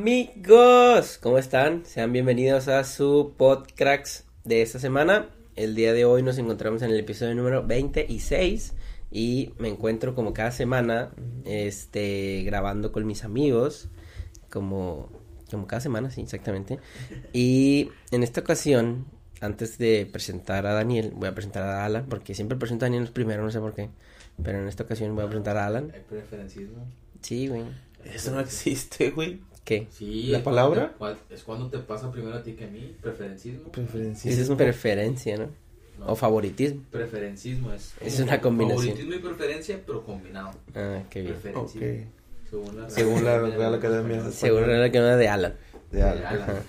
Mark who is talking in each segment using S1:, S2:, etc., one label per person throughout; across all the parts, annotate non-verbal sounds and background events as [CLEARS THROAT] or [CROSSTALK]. S1: Amigos, ¿cómo están? Sean bienvenidos a su Podcracks de esta semana. El día de hoy nos encontramos en el episodio número 26 y me encuentro como cada semana este grabando con mis amigos como como cada semana, sí, exactamente. Y en esta ocasión, antes de presentar a Daniel, voy a presentar a Alan porque siempre presento a Daniel primero, no sé por qué, pero en esta ocasión voy a presentar a Alan.
S2: Hay preferencismo.
S1: Sí, güey.
S3: Eso no existe, güey.
S1: ¿Qué?
S2: Sí.
S3: ¿La
S2: es
S3: palabra?
S2: cuando te- cua- es cuando te pasa primero a ti que a mí. Preferencismo.
S1: Esa es
S3: Preferencismo.
S1: preferencia, ¿no?
S2: No,
S1: O favoritismo.
S2: preferencismo es.
S1: Es
S2: como
S1: una combinación.
S2: Favoritismo y preferencia, pero combinado.
S1: Ah, qué bien.
S3: Ok.
S2: Preferencismo. Según la,
S3: Según la Real Academia.
S1: Seguro era que no era de Alan.
S3: De algo.
S2: Real.
S1: Ajá.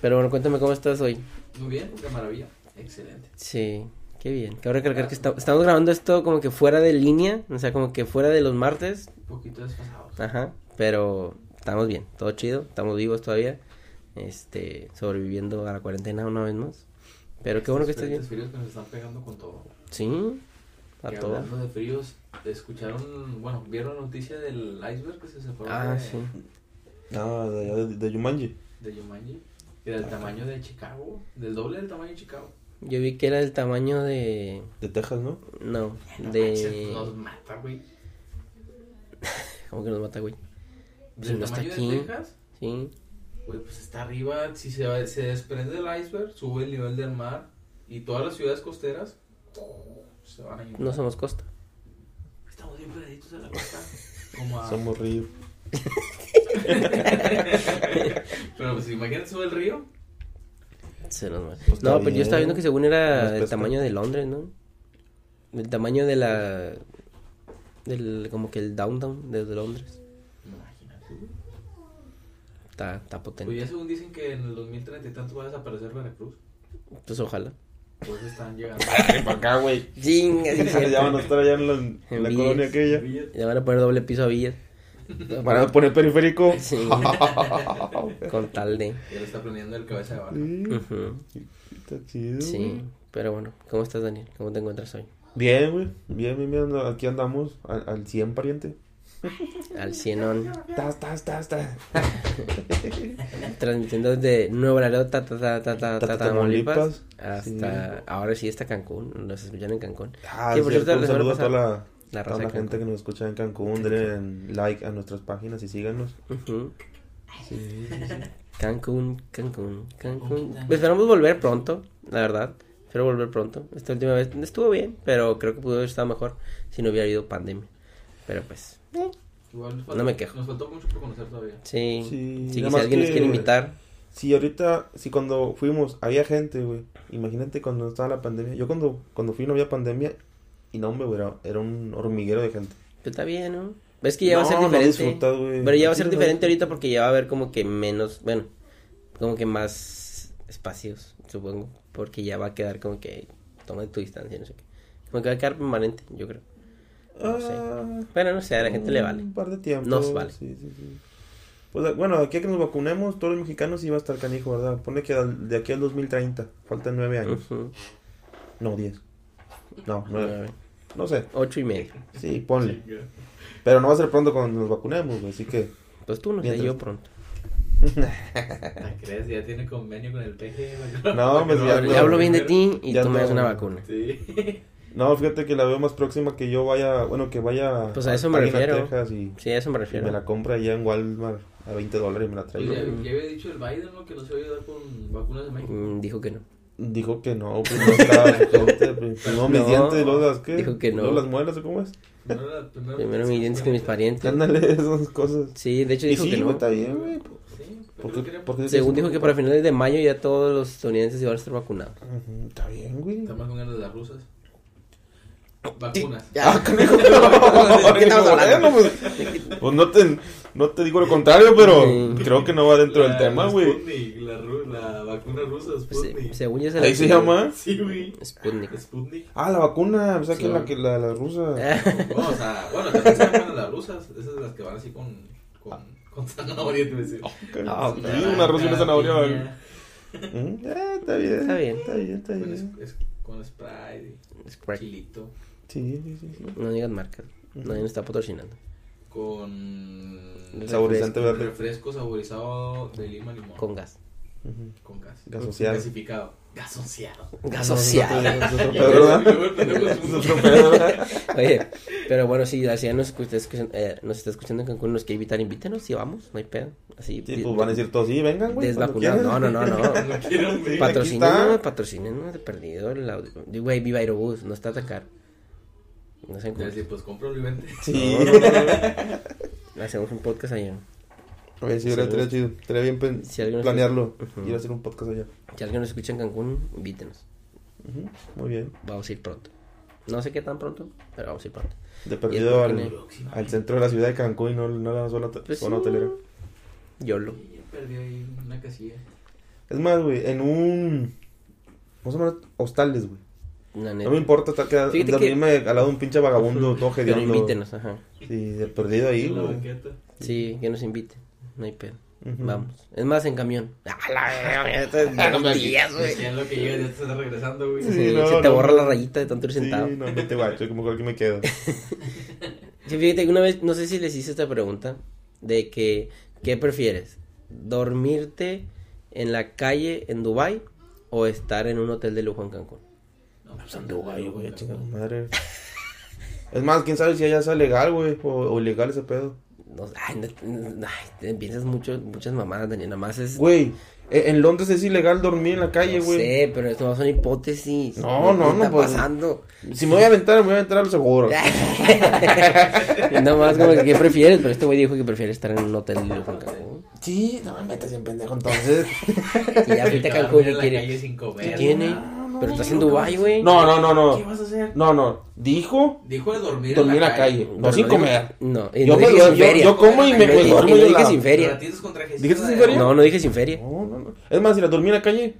S1: Pero bueno, cuéntame cómo estás hoy.
S2: Muy bien, qué maravilla. Excelente.
S1: Sí, qué bien. Cabe recalcar que esta- estamos grabando esto como que fuera de línea, o sea, como que fuera de los martes.
S2: Un poquito desfasado.
S1: Ajá, pero estamos bien, todo chido, estamos vivos todavía. Este, sobreviviendo a la cuarentena una vez más. Pero qué bueno que estés bien.
S2: Estos fríos que nos están pegando con todo.
S1: Sí, a
S2: Que
S1: todo.
S2: Hablando de fríos, ¿escucharon? Bueno, ¿vieron la noticia del iceberg que se separó
S1: Ah,
S2: de,
S1: sí.
S3: No, de, de Yumanji.
S2: de Yumanji? Y del tamaño de Chicago. Del doble del tamaño de Chicago.
S1: Yo vi que era del tamaño de.
S3: De Texas, ¿no?
S1: No, pues,
S2: No manches, Nos
S1: de.
S2: mata, güey.
S1: ¿Cómo que nos mata, güey? Pues
S2: Del
S1: no está
S2: tamaño
S1: aquí.
S2: de Texas,
S1: Sí.
S2: güey, pues está arriba. Si se, va- se desprende del iceberg, sube el nivel del mar. Y todas las ciudades costeras se van a ir.
S1: No somos costa.
S2: Estamos bien perdidos en la costa. Como a... [LAUGHS]
S3: Somos ríos.
S2: Pero pues imagínate, sube el río.
S1: Se nos va.
S3: Pues
S1: no,
S3: está
S1: pero yo estaba
S3: bien.
S1: viendo que según
S3: Nos
S1: era el
S3: pesca.
S1: tamaño de Londres, ¿no? El tamaño de la. Del, como que el downtown de de Londres.
S2: Imagínate, güey.
S1: Está, está
S2: Pues ya
S1: potente.
S2: según dicen que en el 2030 y tanto va a desaparecer Veracruz.
S1: Pues ojalá.
S2: Pues
S1: [LAUGHS]
S2: están llegando.
S3: para acá, [LAUGHS] güey.
S1: Chinga, sí, cierto.
S3: Ya van a estar allá en la, en
S1: En
S3: la
S1: Villas.
S3: colonia aquella.
S1: Le van a poner doble piso a Villas.
S3: Van a poner periférico.
S1: [LAUGHS]
S3: [LAUGHS]
S1: Sí. Con tal de.
S2: Ya lo está planeando el cabeza de barro.
S3: Sí,
S1: Ujú.
S3: Está chido.
S1: Sí.
S3: güey.
S1: Pero bueno, ¿cómo estás, Daniel? ¿Cómo te encuentras hoy?
S3: Bien, güey. Bien, bien, bien. Aquí andamos. Al, al 100, pariente.
S1: Al Cienón.
S3: Tas, tas, tas, tas.
S1: Transmitiendo desde Nuevo Laredo, ta, ta, ta, ta, ta, ta, Tamaulipas,
S3: Tamaulipas.
S1: hasta ahora sí está Cancún, nos escuchan en Cancún.
S3: Ah,
S1: Sí,
S3: sí,
S1: por
S3: cierto,
S1: cierto, la
S3: un
S1: semana
S3: saludo a toda la,
S1: La raza
S3: toda la
S1: de Cancún.
S3: gente que nos escucha en Cancún. Denle like a nuestras páginas y síganos.
S1: Ujú.
S3: Sí.
S1: Cancún, Cancún, Cancún.
S2: Cancún.
S1: Esperamos volver pronto, la verdad. Espero volver pronto. Esta última vez estuvo bien, pero creo que pudo haber estado mejor si no hubiera habido pandemia. Pero pues,
S2: Igual nos
S1: No me quejo.
S2: Nos faltó mucho por conocer todavía.
S1: sí.
S3: Sí,
S1: sí,
S3: nada
S1: si
S3: más
S1: alguien nos
S3: que-
S1: quiere invitar,
S3: Si ahorita, si cuando fuimos había gente, güey. Imagínate cuando estaba la pandemia. Yo cuando, cuando fui no había pandemia y no, hombre, güey, era, era un hormiguero de gente.
S1: pues está bien, ¿no? Es que ya va a ser
S3: No, no
S1: diferente.
S3: disfrutas, güey.
S1: pero ya va a
S3: Sí,
S1: ser
S3: no.
S1: diferente ahorita porque ya va a haber como que menos, bueno, como que más espacios, supongo. Porque ya va a quedar como que toma tu distancia, no sé qué. Como que va a quedar permanente, yo creo. No sé.
S3: Ah,
S1: Bueno, no sé, a la gente le vale.
S3: Un par de tiempo.
S1: Nos vale.
S3: Sí, sí, sí. Pues bueno, de aquí a que nos vacunemos, todos los mexicanos iba a estar canijo, ¿verdad? Pone que al- de aquí al 2030, faltan nueve años.
S1: Ujú.
S3: No, diez. No, nueve.
S1: Nueve.
S3: No sé.
S1: Ocho y medio.
S3: Sí, ponle.
S2: [LAUGHS]
S3: Pero no va a ser pronto cuando nos vacunemos, güey, así que.
S1: Pues tú no sé,
S3: Mientras-
S1: yo pronto.
S2: ¿La Ah, crees? Ya tiene convenio con el PG.
S3: No, pues ya
S1: Yo
S3: no.
S1: hablo bien de ti y
S3: Ya
S1: tú me
S3: no.
S1: das una vacuna.
S2: Sí.
S3: No, fíjate que la veo más próxima que yo vaya, bueno, que vaya
S1: Pues a eso me
S3: alguien
S1: refiero.
S3: Texas y,
S1: Sí, a eso me
S3: y me
S1: refiero.
S3: la compra allá en Walmart a 20 dólares y me la
S2: Pues
S3: [LAUGHS] traigo.
S2: ya, ya había dicho el Biden, ¿no? Que no se va a ayudar con vacunas de México.
S1: Mm, Dijo que no.
S3: Dijo que no, pues no estaba gente,
S1: [LAUGHS]
S3: pues, primero mis
S1: No,
S3: dientes, luego las qué, ¿Pues
S1: dijo que no.
S3: luego las muelas o cómo es.
S2: Primero, la- primero,
S1: Primero mis dientes que mis parientes.
S3: Ándale, [LAUGHS] esas cosas.
S1: Sí, de hecho
S3: Y
S1: dijo
S3: sí,
S1: que
S3: güey,
S1: no.
S3: está bien, güey. po-
S2: Sí, pero
S3: Porque,
S2: yo quería-
S3: porque
S1: Según dijo que para finales de mayo ya todos los estadounidenses iban a estar vacunados.
S3: Ujú, Está bien, güey.
S2: Está más con ganas de las rusas. Vacunas.
S1: Ya,
S3: ¿Qué estamos hablando? Pues, pues no te, no te digo lo contrario, pero
S1: Sí.
S3: creo que no va dentro del
S2: La-
S3: tema,
S2: la
S3: güey.
S2: Sputnik, La, ru- la vacuna rusa, Sputnik.
S1: según yo se la-
S3: Ahí se llama.
S2: [LAUGHS] Sí, güey.
S1: Sputnik.
S2: Sputnik.
S3: Ah, la vacuna, o sea que
S1: Sí. Eh,
S3: la que la, la rusa.
S2: No, o sea, bueno, también se llaman las rusas. Esas las que van así con, con, con zanahoria, te voy a decir.
S3: Ah,
S2: Sí,
S1: pues,
S3: sí, una rusa y una zanahoria. güey.
S2: piña.
S3: Mm, eh, está bien.
S1: Está bien.
S3: Está bien, está
S2: Con,
S3: bien.
S2: es- es- con Sprite,
S1: Sprite.
S2: chilito,
S3: Sí, sí, sí. sí.
S1: No digan marcas. Nadie nos está patrocinando.
S2: con
S3: Saborizante
S2: refresco,
S3: verde.
S2: refresco saborizado de lima limón
S1: Con gas.
S3: Ujú.
S2: con gas.
S3: Gasociado.
S2: Gasificado. Gasociado.
S1: Gas
S3: Es otro
S2: Ya,
S3: pedo,
S2: [LAUGHS]
S3: ¿verdad?
S2: yo- yo- yo- yo-
S3: Es otro pedo, ¿verdad?
S1: Oye, pero bueno, si la ciudad nos, escucha- escucha- eh, nos está escuchando en Cancún, nos quiere invitar, invítenos, si vamos, no hay pedo. Así,
S3: Sí, pues van a decir todos, sí, vengan, güey. cuando
S1: desvacunados. No,
S3: quieran.
S1: no, no, no.
S3: [LAUGHS]
S2: No quiero ver.
S3: Pat-
S1: Patrocinen,
S3: está.
S1: patrocinen, de perdido el audio. Digo, Güey, viva Aerobús, no está a atacar. No sé,
S2: Voy a decir, pues compro el vente.
S3: Sí. [LAUGHS]
S1: hacemos un podcast allá.
S3: Oye, sí, era, estaría chido. Estaría bien pen-
S1: Si alguien-
S3: planearlo.
S1: Ujú.
S3: Ir a hacer un podcast allá.
S1: Si alguien nos escucha en Cancún, invítenos.
S3: Ujú, Muy bien.
S1: Vamos a ir pronto. No sé qué tan pronto, pero vamos a ir pronto.
S3: De
S1: el
S3: perdido al,
S2: Próxima.
S3: al centro de la ciudad de Cancún y no, no a la zona, hot-
S1: Pues
S3: zona
S1: sí.
S3: hotelera.
S1: YOLO.
S2: Y Perdí ahí una casilla.
S3: Es más, güey, en un. Vamos a llamar hostales, güey.
S1: La neta.
S3: No me importa estar quedado,
S1: Fíjate que-
S3: dormirme al lado de un pinche vagabundo, todo
S1: Pero
S3: hediondo.
S1: invítenos, ajá.
S3: Sí, de perdido ahí,
S2: En la
S3: güey.
S2: banqueta.
S1: Sí, que nos invite. No hay pedo.
S3: Ujú.
S1: Vamos. Es más, en camión. [LAUGHS] A la verga, esto [LAUGHS] es de los días, güey.
S2: Ya en lo que llegas ya te estás regresando, güey.
S1: Sí,
S3: no,
S1: se te
S3: no.
S1: borra la rayita de tanto ir
S3: Sí,
S1: sentado.
S3: no, vete guacho, como que me quedo.
S1: Sí, fíjate que una vez, no sé si les hice esta pregunta, de que, ¿qué prefieres? ¿Dormirte en la calle en Dubai o estar en un hotel de lujo en Cancún?
S2: No, pues
S3: Santo gallo, güey, chingada
S1: [LAUGHS]
S3: madre. Es más, quién sabe si allá sea legal, güey, o, o ilegal ese pedo.
S1: No, ay, no- no- ay, te piensas mucho, muchas mamadas, Daniel, nada más es...
S3: Güey, e- en Londres es ilegal dormir en la calle,
S1: no
S3: güey.
S1: sé, pero esto son hipótesis.
S3: No, no,
S1: ¿Qué
S3: no,
S1: está
S3: pues-
S1: pasando?
S3: Si me voy a aventar, me voy a aventar al
S1: [LAUGHS]
S3: seguro.
S1: Ah. nada más como que, ¿qué prefieres? Pero este güey dijo que prefiere estar en un hotel de lujo en Cancún.
S3: Sí, no me metas en
S1: [LAUGHS]
S3: pendejo entonces.
S1: Y ya fuiste a Cancún y
S2: la calle
S1: quiere...
S2: sin comer.
S1: ¿Qué tiene?
S3: No, no,
S1: pero estás
S3: no,
S1: en
S3: no,
S1: Dubái, güey.
S3: No, no, no,
S2: ¿Qué
S3: no.
S2: vas a hacer?
S3: No, no. Dijo
S2: Dijo de dormir,
S3: dormir en la calle.
S1: Pero
S3: No sin
S1: digo-
S3: comer.
S1: No, y
S3: Yo
S1: no
S3: me
S1: dije
S3: yo-
S1: sin
S3: yo-
S1: feria.
S3: yo como y me
S1: No,
S3: me
S1: y-
S3: duermo
S1: y
S3: yo
S1: no
S3: en
S1: dije
S3: la-
S1: sin feria.
S2: Ratitos con trajecito
S3: ¿Dijiste
S2: de
S3: sin feria?
S1: No, no dije sin feria.
S3: No, no, no. Es más, si la dormí en la calle,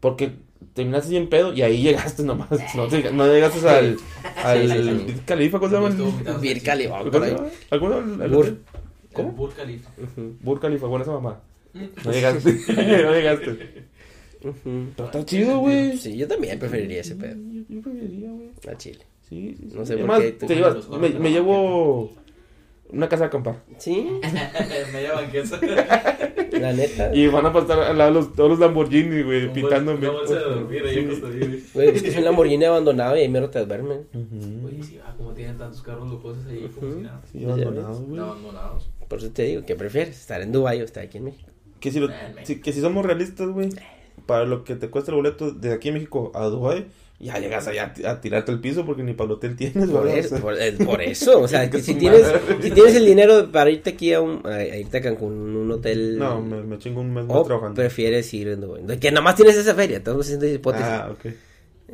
S3: porque terminaste bien pedo y ahí llegaste
S1: [LAUGHS]
S3: nomás. No, te- no llegaste al. al
S1: Sí, sí, sí.
S3: Califa, ¿cómo se llama?
S2: Estuvo vomitando
S1: Vir
S2: trajecito.
S1: Khalifa,
S3: ¿Cómo
S1: por
S3: se
S1: ahí.
S3: llama? ¿Alguno? al-
S1: Burj.
S3: al-
S2: El
S3: ¿Cómo?
S2: Burj [LAUGHS] Khalifa.
S3: Burj Khalifa, buena esa mamá.
S2: Mm. [LAUGHS]
S3: No llegaste. [LAUGHS] no llegaste.
S1: Ujú.
S3: Pero está chido, güey.
S1: Sí, yo también preferiría ese pedo.
S3: Yo, yo preferiría, güey.
S1: A Chile.
S3: Sí, sí, sí.
S1: No sé
S3: Es
S1: por
S3: más,
S1: qué tú-
S3: te llevas-
S2: Los
S3: me, me llevo una casa a acampar.
S1: Sí,
S2: Media banqueta.
S1: la neta.
S3: Y van a pasar al lado los, todos los Lamborghini, güey,
S2: Un
S3: pintándome.
S2: bol- Una bolsa de dormir ahí acostado, güey.
S1: Güey, es que es un Lamborghini abandonado y ahí mero te duermen. Mm.
S3: Ujú.
S2: Oye, sí, ah, como tienen tantos carros lujosos ahí, como si nada.
S3: Sí, abandonado, güey.
S2: No, abandonados.
S1: Por eso te digo, ¿qué prefieres? ¿Estar en Dubái o estar aquí en México?
S3: Que si, lo-
S2: Ah, en
S3: si- que si somos realistas,
S1: Eh.
S3: güey, para lo que te cuesta el boleto de aquí en México a Dubái, ya llegas allá a ti- a, tirarte al piso porque ni para el hotel tienes,
S1: Por,
S3: güey.
S1: eso-
S3: O sea,
S1: por- eh, por eso, o
S3: [LAUGHS]
S1: sea,
S3: Que
S1: que si
S3: su
S1: tienes,
S3: madre.
S1: si tienes el dinero para irte aquí a, un, a- a irte a Cancún, un hotel...
S3: No, me, me chingo un mes más
S1: O
S3: trabajando.
S1: prefieres ir en Dubái. Que nada más tienes esa feria, estamos haciendo hipótesis.
S3: Ah, ok.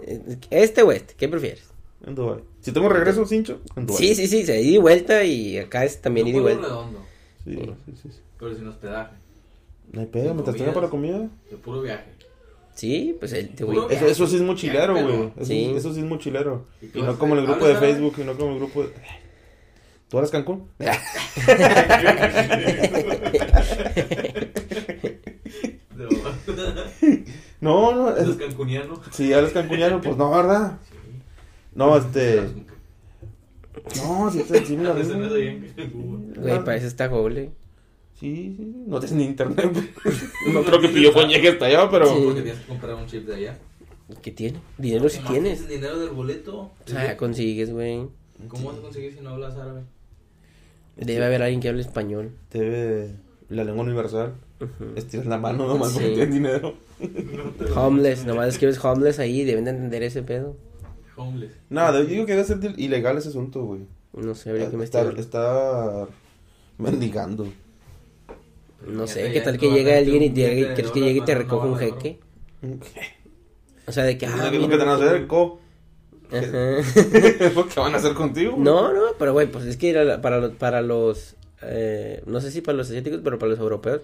S1: Eh, Este o este, ¿qué prefieres?
S3: En Dubái. Si tengo regreso, cincho, en Dubái.
S1: Sí, sí, sí, se ida y vuelta y acá es también
S2: No
S1: ida y
S2: puedo
S1: vuelta.
S2: redondo,
S3: Sí, sí, sí, sí.
S2: pero sin hospedaje.
S3: No hay pedo,
S2: Sin
S3: mientras tenga
S2: comidas.
S3: para comida.
S2: De puro
S3: [LAUGHS]
S2: viaje.
S1: Sí, pues el te voy.
S2: Puro-
S3: Eso, eso sí es mochilero,
S2: Ya,
S3: güey.
S2: pero-
S3: Eso,
S1: Sí.
S3: eso sí es mochilero.
S2: ¿Y qué
S3: Y
S2: vas
S3: no
S2: a
S3: como en el
S2: hacer?
S3: grupo de
S2: ¿Hablas árabe?
S3: Facebook, y no como el grupo de... ¿Tú eres Cancún?
S2: Pero,
S3: No,
S2: [LAUGHS]
S3: no,
S2: ¿Los
S3: es-
S2: cancunianos?
S3: si eres cancuniano, pues no, ¿verdad? No, este... No, si
S2: [LAUGHS]
S3: te sí me la
S2: Ah, pues,
S3: rifo.
S2: no es allá en Cancún.
S1: [LAUGHS] Güey, para eso está Google.
S3: Sí, sí, sí. No tienes ni internet. güey.
S2: [LAUGHS]
S3: No creo que Pillo Juan llegue hasta allá, pero...
S1: Sí.
S2: Porque tienes que comprar un chip de allá.
S1: ¿Qué tiene? Dinero si
S2: Nomás
S1: tienes.
S2: El dinero del boleto.
S1: O sea, consigues, güey.
S2: ¿Cómo vas a conseguir si no hablas árabe?
S1: Debe haber alguien que hable español.
S3: Te ve la lengua universal. Estiras la mano nomás
S1: Sí.
S3: porque tienes dinero.
S1: Homeless, nomás escribes homeless ahí, deben de entender ese pedo.
S2: Homeless.
S3: Nada, yo digo que debe ser del- ilegal ese asunto, güey.
S1: No sé, habría que
S3: Estar,
S1: investigar.
S3: estar mendigando.
S1: No
S2: Ya
S1: sé,
S2: te
S1: ¿qué tal
S2: llegan
S1: que
S2: a
S1: llega
S2: darte
S1: alguien y
S2: un
S1: te
S2: billete de
S1: crees que
S2: dólar
S1: llegue y te
S2: para
S1: recoge un
S2: una barra de
S1: jeque?
S3: ¿Qué
S1: O sea, de que. ah,
S3: que
S1: mira,
S3: te van a
S1: [LAUGHS]
S3: hacer, co? [LAUGHS]
S1: Ajá.
S3: ¿Qué van a hacer contigo? güey?
S1: No, no, pero güey, pues es que era la- para los, para los eh, no sé si para los asiáticos, pero para los europeos,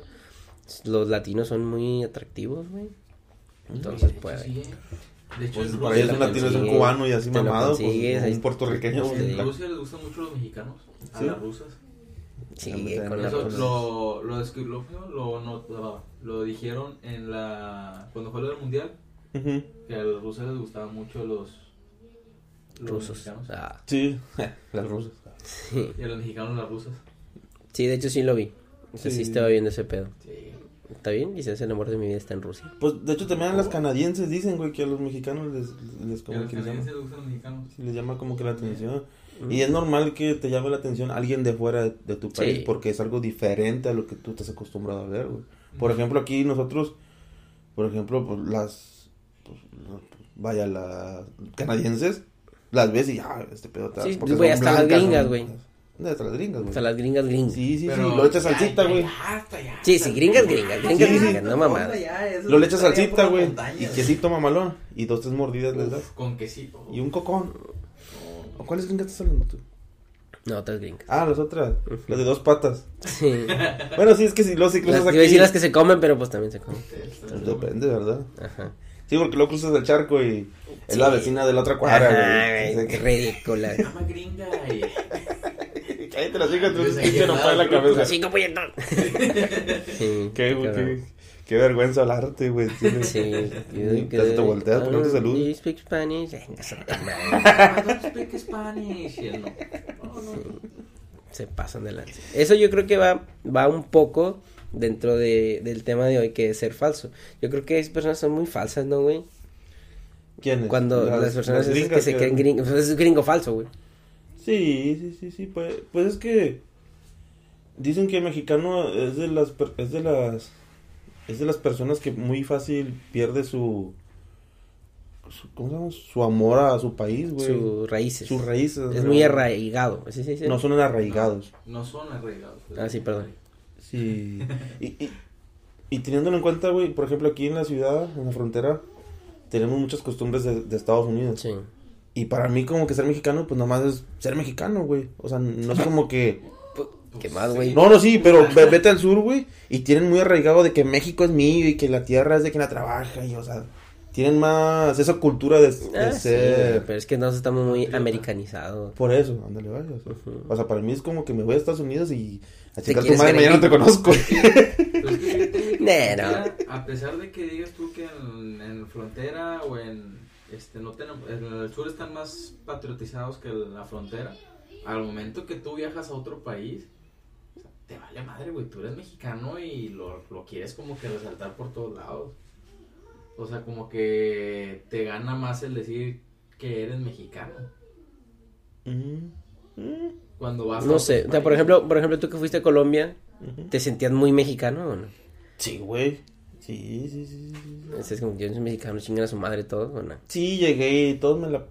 S1: los latinos son muy atractivos, güey. Entonces,
S2: De hecho,
S1: pues,
S2: sí, eh. De hecho,
S3: Pues
S2: en
S3: para
S2: Rusia
S3: ellos un
S2: la
S3: latino es un
S1: consigues,
S3: cubano y así
S1: te lo
S3: mamado,
S1: consigues,
S3: pues
S1: ahí-
S3: un puertorriqueño.
S1: Sí.
S3: güey,
S2: En
S3: la-
S2: Rusia les gustan mucho los mexicanos, a
S3: ¿Sí?
S2: las rusas.
S1: sí,
S3: me
S1: con
S3: traen
S1: la
S2: Eso
S3: pues-
S2: lo, lo, descri- lo, lo, no- lo- lo dijeron en la. cuando fue lo del mundial,
S3: Ujú.
S2: que a los rusos les gustaban mucho los. los
S1: rusos.
S2: mexicanos.
S1: Ah, [LAUGHS]
S3: Sí, las rusas.
S2: Y a los mexicanos las rusas.
S1: Sí, de hecho sí lo vi. O sea, sí,
S3: Sí.
S1: estaba viendo ese pedo.
S2: Sí.
S1: Está bien, quizás el amor de mi vida está en Rusia.
S3: Pues de hecho también las canadienses dicen, güey, que a los mexicanos les, les
S2: Que
S3: como
S2: a los
S3: que les llama,
S2: canadienses les gustan los mexicanos.
S3: sí, les llama como que la atención. Y es normal que te llame la atención alguien de fuera de, de tu país
S1: Sí.
S3: porque es algo diferente a lo que tú estás acostumbrado a ver, güey. Por ejemplo, aquí nosotros, por ejemplo, pues las, pues, no, pues, vaya, las canadienses, las ves y ya, este pedo está.
S1: Sí,
S3: porque
S1: güey,
S3: son
S1: hasta las
S3: blancas, son-
S1: gringas, güey.
S3: No, Hasta las gringas, güey.
S1: Hasta las gringas gringas.
S3: Sí, sí,
S2: Pero-
S3: sí, lo echas
S2: Ya,
S3: salsita,
S2: ya,
S3: güey.
S2: ya, hasta ya,
S1: Sí,
S2: hasta
S1: sí,
S2: ya.
S1: gringas, gringas, gringas,
S3: Sí, sí.
S1: gringas, no mamá.
S3: Lo le echas salsita, güey. Y quesito mamalón. Y dos, tres mordidas les das.
S2: Uf, Con quesito.
S3: Y un cocón. ¿O cuáles gringas estás hablando tú?
S1: No, otras
S3: [LAUGHS]
S1: gringas.
S3: Ah, las otras. Las de dos patas.
S1: Sí. Las,
S3: Bueno, sí, es que si los sí cruzas
S1: iba a
S3: aquí.
S1: decir las que se comen, pero pues también se comen.
S3: Pues Depende, ¿verdad?
S1: Ajá.
S3: Sí, porque luego cruzas el charco y es
S1: Sí.
S3: la vecina de la otra cuadra,
S1: Ajá,
S3: güey.
S1: güey, qué ridícula.
S3: pues.
S2: Llama gringa y...
S3: Cállate las hijas, tú
S2: Pues
S3: te
S2: ahí
S3: pinche
S2: al
S3: nopal en la
S2: lado,
S3: cabeza.
S1: Cinco [LAUGHS] puñetón. Sí,
S3: Qué, güey,
S1: cabrón.
S3: qué, qué vergüenza hablarte, güey. Tienes-
S1: Sí,
S3: [LAUGHS] Te- te volteas, pero no te
S1: saludo.
S3: saludas.
S1: speak Spanish? Venga, se toman.
S2: Ah, don't speak Spanish. Y él, No, no, no.
S1: se pasan de lanza. Eso yo creo que va, va un poco dentro de, del tema de hoy, que es ser falso. Yo creo que esas personas son muy falsas, ¿no, güey?
S3: ¿Quiénes?
S1: Cuando las, personas esas que
S3: gringas
S1: se creen gringos, pues es gringo falso, güey.
S3: Sí, sí, sí, sí, pues, pues es que dicen que el mexicano es de las per- es de las es de las personas que muy fácil pierde su, su- ¿cómo se llama? su amor a su país, güey.
S1: Sus raíces.
S3: Sus raíces.
S1: Es
S3: ¿no?
S1: muy ¿eh? arraigado. Sí, sí, sí.
S3: No son arraigados.
S2: No son arraigados.
S1: Ah, sí, perdón.
S3: Sí.
S1: [LAUGHS]
S3: Y, y, y teniéndolo en cuenta, güey, por ejemplo, aquí en la ciudad, en la frontera, tenemos muchas costumbres de, de Estados Unidos.
S1: Sí.
S3: Y para mí como que ser mexicano, pues nomás es ser mexicano, güey. O sea, no
S1: [LAUGHS]
S3: es como que...
S2: Pues,
S1: ¿Qué más, güey?
S3: No, no, sí, pero ve- vete al sur, güey, y tienen muy arraigado de que México es mío y que la tierra es de quien la trabaja, y o sea, tienen más esa cultura de, de
S1: Ah, sí, güey,
S3: ser...
S1: pero es que nosotros estamos muy
S2: Patriota.
S1: americanizados.
S3: Por eso, ándale, vaya. O sea, o sea, para mí es como que me voy a Estados Unidos y a
S1: Te
S3: chingar tu
S1: quieres
S3: madre,
S1: creer
S3: mañana no te
S1: gringo. [LAUGHS]
S3: conozco.
S2: Pero es que fíjate, güey, que
S1: Nah,
S2: ni
S1: no.
S2: siquiera, A pesar de que digas tú que en, en frontera o en este no tenemos, en el sur están más patriotizados que en la frontera. Al momento que tú viajas a otro país, o sea, te vale madre, güey. Tú eres mexicano y lo, lo quieres como que resaltar por todos lados. O sea, como que te gana más el decir que eres mexicano.
S3: Mm, mm,
S2: Cuando vas a
S1: No
S2: otros
S1: sé. O sea, por
S2: países.
S1: ejemplo, por ejemplo, tú que fuiste a Colombia,
S3: ujú.
S1: ¿te sentías muy mexicano o no?
S3: Sí, güey. Sí, sí, sí, sí, sí.
S1: Es como que yo soy mexicano, chingan a su madre todo o no.
S3: Sí, llegué y todos me la...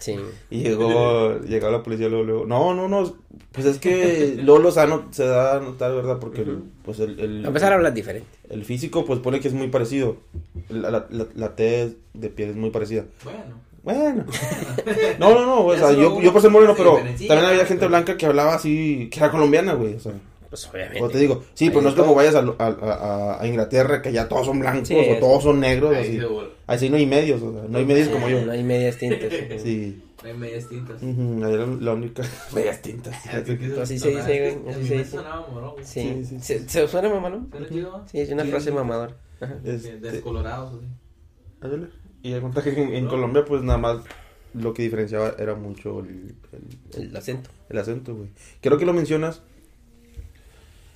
S1: Sí.
S3: Y
S1: [LAUGHS]
S3: llegó, llegó la policía luego, luego. No, no, no, pues es que Lolo Sano se da a notar, ¿verdad? Porque el- pues el... el-
S1: A pesar hablas diferente.
S3: El físico, pues pone que es muy parecido. La, la, la, la tez de piel es muy parecida.
S2: Bueno, [LAUGHS]
S3: Bueno. No, no, no. O
S2: Ya
S3: sea,
S2: solo
S3: yo,
S2: uno
S3: yo por ser moreno,
S2: se
S3: pero
S2: diferencia,
S3: también había
S2: pero-
S3: gente blanca que hablaba así, que era colombiana, güey. O sea,
S1: Pues obviamente.
S3: o te digo, sí, pues no es como vayas a, a- a- a Inglaterra, que ya todos son blancos
S1: Sí,
S3: o todos son negros.
S2: ahí
S3: Así.
S2: de bola.
S3: así no hay medios, o sea, no hay medios como yo.
S1: No hay medias tintas. sí.
S3: Sí.
S2: Hay medias tintas.
S3: Ujú, ahí era la única. Medias tintas. [LAUGHS]
S1: Así se dice, güey, así
S2: A mí
S1: se
S2: me
S1: dice.
S2: sonaba morón, güey.
S1: Sí,
S3: Sí, sí,
S1: ¿Se, se os suena mamalón?
S2: ¿Suena chido?
S1: Sí, es una
S3: Sí.
S1: frase mamadora. Ajá.
S3: Este,
S2: Descolorados,
S3: [LAUGHS]
S2: güey.
S3: ándale. Y el contaje en, en Colombia, pues nada más lo que diferenciaba era mucho el- el
S1: El acento.
S3: El acento, güey. Creo que lo mencionas.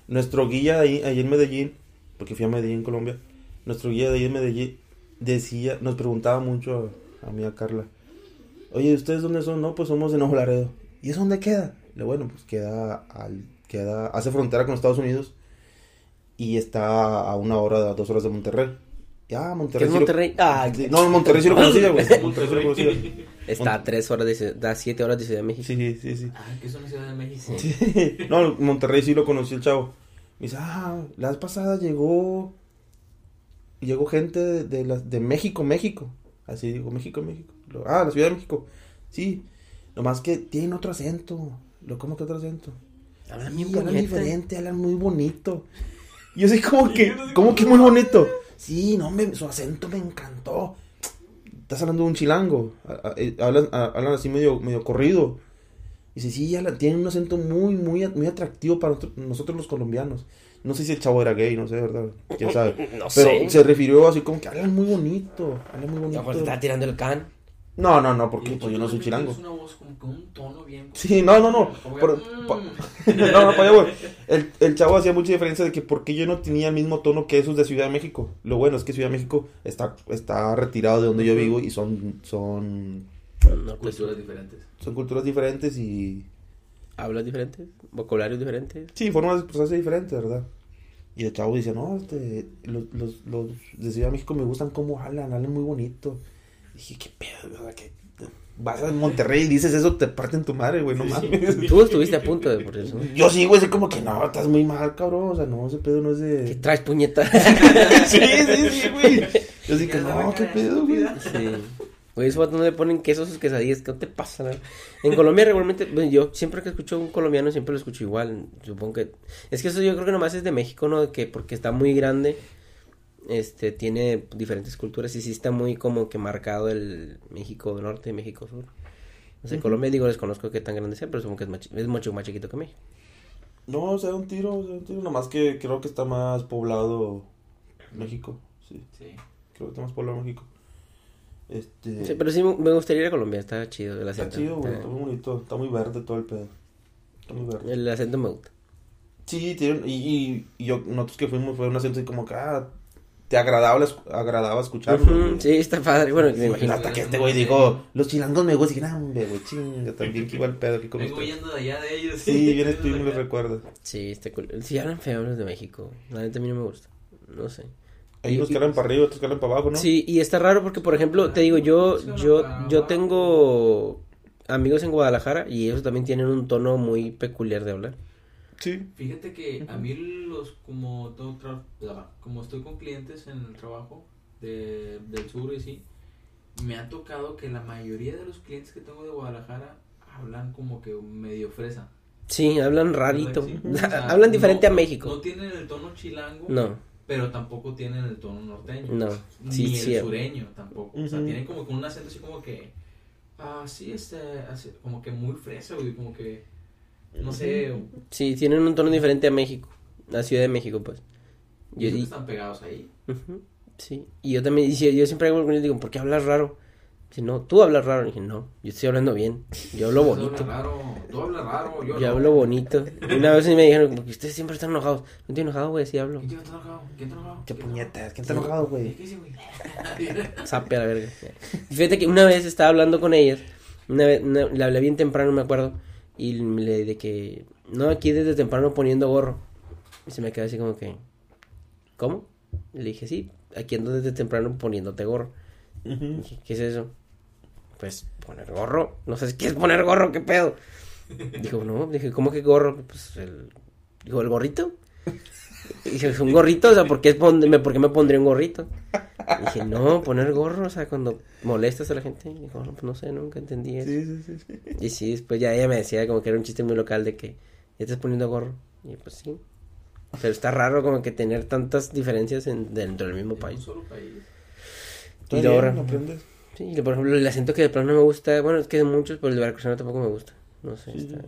S3: Nuestro guía ahí, ahí en Medellín, porque fui a Medellín, Colombia. Nuestro guía de ahí en Medellín decía, nos preguntaba mucho a, a mí, a Carla. Oye, ¿ustedes dónde son? No, pues somos de Nuevo Laredo. ¿Y eso dónde queda? Le bueno, pues queda, al, queda, hace frontera con Estados Unidos y está a una hora, a dos horas de Monterrey. Ya,
S1: ¿Qué
S3: Monterrey.
S1: es
S3: sí lo-
S1: Monterrey? Ah,
S3: Sí, no, Monterrey sí lo conocía, güey. Monterrey sí lo conocía.
S1: está a tres horas de Ciudad- da siete horas de Ciudad de México.
S3: Sí, sí, sí.
S2: Ah, que es una ciudad de México.
S3: No, Monterrey sí lo conocí el chavo. Me dice, ah, la vez pasada llegó. Llegó gente de, de la- de México, México. Así digo, México, México. Lo- ah, la Ciudad de México. Sí. Nomás que tienen otro acento. Lo, ¿Cómo que otro acento?
S1: Hablan
S3: Sí,
S1: Ah, bien
S3: hablan
S1: puñeta.
S3: diferente, hablan muy bonito. Yo soy como que, como que muy bonito. Sí, no, me, su acento me encantó. Estás hablando de un chilango. a- a- eh, Hablan, a- hablan así medio, medio corrido. Dice, sí, hablan- tienen un acento muy, muy, a- muy atractivo para nosotros, nosotros los colombianos. No sé si el chavo era gay, no sé, ¿verdad? ¿Quién sabe?
S1: [LAUGHS] No
S3: Pero
S1: sé. pues,
S3: se refirió así como que hablan muy bonito. Hablan
S1: A
S3: muy
S1: lo
S3: bonito.
S1: mejor te está tirando el can.
S3: No, no, no, porque
S2: Y
S3: pues yo no soy
S2: Chente
S3: chilango.
S2: Es una voz como que un tono bien.
S3: Sí, no, no, no.
S2: como que,
S3: por-
S2: mm.
S3: pa- [LAUGHS] no, no, para allá voy. El, el chavo hacía mucha diferencia de que porque yo no tenía el mismo tono que esos de Ciudad de México. Lo bueno es que Ciudad de México está, está retirado de donde yo vivo y son, son,
S1: No, pues,
S2: Culturas diferentes.
S3: son culturas diferentes y...
S1: Hablas diferentes, vocabularios diferentes.
S3: Sí, formas de expresarse diferentes, ¿verdad? Y el chavo dice, no, este, los, los, los de Ciudad de México me gustan cómo hablan, hablan muy bonito. dije, qué pedo, ¿verdad? Que vas a Monterrey y dices eso, te parten tu madre, güey, no mames.
S1: Tú estuviste a punto de por eso. ¿no?
S3: Yo sí, güey, así como que no, estás muy mal, cabrón. O sea, no, ese pedo no es
S1: ¿Qué
S3: de.
S1: traes, puñeta?
S3: sí, [LAUGHS] sí, sí, güey. Yo sí que
S2: Ya saben
S3: no, qué
S2: la
S3: pedo, güey.
S2: estúpida.
S1: Sí. Güey, esos vatos no le ponen queso a sus quesadillas, ¿qué te pasa? la- En Colombia regularmente, bueno, yo siempre que escucho a un colombiano siempre lo escucho igual, supongo que... Es que eso yo creo que nomás es de México, ¿no? De que porque está muy grande, este, tiene diferentes culturas y sí está muy como que marcado el México Norte y México Sur. No sé, Colombia digo, desconozco qué tan grande sea, pero supongo que es, más chi- es mucho más chiquito que México.
S3: No, o sea, un tiro, o sea, un tiro. Nomás que creo que está más poblado México. Sí,
S2: Sí.
S3: creo que está más poblado México. Este.
S1: Sí, pero Ah. sí me me gustaría ir a Colombia, está chido el
S3: está
S1: acento.
S3: chido, güey. Está
S1: está-
S3: muy bonito. Está muy verde todo el pedo. Está muy verde.
S1: Ah, el acento me gusta.
S3: Sí, tienen. Y, y, y yo, nosotros que fuimos, fue un acento así como que, ah, te agradable, agradaba escucharlo.
S1: Ujú,
S3: güey.
S1: sí, está padre, bueno, me imagino.
S3: Hasta que este güey dijo, los chilangos me gustan. Y dije, "Ah, "Hombre, güey, chinga,
S2: [LAUGHS]
S3: también que igual pedo aquí con
S2: Vengo
S3: ustedes.
S2: huyendo de allá de ellos. [LAUGHS]
S3: Sí, vienes tú y me lo recuerdas.
S1: Sí, está cool. Sí, hablan feo los de México. La neta a mí no me gusta. No sé.
S3: Hay
S1: Y-
S3: unos
S1: y-
S3: que hablan para arriba, otros que hablan para abajo, ¿no?
S1: Sí, y está raro porque, por ejemplo, te digo, yo, yo, yo tengo amigos en Guadalajara y ellos también tienen un tono muy peculiar de hablar.
S3: Sí.
S2: Fíjate que a mí los como todo tra- la- como estoy con clientes en el trabajo de, del sur y sí, me ha tocado que la mayoría de los clientes que tengo de Guadalajara hablan como que medio fresa.
S1: Sí, hablan rarito. [LAUGHS]
S2: Sí, o sea,
S1: hablan diferente
S2: no-
S1: a México.
S2: No tienen el tono chilango,
S1: No,
S2: pero tampoco tienen el tono norteño.
S1: no. Sí,
S2: ni
S1: sí.
S2: el sureño tampoco. O sea,
S3: Ujú.
S2: tienen como que un acento así como que. Ah, sí, este. así, como que muy fresa, güey. Como que. No sé.
S1: Sí, tienen un tono diferente a México. A Ciudad de México, pues.
S2: y
S1: Yo,
S2: eso que
S1: y-
S2: están pegados ahí.
S1: Ujú, Sí, y yo también, y si- yo siempre hago algo y digo, ¿por qué hablas raro? Si no, tú hablas raro. Y dije, no, yo estoy hablando bien, yo hablo
S2: Tú hablas
S1: bonito,
S2: raro. Tú hablas raro. Yo,
S1: yo
S2: no.
S1: hablo bonito. Y una vez sí me dijeron, porque ustedes siempre están enojados. No estoy enojado, güey, sí hablo.
S2: ¿Quién te está enojado? ¿Quién te enojado?
S3: Qué
S2: ¿Quién está enojado?
S3: puñetas, ¿quién está enojado,
S2: ¿Qué
S3: güey?
S2: hice, güey?
S1: Sape a la verga. Fíjate que una vez estaba hablando con ellas, una vez, una- le hablé bien temprano, me acuerdo, y le de que, no, aquí desde temprano poniendo gorro. Y se me quedó así como que, ¿cómo? Le dije, sí, aquí ando desde temprano poniéndote gorro.
S3: Ujú.
S1: Dije, ¿Qué es eso? Pues poner gorro. No sé qué es poner gorro, qué pedo. Dijo, no, dije, ¿cómo que gorro? Pues el. Dijo, ¿el gorrito? Dije, ¿es un gorrito? O sea, ¿por qué, es pon- me, por qué me pondría un gorrito? Dije, no, poner gorro, o sea, cuando molestas a la gente. Dijo, no, pues no sé, nunca entendí eso.
S3: Sí, sí, sí, sí.
S1: Y sí, después ya ella me decía como que era un chiste muy local de que ya estás poniendo gorro. Y pues sí. Pero está raro como que tener tantas diferencias en- dentro del mismo
S2: En un
S1: país.
S2: [LAUGHS] solo país.
S3: Está
S1: Y
S3: bien,
S1: ahora-
S3: aprendes.
S1: Sí, y, por ejemplo, el acento que de plano no me gusta, bueno, es que de muchos, pero el de Veracruzano tampoco me gusta. No sé,
S3: Sí.
S1: está.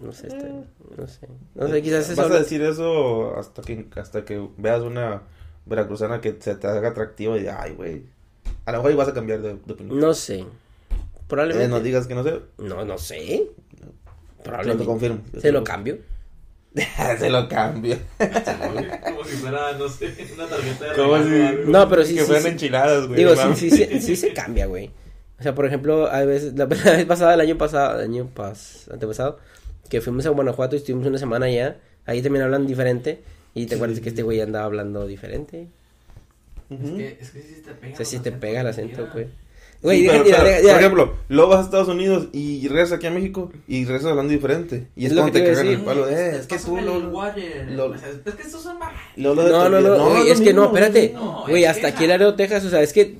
S1: No, no sé, está. No sé. No sé, quizás es
S3: Eh, Vas a
S1: algo-
S3: decir eso hasta que, hasta que veas una veracruzana que se te haga atractiva y digas, ay, güey. A lo mejor ahí vas a cambiar de, de opinión.
S1: No sé.
S3: Eh, no
S1: Probablemente.
S3: digas que no sé.
S1: No, no sé.
S3: Yo te
S1: Probablemente.
S3: confirmo. Yo
S1: Se
S3: te
S1: lo
S3: confirmo.
S1: cambio.
S3: [LAUGHS] se lo cambio.
S2: Como si fuera, no sé, una tarjeta de
S3: ¿Cómo
S2: regalo o algo.
S3: si-
S1: No, pero sí,
S3: Que
S1: sí,
S3: fueran
S1: sí.
S3: enchiladas, güey.
S1: Digo,
S3: no
S1: sí,
S3: mames.
S1: sí, sí, sí se cambia, güey. O sea, por ejemplo, a veces, la, [LAUGHS] la vez pasada, el año pasado, el año pas, antepasado, que fuimos a Guanajuato y estuvimos una semana allá, ahí también hablan diferente, y te acuerdas que este güey andaba hablando diferente.
S2: Es
S3: Ujú.
S2: que, es que sí te pega.
S1: O sea, si
S2: los
S1: te pega el acento,
S2: cualquiera.
S1: güey. Güey,
S3: Sí,
S1: deja-
S3: pero,
S1: mira,
S3: o sea,
S1: deja- ya.
S3: Por ejemplo, luego vas a Estados Unidos y regresas aquí a México y regresas hablando diferente. Y es,
S1: Es lo
S3: cuando
S1: que
S3: te
S1: te iba a
S3: cagan
S1: decir.
S3: el palo. de, Eh, es que tú,
S2: Pásame el
S3: Lolo.
S2: water.
S3: Lolo.
S2: O sea, Es que estos son más.
S3: Lolo de
S1: No,
S3: tu
S1: no,
S3: vida.
S1: no, güey,
S3: lo
S1: es que no,
S3: mismo,
S1: espérate.
S3: lo mismo.
S2: No,
S1: Güey,
S2: es
S1: hasta
S2: que
S1: aquí el
S2: esa-
S1: área de Texas, o sea, es que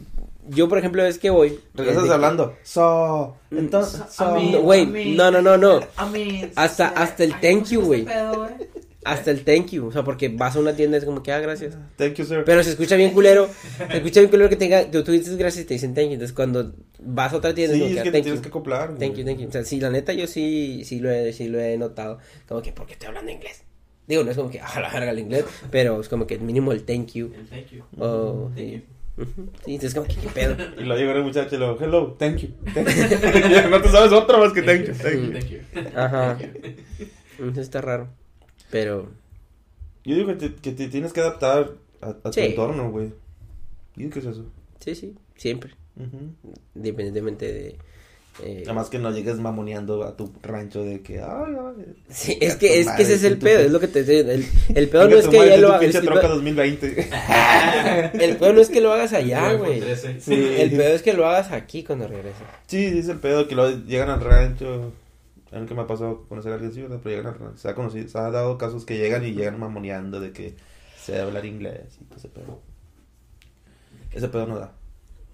S1: yo, por ejemplo, es que voy.
S3: Regresas
S1: desde-
S3: hablando. So. Entonces. So.
S2: a mí,
S1: Mm, No, güey,
S2: a mí.
S1: no, no, no, no.
S2: A mí,
S1: Hasta-
S2: este,
S1: hasta el
S2: ay,
S1: thank
S2: ¿cómo se
S1: you,
S2: llama
S1: güey.
S2: este pedo, güey?
S1: Hasta el thank you, o sea, porque vas a una tienda y es como que, ah, gracias.
S3: Thank you, sir.
S1: Pero se escucha bien culero, se escucha bien culero que tenga, tú, tú dices gracias y te dicen thank you, entonces cuando vas a otra tienda
S3: sí,
S1: como
S3: es
S1: ah,
S3: que te
S1: thank
S3: tienes
S1: you.
S3: que acoplar. güey.
S1: Thank you, thank you. O sea, sí, la neta, yo sí, sí lo he, sí lo he notado. Como que, ¿por qué estoy hablando inglés? "Ah, Digo, no es como que, a la verga el inglés, pero es como que mínimo el thank you.
S2: El thank you.
S1: O, Oh,
S2: Thank
S1: sí.
S2: you.
S1: Ujú. Mm, Sí, es como, ¿qué, qué pedo?
S3: Y lo llegó el muchacho y lo, hello, thank you. [LAUGHS] thank you". no te sabes otra más que [LAUGHS] thank you, thank
S1: [LAUGHS]
S3: you.
S2: Thank you.
S1: Ajá. Eso está raro. Pero,
S3: Yo digo que te, que te tienes que adaptar a, a tu
S1: Sí.
S3: entorno, güey. Yo digo que es eso.
S1: sí, sí, siempre.
S3: Ujú.
S1: Independientemente de. eh,
S3: Además que no llegues mamoneando a tu rancho de que, ay, ay.
S1: sí, es
S3: tu
S1: que, es que
S3: madre,
S1: ese es
S3: sí,
S1: el
S3: tu-
S1: pedo, es lo que te estoy diciendo. El, el pedo no
S3: Venga,
S1: es
S3: tu
S1: que
S3: madre,
S1: ya
S3: tú
S1: lo
S3: tu
S1: hagas.
S3: pinche
S1: El,
S3: troca
S1: pedo-
S3: 2020.
S1: el pedo no es que lo hagas allá,
S2: iPhone
S1: güey.
S2: 13.
S3: Sí.
S1: El pedo es que lo hagas aquí cuando regreses.
S3: Sí, sí, es el pedo que luego llegan al rancho. A mí que me ha pasado conocer a alguien así, ¿verdad? Pero llegan al rancho. Se ha, conocido, se ha dado casos que llegan y llegan mamoneando de que se debe hablar inglés y todo ese pedo. Ese pedo no da.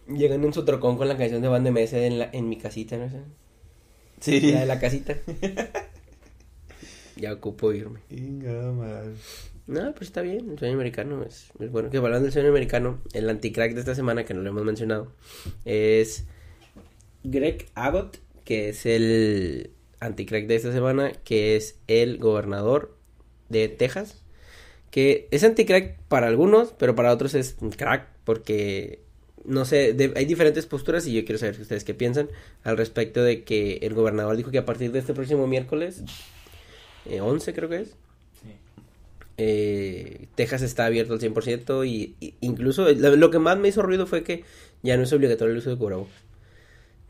S1: Llegan en su trocón con la canción de Van de Mese en, la- en mi casita, ¿no? sé.
S3: Sí.
S1: La de la casita. [LAUGHS] ya ocupo irme.
S3: Inga, madre.
S1: No, pues está bien, el sueño americano es, es bueno. Que hablando del sueño americano, el anticrack de esta semana, que no lo hemos mencionado, es Greg Abbott, que es el anticrack de esta semana, que es el gobernador de Texas. Que es anticrack para algunos, pero para otros es un crack, porque no sé, de- hay diferentes posturas y yo quiero saber ustedes qué piensan al respecto de que el gobernador dijo que a partir de este próximo miércoles, eh, 11 creo que es,
S2: Sí.
S1: eh, Texas está abierto al 100% y, y incluso lo, lo que más me hizo ruido fue que ya no es obligatorio el uso de cubrebocas.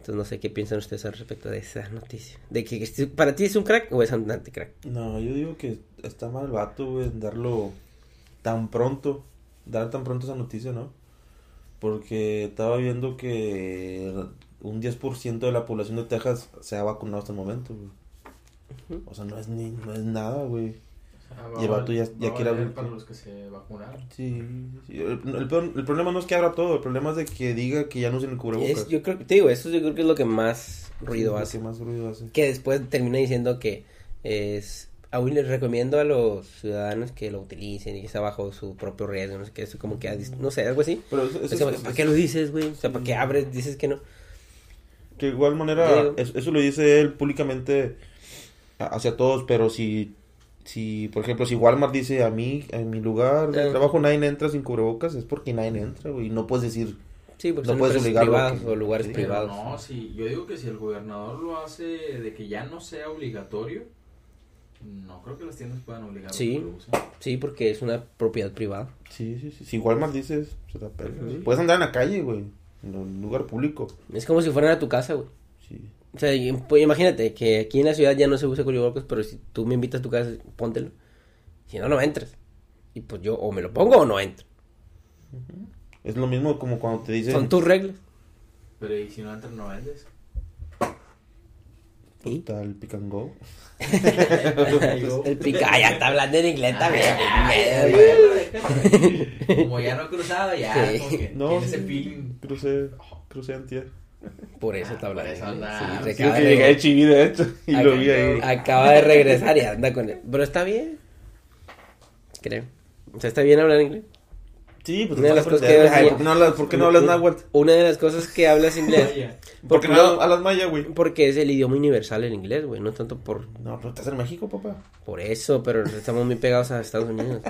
S1: Entonces no sé qué piensan ustedes al respecto de esa noticia. De que este- para ti es un crack o es un anticrack.
S3: No, yo digo que está mal el vato, güey, en darlo tan pronto, dar tan pronto esa noticia, ¿no? Porque estaba viendo que un 10% de la población de Texas se ha vacunado hasta el momento, güey.
S1: Ujú.
S3: O sea, no es, ni, no es nada, güey.
S2: O sea, va
S3: Y el
S2: a-
S3: vato ya-
S2: Ah, va
S3: ya
S2: a
S3: quiere
S2: valer
S3: abrir-
S2: Para los que se vacunaron.
S3: Sí, sí, El, el peor- el problema no es que abra todo, el problema es de que diga que ya no usen el cubrebocas.
S1: Es- yo creo que, te digo, eso yo creo que es lo que más ruido
S3: Sí,
S1: hace.
S3: lo que más ruido hace.
S1: Que después termina diciendo que es... Aún les recomiendo a los ciudadanos que lo utilicen y que está bajo su propio riesgo, no sé qué, eso como que, a dis- no sé, algo así.
S3: Pero eso, eso
S1: Es como
S3: es-
S1: que, ¿Para qué lo dices, güey? O sea, ¿para qué abres? Dices que no.
S3: Que de igual
S1: Yo
S3: manera,
S1: digo.
S3: es- eso lo dice él públicamente a- hacia todos, pero si, si, por ejemplo, si Walmart dice a mí, en mi lugar de
S1: Eh.
S3: trabajo nadie entra sin cubrebocas, es porque nadie entra, güey, no puedes decir,
S1: Sí, porque
S3: No
S1: son
S3: puedes
S1: empresas
S3: obligarlo a
S1: privadas
S3: que-
S1: o lugares
S3: sí,
S2: Pero
S1: privados.
S2: no, si, yo digo que si el gobernador lo hace de que ya no sea obligatorio, no creo que las tiendas puedan obligar a que
S1: Sí.
S2: lo usen.
S1: Sí, porque es una propiedad privada.
S3: sí, sí, sí, si Walmart dices, se la pela.
S1: Ujú.
S3: Puedes andar en la calle, güey, en un lugar público,
S1: Es como si fueran a tu casa, güey.
S3: sí.
S1: O sea, y- pues, imagínate que aquí en la ciudad ya no se usa cubrebocas, pero si tú me invitas a tu casa, póntelo. Si no, no entras. Y pues yo o me lo pongo o no entro.
S3: Es lo mismo como cuando te dicen,
S1: Son tus reglas.
S2: Pero y si no entran, no
S1: [LAUGHS]
S2: vendes.
S1: ¿Sí?
S3: puta, el pick and go.
S1: pues,
S3: pues,
S1: El pica ah, ya está hablando en inglés también.
S3: Ah,
S2: Como ya no he cruzado, ya.
S1: Sí.
S2: como que
S3: No,
S2: tienes
S3: sí,
S2: el feeling.
S3: crucé, crucé antier.
S1: Por eso está
S2: Ah, por
S1: hablando.
S2: eso
S1: en inglés.
S2: anda.
S1: Sí,
S2: Sí,
S3: Creo
S1: acaba
S3: que
S1: de-
S3: llegué de chiví, de hecho, y lo vi ahí.
S1: Acaba de regresar y anda con él. Pero está bien. Creo. O sea, está bien hablar inglés.
S3: Sí, pues
S1: Una de las cosas que-
S3: Ay, ¿por qué no hablas, por qué no hablas náhuatl?
S1: Una de las cosas que hablas inglés.
S2: Vaya.
S3: [LAUGHS] Porque no hablas- hablas maya, güey.
S1: Porque es el idioma universal el inglés, güey. No tanto por,
S3: No, pero estás en México, papá.
S1: por eso, pero estamos muy pegados a Estados Unidos.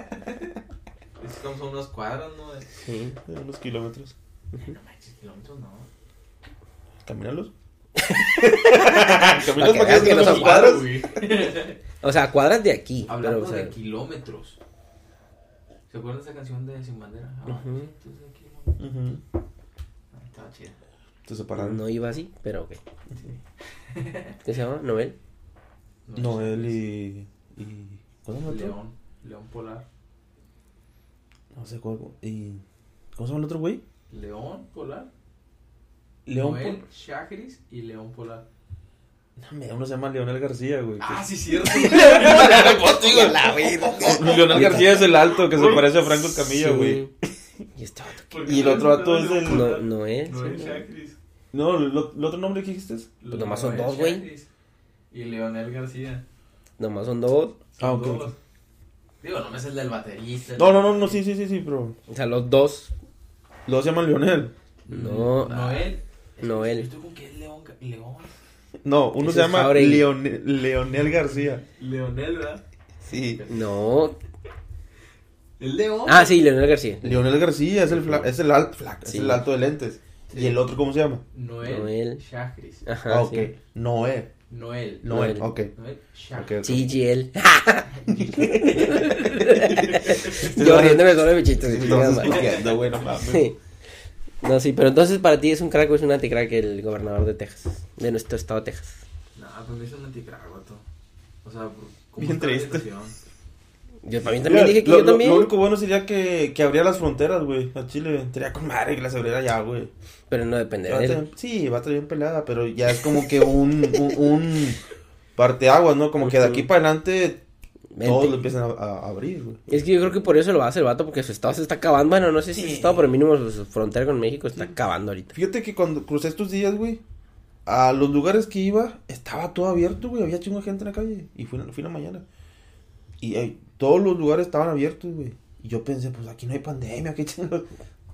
S2: Estamos a unas cuadras, ¿no? De-
S1: Sí.
S3: Eh, unos kilómetros.
S2: No manches, kilómetros, no.
S3: [LAUGHS] Camínalos.
S1: Para que
S3: Camínalos para
S1: veas que
S3: que que
S1: no
S3: los
S1: son
S3: cuadros. [LAUGHS]
S2: Güey.
S1: O sea, cuadras de aquí.
S2: Hablando
S1: pero, o sea,
S2: de kilómetros. ¿Se acuerdan de esa canción de Sin Bandera? Ah,
S1: Ujú.
S2: sí, tú de kilómetros.
S3: Ujú.
S2: Ah, Estaba chida.
S3: Se separaron.
S1: No iba así, pero ok. ¿Qué se llama? Noel.
S3: Noel y. y ¿Cómo se llama el otro?
S2: León. León Polar.
S3: No sé cuál. Y, ¿Cómo se llama el otro, güey?
S2: León Polar.
S3: León.
S2: Noel,
S3: Pol-
S2: Chagris y León Polar.
S3: No, me- uno se llama Leonel García, güey. que-
S2: Ah, sí,
S3: [LAUGHS]
S2: cierto.
S3: Pues,
S1: Ah,
S3: Leonel García es el alto que se parece a Franco Camilla,
S1: Sí.
S3: güey.
S1: Y este vato que-
S2: Porque
S3: Y el otro vato es el-
S1: No, Noel.
S2: Noel
S1: sí, no.
S2: Chagris.
S3: No, lo- ¿el otro nombre que dijiste?
S1: Pues nomás son
S2: Noel
S1: dos, güey.
S2: Chagris Y Leonel García.
S1: Nomás son dos.
S3: Ah, ok.
S2: Son dos. Digo, no me es el del baterista.
S3: No, no, no, no, sí, sí, sí, sí, pero.
S1: O sea, los dos.
S3: Los se llaman Leonel.
S1: No.
S2: Mm,
S1: ah,
S2: Noel.
S1: Noel.
S2: Estoy con que es León. Ga- León.
S3: No, uno
S1: Ese
S3: se
S1: es
S3: llama
S1: Jauregui.
S3: Leonel, Leonel García.
S2: Leonel, ¿verdad?
S3: Sí.
S1: No.
S2: El de hombre.
S1: Ah, sí, Leonel García.
S3: Leonel García es el, fla- es el, al- flac-
S1: Sí.
S3: es el alto de lentes.
S2: Sí.
S3: ¿Y el otro cómo se llama?
S2: Noel,
S1: Noel.
S2: Shahris.
S1: Ajá,
S3: Ah, ok. Noé.
S2: Noel.
S3: Noé,
S1: Noel.
S3: ok.
S2: Noel Shahris.
S3: Ok.
S1: sí. GGL.
S3: [LAUGHS]
S1: Yo riéndome solo de mi chiste. sí, nada
S3: Entonces,
S1: más.
S3: cogiendo, güey, no mames.
S1: [LAUGHS] Sí. No, sí, pero entonces para ti es un crack o es un anticrack el gobernador de Texas, de nuestro estado de Texas.
S2: No, pues me hizo un anticrack, vato. O sea, por- ¿cómo
S3: Bien
S2: está la
S3: triste.
S2: situación?
S1: Yo también, también
S3: Mira,
S1: dije que
S3: lo,
S1: yo
S3: lo-
S1: también.
S3: Lo único bueno sería que, que abría las fronteras, güey, a Chile. Estaría con madre que las abriera ya, güey.
S1: Pero no depende
S3: Va a
S1: de él.
S3: estar- Ah, Sí, va a estar bien pelada, pero ya es como que un, un, un parteaguas, ¿no? Como que de aquí para adelante
S1: Vente.
S3: todos lo empiezan a, a abrir, güey.
S1: Es que yo creo que por eso lo hace el vato, porque su estado se está acabando. Bueno, no sé si su estado, pero mínimo su, su frontera con México está acabando ahorita.
S3: Fíjate que cuando crucé estos días, güey, a los lugares que iba, estaba todo abierto, güey. Había chingo de gente en la calle. Y fui, fui en la mañana. Y eh, todos los lugares estaban abiertos, güey. Y yo pensé, pues aquí no hay pandemia, qué chingados.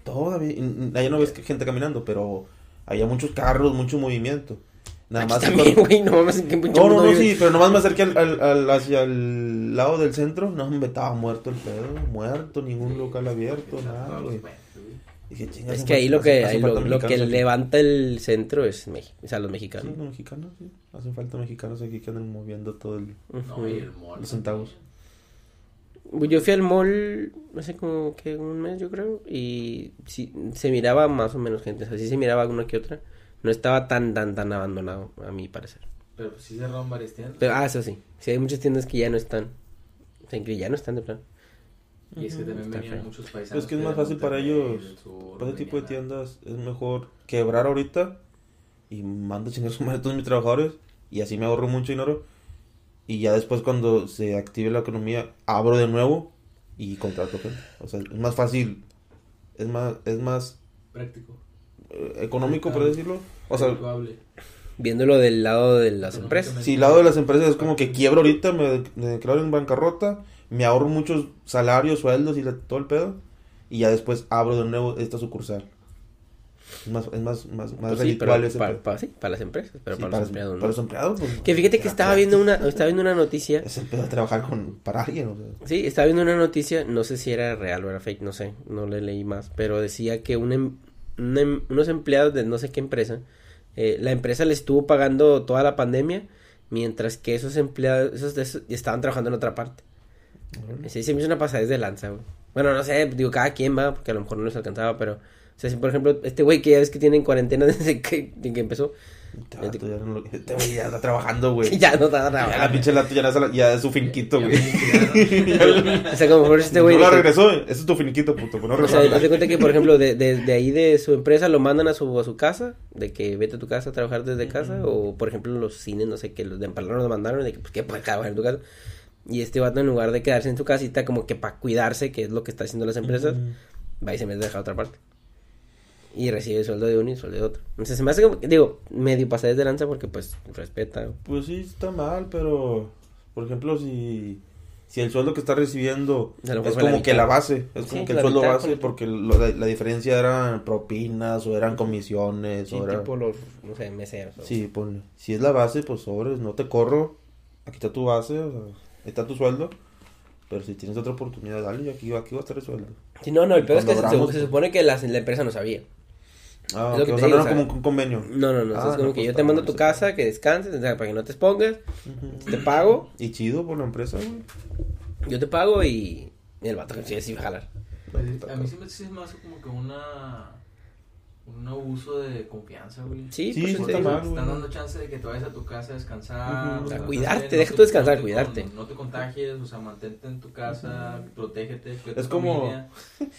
S3: Todavía. y- y Allá no ves que- gente caminando, pero había muchos carros, mucho movimiento. Nada
S1: Aquí
S3: más.
S1: también, güey, no mames, en qué [LAUGHS] pinche
S3: No, no,
S1: mundo
S3: no,
S1: vives?
S3: sí, pero nomás me acerqué al, al- al- hacia el lado del centro. No, hombre, estaba muerto el pedo, muerto, ningún local abierto, nada,
S2: Todos
S3: güey.
S2: los puentes, güey.
S3: Dije, chinga,
S1: Es
S3: hace
S1: que ahí
S3: falta-
S1: lo que,
S3: hace
S1: ahí lo,
S3: falta
S1: lo que
S3: mexicanos aquí.
S1: levanta el centro es México, o sea, los
S3: Sí,
S1: mexicanos.
S3: los mexicanos, sí. Hacen falta mexicanos aquí que anden moviendo todo el...
S2: No, y el mall.
S3: Los centavos.
S1: Yo fui al mall hace como que un mes, yo creo, y sí, se miraba más o menos gente, o sea, sí se miraba una que otra. No estaba tan, tan, tan abandonado, a mi parecer.
S2: Pero pues sí cerraron varias tiendas.
S1: Pero, ah, eso sí, sí hay muchas tiendas que ya no están, o sea, que ya no están de plan.
S2: Y es que también
S1: mm, Está
S2: venían
S1: feo.
S2: muchos paisanos.
S3: Pero Pues, es que es más
S2: eran
S3: fácil para
S2: Monterrey,
S3: ellos,
S2: del sur,
S3: Para ese tipo de
S2: venían
S3: tiendas es mejor quebrar ahorita y mando a chingar a su madre a todos mis trabajadores y así me ahorro mucho dinero. Y ya después cuando se active la economía, abro de nuevo y contrato gente. O sea, es más fácil, es más, es más
S2: Práctico.
S3: eh, económico,
S2: Ah,
S3: por decirlo. O sea,
S2: Calculable.
S1: Viéndolo del lado de las empresas.
S3: Si el lado de las empresas es como que quiebro ahorita, me, de- me declaro en bancarrota, me ahorro muchos salarios, sueldos y la- todo el pedo, y ya después abro de nuevo esta sucursal. Es más, es más,
S1: Pues
S3: más, más
S1: sí, pero
S3: redituable ese
S1: para,
S3: pedo.
S1: para- sí, para las empresas, pero
S3: Sí,
S1: para los empleados no.
S3: para los empleados, pues,
S1: Que fíjate que
S3: ya,
S1: estaba
S3: ya.
S1: viendo una, estaba viendo una noticia
S3: Es el pedo de trabajar con, para alguien, o sea.
S1: Sí, estaba viendo una noticia, no sé si era real o era fake, no sé, no le leí más, pero decía que un em- un em- unos empleados de no sé qué empresa, eh, la empresa le estuvo pagando toda la pandemia, mientras que esos empleados esos, de esos- estaban trabajando en otra parte. Sí, se me hizo una pasadez de lanza, güey. Bueno, no sé, digo, cada quien va, porque a lo mejor no les alcanzaba, pero... O sea, si por ejemplo, este güey que ya ves que tiene en cuarentena [LAUGHS] desde que, desde que empezó,
S3: Este vato ya no lo- este güey ya está trabajando,
S1: [LAUGHS]
S3: güey.
S1: ya no está
S3: Ya la
S1: trabajando.
S3: pinche lata ya, no se la- ya es su finiquito, güey. [LAUGHS]
S1: O sea, como por este
S3: no
S1: güey... de
S3: la
S1: que-
S3: regresó, eh, ese es tu finiquito, puto. pues no
S1: O sea,
S3: regresó.
S1: haz de cuenta que, por ejemplo, de, de- de ahí de su empresa lo mandan a su, a su casa, de que vete a tu casa a trabajar desde casa, o por ejemplo los cines, no sé, que los de Empalón nos mandaron, de que pues que para trabajar en tu casa. Y este vato en lugar de quedarse en su casita como que para cuidarse, que es lo que está haciendo las empresas, va y se mete a dejar otra parte. Y recibe sueldo de uno y sueldo de otro. Entonces se me hace como, que, digo, medio pasadez de lanza porque pues respeta.
S3: Pues sí, está mal, pero por ejemplo, si, si el sueldo que está recibiendo
S1: A lo mejor
S3: es
S1: fue la
S3: como que la
S1: mitad.
S3: base, es como
S1: Sí,
S3: que el
S1: la
S3: sueldo
S1: mitad,
S3: base,
S1: ponle tú.
S3: porque lo- la, la diferencia eran propinas o eran comisiones
S1: Sí,
S3: o era...
S1: tipo los, no sé, meseros. o-
S3: Sí, ponle. Si es la base, pues sobres, no te corro, aquí está tu base, o sea, está tu sueldo, pero si tienes otra oportunidad, dale, aquí, aquí va a estar el sueldo.
S1: Sí, no, no, el peor es que se,
S3: Cuando abramos,
S1: se
S3: pues.
S1: supone que la, la empresa no sabía.
S3: Ah,
S1: Es lo
S3: ok,
S1: que
S3: o
S1: te
S3: sea,
S1: digo,
S3: no
S1: o
S3: era
S1: sea,
S3: como un convenio.
S1: No, no, no.
S3: Ah,
S1: es como
S3: no,
S1: que
S3: pues,
S1: yo te
S3: está
S1: mando a
S3: mal
S1: tu
S3: ese
S1: casa, que descanses, o sea, para que no te expongas. Te pago,
S3: Y chido por la empresa, güey.
S1: yo te pago y y el vato que sigue sin jalar.
S2: Pues, a mí siempre se me hace como que una. Un abuso de confianza, güey.
S1: Sí,
S3: Sí,
S1: pues,
S3: sí,
S1: te
S2: Porque
S3: está
S1: digo.
S3: mal.
S2: te
S3: güey.
S2: están dando chance de que te vayas a tu casa a descansar.
S3: Ujú.
S2: o sea,
S1: A
S2: no
S1: cuidarte,
S2: sé,
S1: deja
S2: no
S1: tú
S2: te-
S1: descansar,
S2: no te
S1: cuidarte.
S2: con- No te contagies, o sea, mantente en tu casa, protégete. cuida
S3: Es
S2: tu
S3: como-
S2: familia,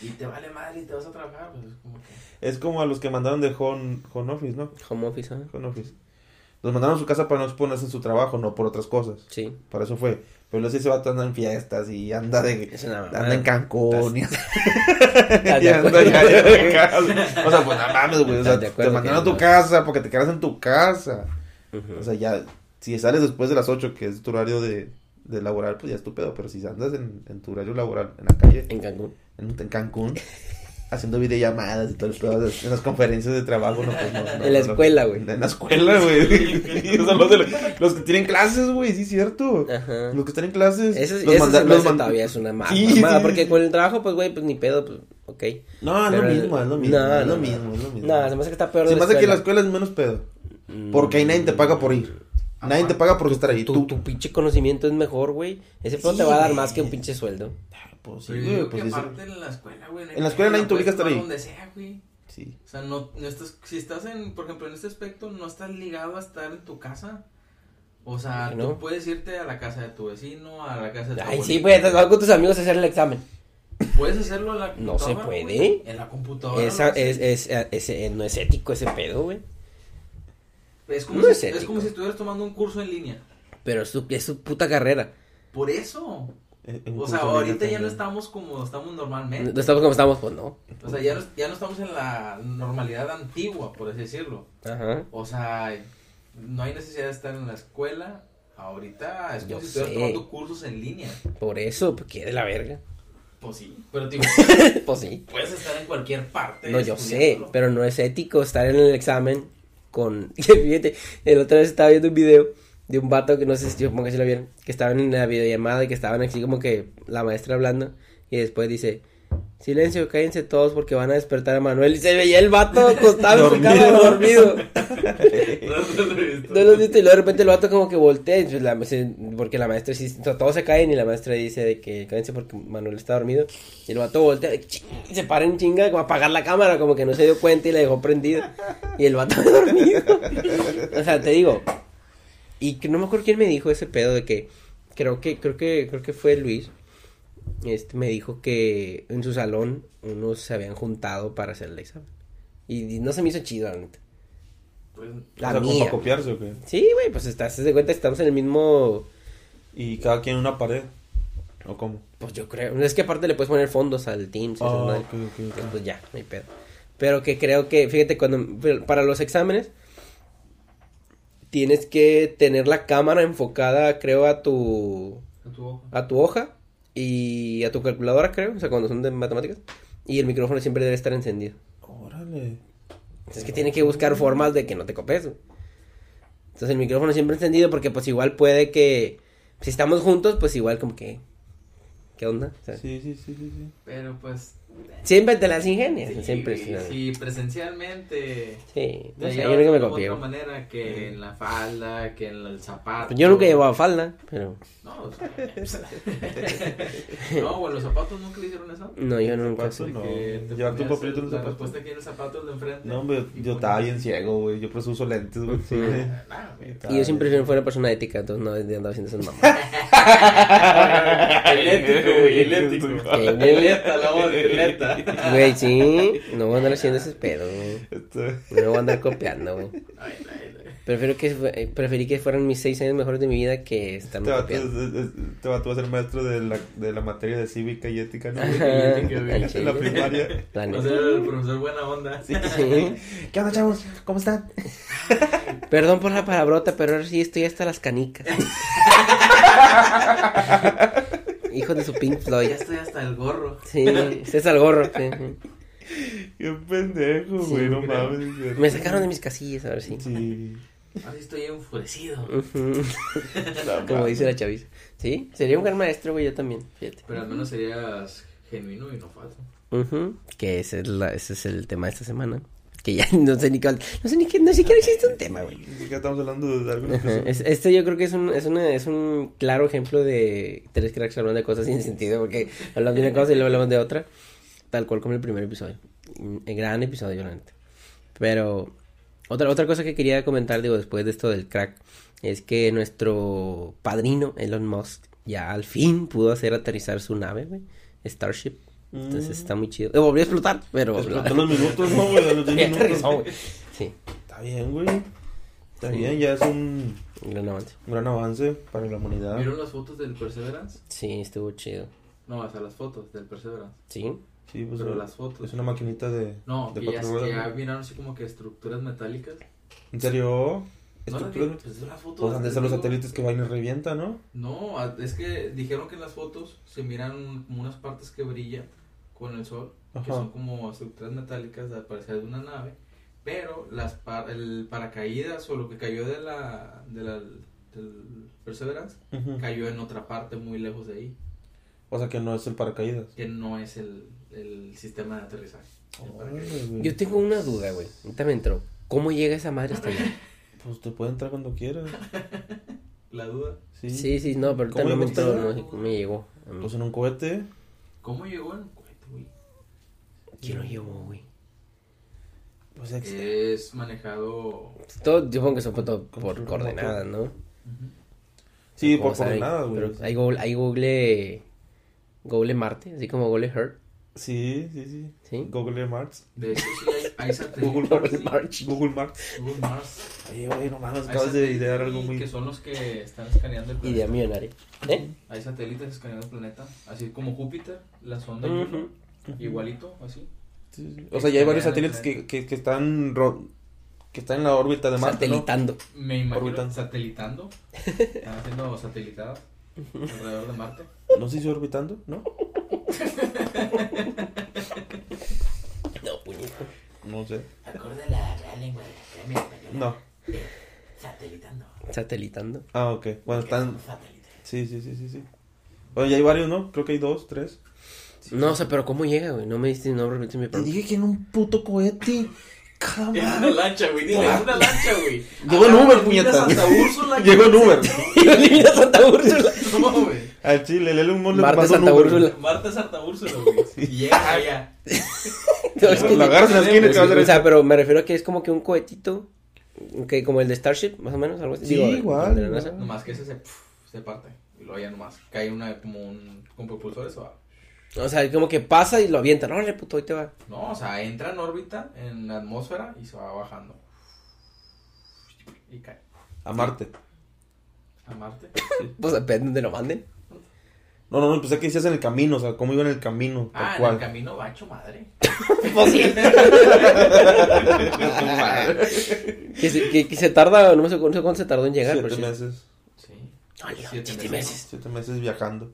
S2: Y te vale madre y te vas a trabajar, pues es como que.
S3: Es como a los que mandaron de home, home office, ¿no?
S1: Home office, ¿ah?
S3: Home office. Los mandaron a su casa para no exponerse en su trabajo, no por otras cosas. [LAUGHS]
S1: Sí.
S3: Para eso fue. Pero luego sí se va anda en fiestas y anda de
S1: Es una
S3: anda en Cancún y,
S1: ¿Estás [LAUGHS]
S3: y
S1: de
S3: anda
S1: acuerdo?
S3: allá en casa. O sea, pues no mames, güey. O sea,
S1: ¿Estás de
S3: te
S1: acuerdo
S3: mandaron a
S1: que
S3: tu
S1: no?
S3: casa porque te quedas en tu casa.
S1: Ujú.
S3: O sea, ya, si sales después de las 8, que es tu horario de, de laboral, pues ya es tu pedo. Pero si andas en, en tu horario laboral, en la calle,
S1: En Cancún.
S3: en, en Cancún, haciendo videollamadas y todo el pedo, en las conferencias de trabajo. No, pues, no,
S1: [LAUGHS]
S3: no,
S1: En la
S3: no.
S1: escuela, güey.
S3: En la escuela, güey. [LAUGHS] O sea, los, de la- los que tienen clases, güey, sí, cierto.
S1: Ajá.
S3: Los que están en clases.
S1: Eso, es-
S3: los
S1: eso
S3: manda-
S1: se me
S3: los
S1: hace
S3: manda-
S1: todavía es una ma-
S3: Sí,
S1: mamada,
S3: sí,
S1: porque
S3: sí.
S1: con el trabajo, pues, güey, pues ni pedo, pues, ok.
S3: No, es lo
S1: Pero el-
S3: mismo, es lo mismo.
S1: No,
S3: es lo
S1: no,
S3: mismo, es lo mismo.
S1: No, se me hace que está peor
S3: Se
S1: de
S3: me hace que la escuela es menos pedo.
S1: Mm.
S3: Porque ahí nadie te paga por ir. Nadie te paga por estar ahí.
S1: Tu,
S3: Tú,
S1: tu pinche conocimiento es mejor, güey. Ese pedo
S3: Sí,
S1: te va a dar
S3: güey.
S1: más que un pinche sueldo.
S3: Pues sí,
S2: Pero yo
S3: güey,
S2: digo
S3: pues
S2: que
S3: sí,
S2: aparte en la escuela, güey. no hay
S3: En la escuela
S2: pedo,
S3: nadie te obliga
S2: puedes
S3: a estar
S2: jugar
S3: ahí.
S2: donde sea, güey.
S3: sí.
S2: O sea, no, no estás, si estás en, por ejemplo, en este aspecto, no estás ligado a estar en tu casa. O sea,
S1: Que no.
S2: tú puedes irte a la casa de tu vecino, a la casa de tu
S1: Ay, sí,
S2: abuelito.
S1: güey, te vas con tus amigos a hacer el examen.
S2: Puedes hacerlo en la
S1: No se
S2: computadora,
S1: puede.
S2: güey. En la computadora.
S1: Esa,
S2: lo haces.
S1: es, es, es- eh, no es ético ese pedo, güey.
S2: Es como,
S1: no
S2: si,
S1: es
S2: es
S1: ético.
S2: como si estuvieras tomando un curso en línea.
S1: Pero es su, es su puta carrera.
S2: Por eso.
S3: Eh, en
S2: O sea,
S3: curso
S2: ahorita
S3: de-
S2: ya no estamos como estamos normalmente.
S1: No estamos como estamos, pues no.
S2: O sea, ya no, ya no estamos en la normalidad antigua, por así decirlo.
S1: Ajá.
S2: O sea, no hay necesidad de estar en la escuela. Ahorita es
S1: Yo
S2: como si estuvieras
S1: sé.
S2: tomando cursos en línea.
S1: Por eso, pues qué de la verga. [LAUGHS]
S2: Pues sí. Pero digo,
S1: pues sí.
S2: puedes estar en cualquier parte.
S1: No, yo sé,
S2: estudiándolo.
S1: pero no es ético estar en el examen con... [LAUGHS] Fíjate, el otro vez estaba viendo un video de un vato que no sé si yo pongo que si lo vieron, que estaban en la videollamada y que estaban así como que la maestra hablando y después dice, silencio, cállense todos porque van a despertar a Manuel y se veía el vato acostado en su cama, dormido.
S2: [LAUGHS] No, no lo he visto.
S1: No lo viste y luego de repente el vato como que voltea y pues, la- se- porque la maestra sí, to- todos se caen y la maestra dice de que cállense porque Manuel está dormido y el vato voltea y ching, y se para en chinga como a apagar la cámara como que no se dio cuenta y la dejó prendida y el vato [LAUGHS] dormido o sea te digo y que no me acuerdo quién me dijo ese pedo de que creo que creo que creo que fue Luis este me dijo que en su salón unos se habían juntado para hacer el examen y, y no se me hizo chido la neta
S2: Pues,
S1: la
S3: o sea, como
S1: mía.
S3: para copiarse o qué.
S1: Sí, güey, pues estás, haz de cuenta, que estamos en el mismo.
S3: Y cada quien en una pared. ¿O cómo?
S1: Pues yo creo. Es que aparte le puedes poner fondos al Teams. y esas
S3: Ah,
S1: madres.
S3: ok, ok, ok.
S1: Entonces, Pues ya, no hay pedo. Pero que creo que, fíjate, cuando. Para los exámenes. Tienes que tener la cámara enfocada, creo, a tu.
S2: a tu ojo.
S1: a tu hoja. Y a tu calculadora, creo. O sea, cuando son de matemáticas. Y el micrófono siempre debe estar encendido.
S3: Órale.
S1: Entonces, Es que tiene que buscar formas de que no te copies. güey. Entonces el micrófono siempre encendido porque pues igual puede que si estamos juntos, pues igual como que ¿qué onda? O sea,
S3: Sí, sí, sí, sí, sí.
S2: Pero pues.
S1: Siempre te las ingenias,
S2: sí,
S1: siempre. Sí,
S2: sí, presencialmente.
S1: sí, no
S2: te
S1: sé,
S2: llevas
S1: yo nunca me
S2: de
S1: copié.
S2: otra
S1: güey.
S2: manera que en la falda, que en el zapato.
S1: Pues, Yo nunca llevaba falda, pero
S2: No, o sea, no, güey, los zapatos nunca le hicieron eso.
S1: no, yo nunca.
S3: Zapatos,
S1: fui.
S3: No,
S2: Que te
S3: llevar tu
S2: ponías
S3: papelito en
S2: el-
S3: los
S2: La
S3: zapatos.
S2: respuesta aquí en los zapatos de enfrente.
S3: No, hombre,
S2: Y
S3: yo
S2: ponías-
S3: estaba bien ciego, güey. Yo por eso uso lentes, güey. Sí.
S2: Ah, güey.
S1: Y yo siempre
S3: [LAUGHS]
S1: fui una persona ética, entonces no andaba haciendo esas mamás.
S2: [LAUGHS]
S3: [LAUGHS]
S2: Eléctrico, Ah, güey, eléctrico.
S1: Que, güey,
S2: Violeta, la voz, violeta.
S1: Güey, sí, no voy a andar haciendo esos pedos, güey.
S3: Este,
S1: No voy a andar copiando, güey.
S2: Ay, ay, ay.
S1: Prefiero que, fue- eh, preferí que fueran mis seis años mejores de mi vida que estar
S3: Te va, tú,
S1: copiando.
S3: te este va, tú vas a ser maestro de la, de la materia de cívica y ética, ¿no? güey?
S1: Ajá, [LAUGHS] al
S3: en la
S1: chile.
S3: primaria.
S1: La
S2: O
S1: neta.
S2: sea, el profesor buena onda.
S1: Sí.
S3: ¿Qué onda, chavos? ¿Cómo están?
S1: Perdón por la palabrota, pero ahora sí estoy hasta las canicas. Hijo de su Pink
S2: Ya
S1: Floyd.
S2: estoy hasta el gorro.
S1: Sí, ese es al gorro. sí, sí.
S3: Qué pendejo,
S1: Sí,
S3: güey. No
S2: creo.
S3: mames. güey.
S1: Me sacaron de mis casillas, ahora sí.
S3: Sí.
S2: Ahora estoy enfurecido.
S1: Ujú.
S3: No
S1: Como
S3: mames.
S1: dice la chaviza. Sí, sería un gran maestro, güey, yo también. Fíjate.
S2: Pero al menos serías genuino y no falso.
S1: Ujú, Que ese es, la- ese es el tema de esta semana. Que ya [LAUGHS] no sé ni cuál. No sé ni qué. No siquiera existe un tema, güey.
S3: Ni siquiera estamos hablando de algo.
S1: Ajá, es- Este yo creo que es un, es, una, es un claro ejemplo de tres cracks hablando de cosas sin sentido, porque hablamos de una cosa y luego hablamos de otra, tal cual como el primer episodio. Un gran episodio, la neta. Pero otra, otra cosa que quería comentar, digo, después de esto del crack, es que nuestro padrino, Elon Musk, ya al fin pudo hacer aterrizar su nave, güey, Starship. Entonces
S3: Mm.
S1: está muy chido. Eh, volvió a explotar, pero...
S3: Explotó los minutos, ¿no, güey?
S1: [LAUGHS]
S3: A los 10
S1: Aterrizó,
S3: minutos.
S1: güey. [LAUGHS] Sí,
S3: Está bien, güey. Está bien, ya es un
S1: un gran avance.
S3: gran avance para la humanidad.
S2: ¿Vieron las fotos del Perseverance?
S1: Sí, estuvo chido.
S2: No, o sea, las fotos del Perseverance.
S1: Sí.
S3: Sí, pues
S2: Pero
S3: güey,
S2: las fotos.
S3: es una maquinita de,
S2: No,
S3: de
S2: que ya,
S3: cuatro ruedas.
S2: que ya
S3: güey.
S2: miraron así como que estructuras metálicas.
S3: ¿En
S2: No,
S3: serio?
S2: las
S3: Estructura-
S2: vi- pues son las fotos.
S3: Pues han de ser los
S2: digo.
S3: satélites que van y revientan, ¿no?
S2: No, a- es que dijeron que en las fotos se miran como unas partes que brillan, con el sol, que
S3: Ajá.
S2: son como estructuras metálicas de parecer de una nave, pero las par- el paracaídas o lo que cayó de la, de la del Perseverance
S3: Ujú.
S2: cayó en otra parte muy lejos de ahí,
S3: O sea que no es el paracaídas.
S2: que no es el, el sistema de aterrizaje. el paracaídas.
S3: Órale, güey.
S1: Yo tengo una duda, güey. Ahorita me entró. ¿Cómo llega esa madre hasta allá?
S3: Pues te puede entrar cuando
S2: [LAUGHS]
S3: quieras.
S2: La duda,
S3: Sí.
S1: Sí, sí, no, pero ahorita
S3: ¿Cómo
S1: no me
S3: llegó
S1: entró,
S2: hasta
S1: no
S2: allá?
S1: sé, me llegó. a mí.
S3: Pues en un cohete.
S2: ¿cómo llegó en cohete, güey?
S1: ¿Quién lo llevó, güey?
S3: Pues ex-
S2: Es manejado...
S1: Pues, Todo, yo supongo que son todo
S3: Con
S1: por
S3: su
S1: coordenadas, ¿no?
S3: Sí,
S1: ¿Cómo
S3: por
S1: saben?
S3: coordenadas, güey.
S1: Pero hay Google, hay Google, Google Marte, así como Google Earth.
S3: Sí, sí, sí.
S1: ¿Sí?
S3: Google Maps.
S2: De hecho, sí hay,
S3: [LAUGHS]
S2: hay satélites.
S1: [LAUGHS]
S3: Google
S1: Google
S2: sí,
S1: March.
S3: Google Maps.
S2: Google Mars.
S3: Oye, güey, no mames,
S2: Hay
S3: acabas de idear
S2: satélites
S3: algo muy.
S2: Que son los que están escaneando el
S1: Idea
S2: planeta.
S1: millonaria. ¿Eh?
S2: Hay satélites escaneando el planeta. Así como Júpiter, la sonda
S1: Ujú.
S2: Juno, Igualito, así.
S3: Sí, sí. O sea, ya hay varios satélites que, que, que están ro- que están en la órbita de Marte, ¿no?
S1: Satelitando.
S2: Me imagino
S3: Orbitan.
S2: satelitando. Están haciendo satelitadas alrededor de Marte.
S3: No sé si orbitando, ¿no?
S1: No, puñeta.
S3: No sé.
S4: Acorde la, la lengua de la Academia Española.
S3: No.
S4: Satelitando.
S1: Satelitando.
S3: Ah, ok. Bueno, están.
S4: Satélite.
S3: Sí, sí, sí, sí, sí. Oye, ya hay varios, ¿no? Creo que hay dos, tres.
S1: No, o sea, pero ¿cómo llega, güey? No me diste, no repetiste mi
S3: Te
S1: pregunta.
S3: dije que en un puto cohete.
S2: Es
S3: Cámara.
S2: una lancha, güey. Dile, es una lancha, güey.
S3: Ah, Llegó en
S2: Ah,
S3: Uber,
S2: mira,
S3: puñeta.
S2: Santa Úrsula.
S3: [LAUGHS] Llegó en Uber.
S1: Y elimina Santa Úrsula.
S2: [LAUGHS] No, güey.
S3: Al chile, Lele un mono
S1: Marte,
S3: mandó un
S1: Santa
S3: Uber.
S1: Úrsula.
S2: Marta es Santa Úrsula, güey. Y Llega allá.
S1: [LAUGHS] No, es que-
S3: La agarras en la esquina y te vas a hacer
S1: Pues o sea,
S3: eso.
S1: pero me refiero a que es como que un cohetito, que como el de Starship, más o menos, algo así.
S3: Sí,
S1: Digo, de-
S3: igual,
S1: de la NASA.
S3: igual.
S2: Nomás que ese se, pf, se parte. Y luego ya nomás cae una como un. con propulsores o algo.
S1: O sea, como que pasa y lo avienta. No, le puto, ahí te va.
S2: No, o sea, entra en órbita, en la atmósfera y se va bajando. Y cae.
S3: A Marte.
S2: A Marte.
S1: Pues depende de donde lo
S3: [LAUGHS]
S1: manden.
S3: No, no, pues, no, pensé que decías en el camino, o sea, cómo iba en el camino, tal
S2: Ah, en
S3: cual.
S2: el camino va hecho madre.
S1: [LAUGHS] Pues sí. que, se, que- que se tarda, no sé, cu- no sé cuánto se tardó en llegar.
S3: siete
S1: pero sí.
S3: meses,
S2: [LAUGHS] Sí.
S1: Ay, no,
S2: Siete
S1: siete meses.
S2: meses,
S3: siete meses viajando.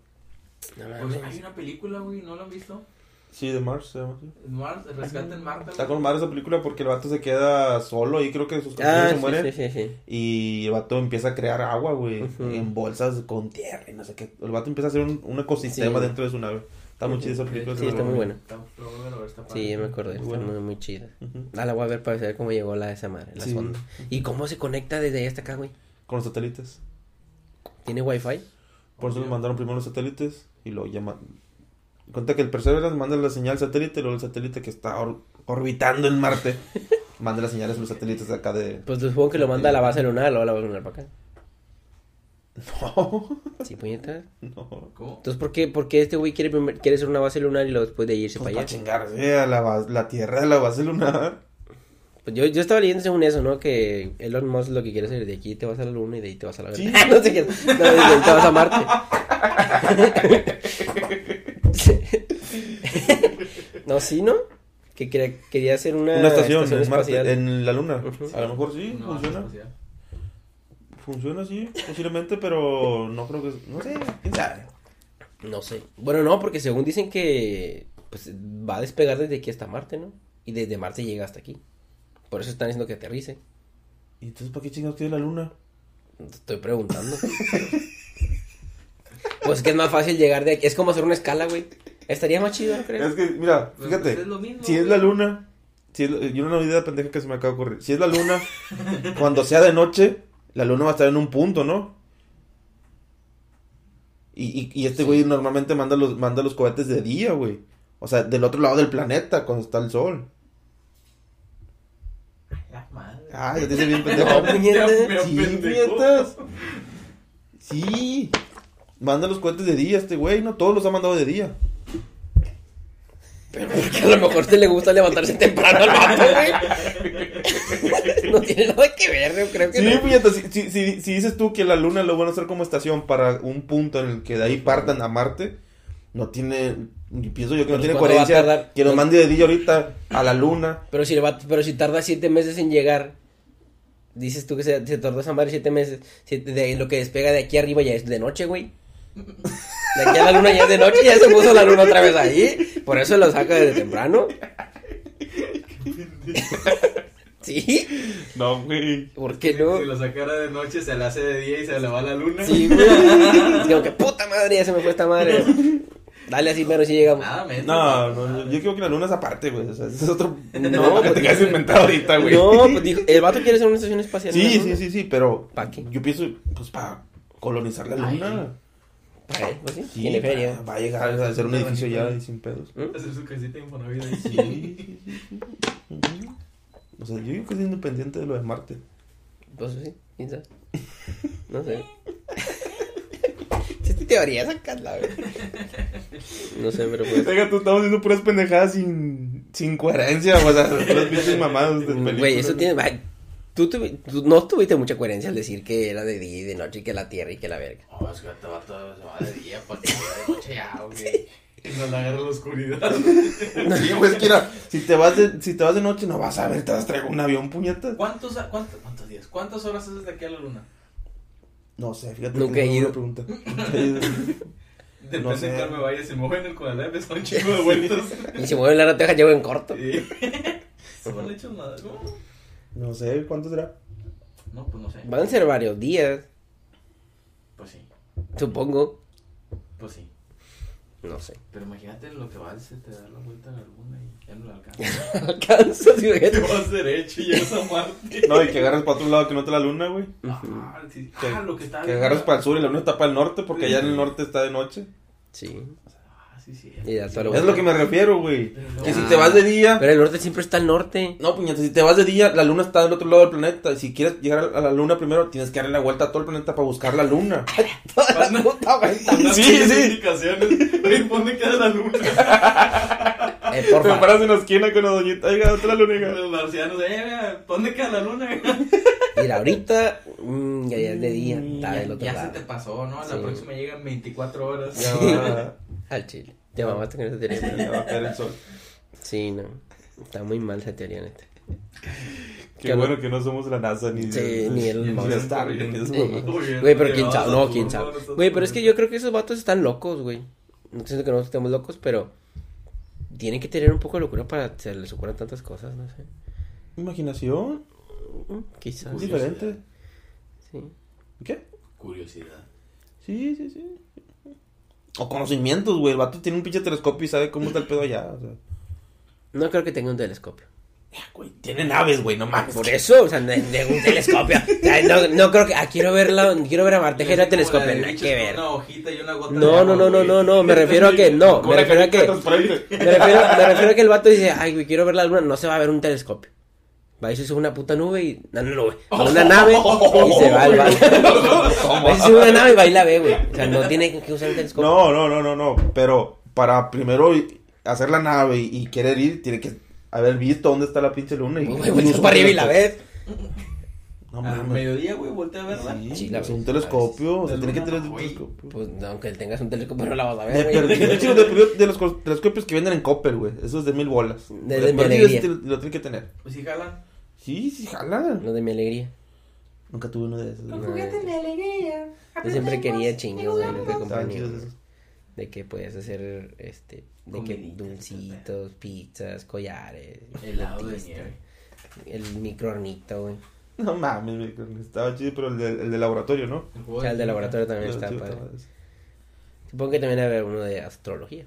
S1: No, no,
S2: Oye,
S1: no.
S2: Pues hay una película, güey, ¿no la han visto?
S3: Sí, de Mars se llama así.
S2: Mars, Rescate en Marte.
S3: Está
S2: güey.
S3: con madre esa película porque el vato se queda solo y creo que sus compañeros
S1: Ah,
S3: se
S1: sí,
S3: mueren.
S1: sí, sí, sí.
S3: Y el vato empieza a crear agua, güey,
S1: Ujú.
S3: en bolsas con tierra y no sé qué. El vato empieza a hacer un, un ecosistema
S1: Sí.
S3: dentro de su nave. Está muy chida esa película.
S1: Sí,
S3: se la
S1: está muy
S3: recomiendo.
S1: buena.
S2: Está- lo voy a ver, está
S1: Sí,
S2: padre.
S1: ya me acordé. Está
S3: Bueno.
S1: muy, muy chida.
S3: Ujú.
S1: Ah, la voy a ver para saber cómo llegó la de esa madre, la
S3: Sí.
S1: sonda. ¿Y cómo se conecta desde ahí hasta acá, güey?
S3: Con los satélites.
S1: ¿Tiene wifi?
S3: Por eso le
S2: Obvio.
S3: mandaron primero los satélites y lo llaman. Cuenta que el Perseverance manda la señal al satélite y luego el satélite que está or- orbitando en Marte manda las señales a los satélites de
S1: [LAUGHS]
S3: acá de.
S1: Pues supongo que lo manda a la base lunar, luego a la base lunar para acá.
S3: No, [LAUGHS]
S1: Sí, puñetas.
S3: no.
S2: ¿Cómo?
S1: Entonces, ¿por qué, por qué este güey quiere, primer- quiere hacer una base lunar y luego después de ahí irse
S3: Pues
S1: para
S3: para
S1: allá?
S3: chingarse a la, bas- la Tierra de la base lunar.
S1: Pues yo, yo estaba leyendo según eso, ¿no? Que Elon Musk lo que quiere hacer es de aquí te vas a la luna y de ahí te vas a la
S3: Sí.
S1: [LAUGHS] no sé qué. No, de ahí te vas a Marte. [LAUGHS] no, sí, ¿no? Que quería, quería hacer una,
S3: Una estación, en, Marte,
S1: Eh, espacial.
S3: en la luna.
S1: Ujú.
S3: A lo mejor sí,
S2: Una base
S3: funciona.
S2: espacial.
S3: Funciona, sí, posiblemente, pero no creo que. No sé, quién sabe.
S1: No sé. Bueno, no, porque según dicen que pues, va a despegar desde aquí hasta Marte, ¿no? Y desde Marte llega hasta aquí. Por eso están diciendo que aterrice.
S3: ¿Y entonces para qué chingados quiere la luna?
S1: Te estoy preguntando. pues que es más fácil llegar de aquí. Es como hacer una escala, güey. Estaría más chido, ¿no
S3: Es
S1: crees?
S3: que, mira,
S2: Pero,
S3: fíjate.
S2: pues, es lo mismo,
S3: Si es
S2: güey.
S3: la luna, si es, la- yo una idea pendeja que se me acaba de ocurrir. Si es la luna, [LAUGHS] cuando sea de noche, la luna va a estar en un punto, ¿no? Y, y, y este güey normalmente manda los, manda los cohetes de día, güey. O sea, del otro lado del planeta, cuando está el sol.
S2: La madre.
S3: Ah, ya te hice
S2: [LAUGHS]
S3: bien pendejo.
S1: No, puñeta.
S2: Pero
S3: sí,
S2: pendejo.
S3: puñetas. Sí. Manda los cohetes de día este güey, ¿no? Todos los ha mandado de día.
S1: Pero porque a lo mejor te le gusta levantarse temprano al vato, güey.
S3: [LAUGHS]
S1: no tiene nada que ver, yo creo que
S3: Sí, pues
S1: no.
S3: puñeta, si, si- si- si dices tú que la luna lo van a hacer como estación para un punto en el que de ahí partan a Marte, no tiene, y pienso yo que no
S1: Pero
S3: tiene
S1: ¿cuánto va a
S3: coherencia
S1: tardar?
S3: que nos mande de día ahorita a la luna.
S1: Pero si, el vato- pero si tarda siete meses en llegar, dices tú que se, se tardó esa madre siete meses. Si de lo que despega de aquí arriba ya es de noche, güey. De aquí a la luna ya es de noche, ya se puso la luna otra vez ahí. Por eso lo saca desde temprano. ¿Sí?
S3: No, güey.
S1: ¿Por qué
S2: Si
S1: no?
S2: lo sacara de noche, se le hace de día y se le va la luna.
S1: Sí, güey. Es como que puta madre, ya se me fue esta madre. Dale así, mero, si llegamos.
S2: [LAUGHS] Nada
S3: Ah,
S2: menos.
S3: No, no, yo- yo creo que la luna es aparte, güey. O sea, ese es otro.
S1: [LAUGHS] No,
S3: No, que te
S1: porque-
S3: quedas inventado ahorita, güey.
S1: No, pues dijo, el vato quiere ser una estación espacial. en la
S3: Sí,
S1: luna.
S3: sí, sí, sí, pero.
S1: ¿Pa' qué?
S3: Yo pienso, pues, para colonizar la
S2: Ay.
S3: luna.
S1: Para él, pues sí,
S3: Sí,
S1: tiene
S3: va-
S1: feria. ¿Mm?
S3: Va a llegar a ser un edificio ya y sin pedos.
S2: Hacer su casita Infonavit ahí.
S3: Ujú. O sea, yo digo que es independiente de lo de Marte.
S1: Pues sí, quién
S3: [LAUGHS]
S1: sabe. No sé. [LAUGHS] Si esta teoría sacarla, güey. No sé, pero pues.
S3: Oiga, tú estamos haciendo puras pendejadas sin, sin coherencia, o sea, puras pinches mamadas de películas.
S1: Güey, eso tiene. ay, Tú, tuvi- tú no tuviste mucha coherencia al decir que era de día y de noche y que la tierra y que la verga.
S2: Oh, es que te va todo, se va de día, porque de noche ya, güey. Y no la agarra la oscuridad.
S3: Sí, güey, es que mira, si te vas de, si te vas de noche no vas a ver, te vas a traer un avión, puñetas.
S2: ¿Cuántos, cuántos, ¿Cuántos días? ¿Cuántas horas haces de aquí a la luna?
S3: No sé, fíjate.
S1: Nunca
S3: que
S1: he
S3: no es
S1: ido.
S3: una Pregunta. Nunca he ido.
S2: Depende
S3: No sé.
S2: de cuál me vaya. Si me voy en el Conalep, son un chingo de vueltas.
S1: Y si mueve la rateja, llego en corto.
S2: Sí. Se me han hecho nada. [LAUGHS] ¿no?
S3: No sé, ¿cuánto será?
S2: No, pues no sé.
S1: Van a ser varios días,
S2: Pues sí,
S1: supongo.
S2: pues sí.
S1: No sé. [LAUGHS]
S2: Pero imagínate lo que va, se te da la vuelta a la luna y ya no la alcanzas.
S1: Alcanzas, güey.
S2: [LAUGHS] te vas derecho y llegas a Marte.
S3: No, y que agarras para otro lado que no te la luna, güey.
S2: Ah, sí.
S3: Que,
S2: Ah, lo que está
S3: que agarras para el sur y la luna está para el norte, porque allá en el norte está de noche.
S1: Sí.
S2: Ah, sí, sí.
S1: Y da toda la
S3: Es lo
S1: vuelta.
S3: que me refiero, güey.
S2: Pero ah,
S3: Que si
S1: no.
S3: te vas de día.
S1: Pero el norte siempre está al norte.
S3: No, puñetas, si te vas de día, la luna está del otro lado del planeta. Y si quieres llegar a la luna primero, tienes que darle la vuelta a todo el planeta para buscar la [LAUGHS] luna.
S1: Toda la puta vuelta.
S3: Sí,
S2: Unas
S3: sí.
S2: Indicaciones. Oye, ¿dónde queda la luna?
S1: Eh, porfa.
S3: en la esquina con la doñita, oiga, otra luna,
S2: Los marcianos, eh, mira, ¿dónde queda la luna?
S1: Mira, ahorita, mm, ya, ya es de día, está del otro
S2: ya
S1: lado.
S2: se te pasó, ¿no? La
S1: Sí.
S2: próxima llegan 24 horas.
S3: Ya va,
S1: Al chile. Te mamaste con esa teoría. pero-
S3: ya va a caer el [LAUGHS] sol.
S1: Sí, no. Está muy mal esa teoría, neta.
S3: Qué
S1: Que no-
S3: bueno que no somos la NASA ni
S1: Sí, ni el-
S3: [LAUGHS] ni
S1: Monster.
S3: Star, ni eso,
S1: Eh,
S3: mamá.
S2: bien,
S1: Güey, pero quién
S2: llegados
S1: sabe,
S2: a
S1: no,
S2: tu
S1: quién
S2: mundo,
S1: sabe.
S2: nosotros
S1: Güey, pero es que
S2: también.
S1: yo creo que esos vatos están locos, güey. No siento que nosotros estemos locos, pero tienen que tener un poco de locura para que se les ocurran tantas cosas, no sé.
S3: Imaginación,
S1: Mm, Quizás.
S3: es
S2: Uy.
S3: diferente.
S1: Sí.
S3: ¿Qué?
S2: Curiosidad.
S3: Sí, sí, sí. O conocimientos, güey. El vato tiene un pinche telescopio y sabe cómo está el pedo allá. O sea.
S1: No creo que tenga un telescopio.
S3: Ya, güey, tiene naves, güey, no mames.
S1: Por eso, o sea, de, de un telescopio. O sea, no, no creo que. Ah, quiero verla. Quiero ver a Marte.
S2: Es
S1: Quiero el
S2: como
S1: telescopio.
S2: la de
S1: No hay
S2: bichos
S1: que
S2: con
S1: ver.
S2: Una hojita y una gota de
S1: No,
S2: agua,
S1: no, no, no,
S2: güey.
S1: no, no. Me refiero a que. No, me refiero a que. Me refiero, me refiero a que el vato dice, ay, güey, quiero ver la luna, no se va a ver un telescopio. Va y se sube una puta nube y. No, no, no, güey. A una nave y se va al vato. Va y se sube una nave y va y la ve, güey. O sea, no tiene que usar el telescopio.
S3: No, no, no, no, no. Pero para primero i- hacer la nave y, y querer ir, tiene que haber visto dónde está la pinche luna. Y,
S1: Pues, Güey, güey, se para arriba y la ves.
S3: No
S2: A
S3: mames.
S2: mediodía, güey, volteé a verla.
S3: Sí,
S1: Sí, la
S3: es
S1: ves.
S3: un telescopio. O sea,
S2: De
S3: tiene que
S2: luna,
S3: tener
S2: no,
S3: un
S2: güey.
S3: telescopio.
S1: Pues no, aunque tengas un telescopio no la vas a
S3: De
S1: ver,
S3: perdido,
S1: güey.
S3: chico, de perdido de los cos- telescopios que venden en Coppel, güey. Esos de mil bolas.
S1: De-
S3: Pero
S1: de mi
S3: perdido
S1: alegría.
S3: este lo, lo tiene que tener.
S2: Pues sí, jalan.
S3: Sí, sí, jala.
S1: [LAUGHS] No de mi alegría.
S3: Nunca tuve uno de esos.
S1: No,
S3: güey.
S1: yo Pues, siempre quería chingos, güey, no te
S3: Estaban
S1: compré ni
S3: chidos
S1: uno.
S3: esos.
S1: De que puedes hacer, este, de que
S2: Comiditas,
S1: dulcitos, pizzas, collares.
S2: Helado de
S1: dentista,
S2: nieve.
S1: El microornito, güey.
S3: No mames, güey, estaba chido, pero el de, el de laboratorio, ¿no?
S2: El
S1: O
S2: juego
S1: sea, el de laboratorio también
S3: Estaba
S1: está
S3: chido,
S1: padre.
S3: estaba ese.
S1: Supongo que también habrá uno de astrología.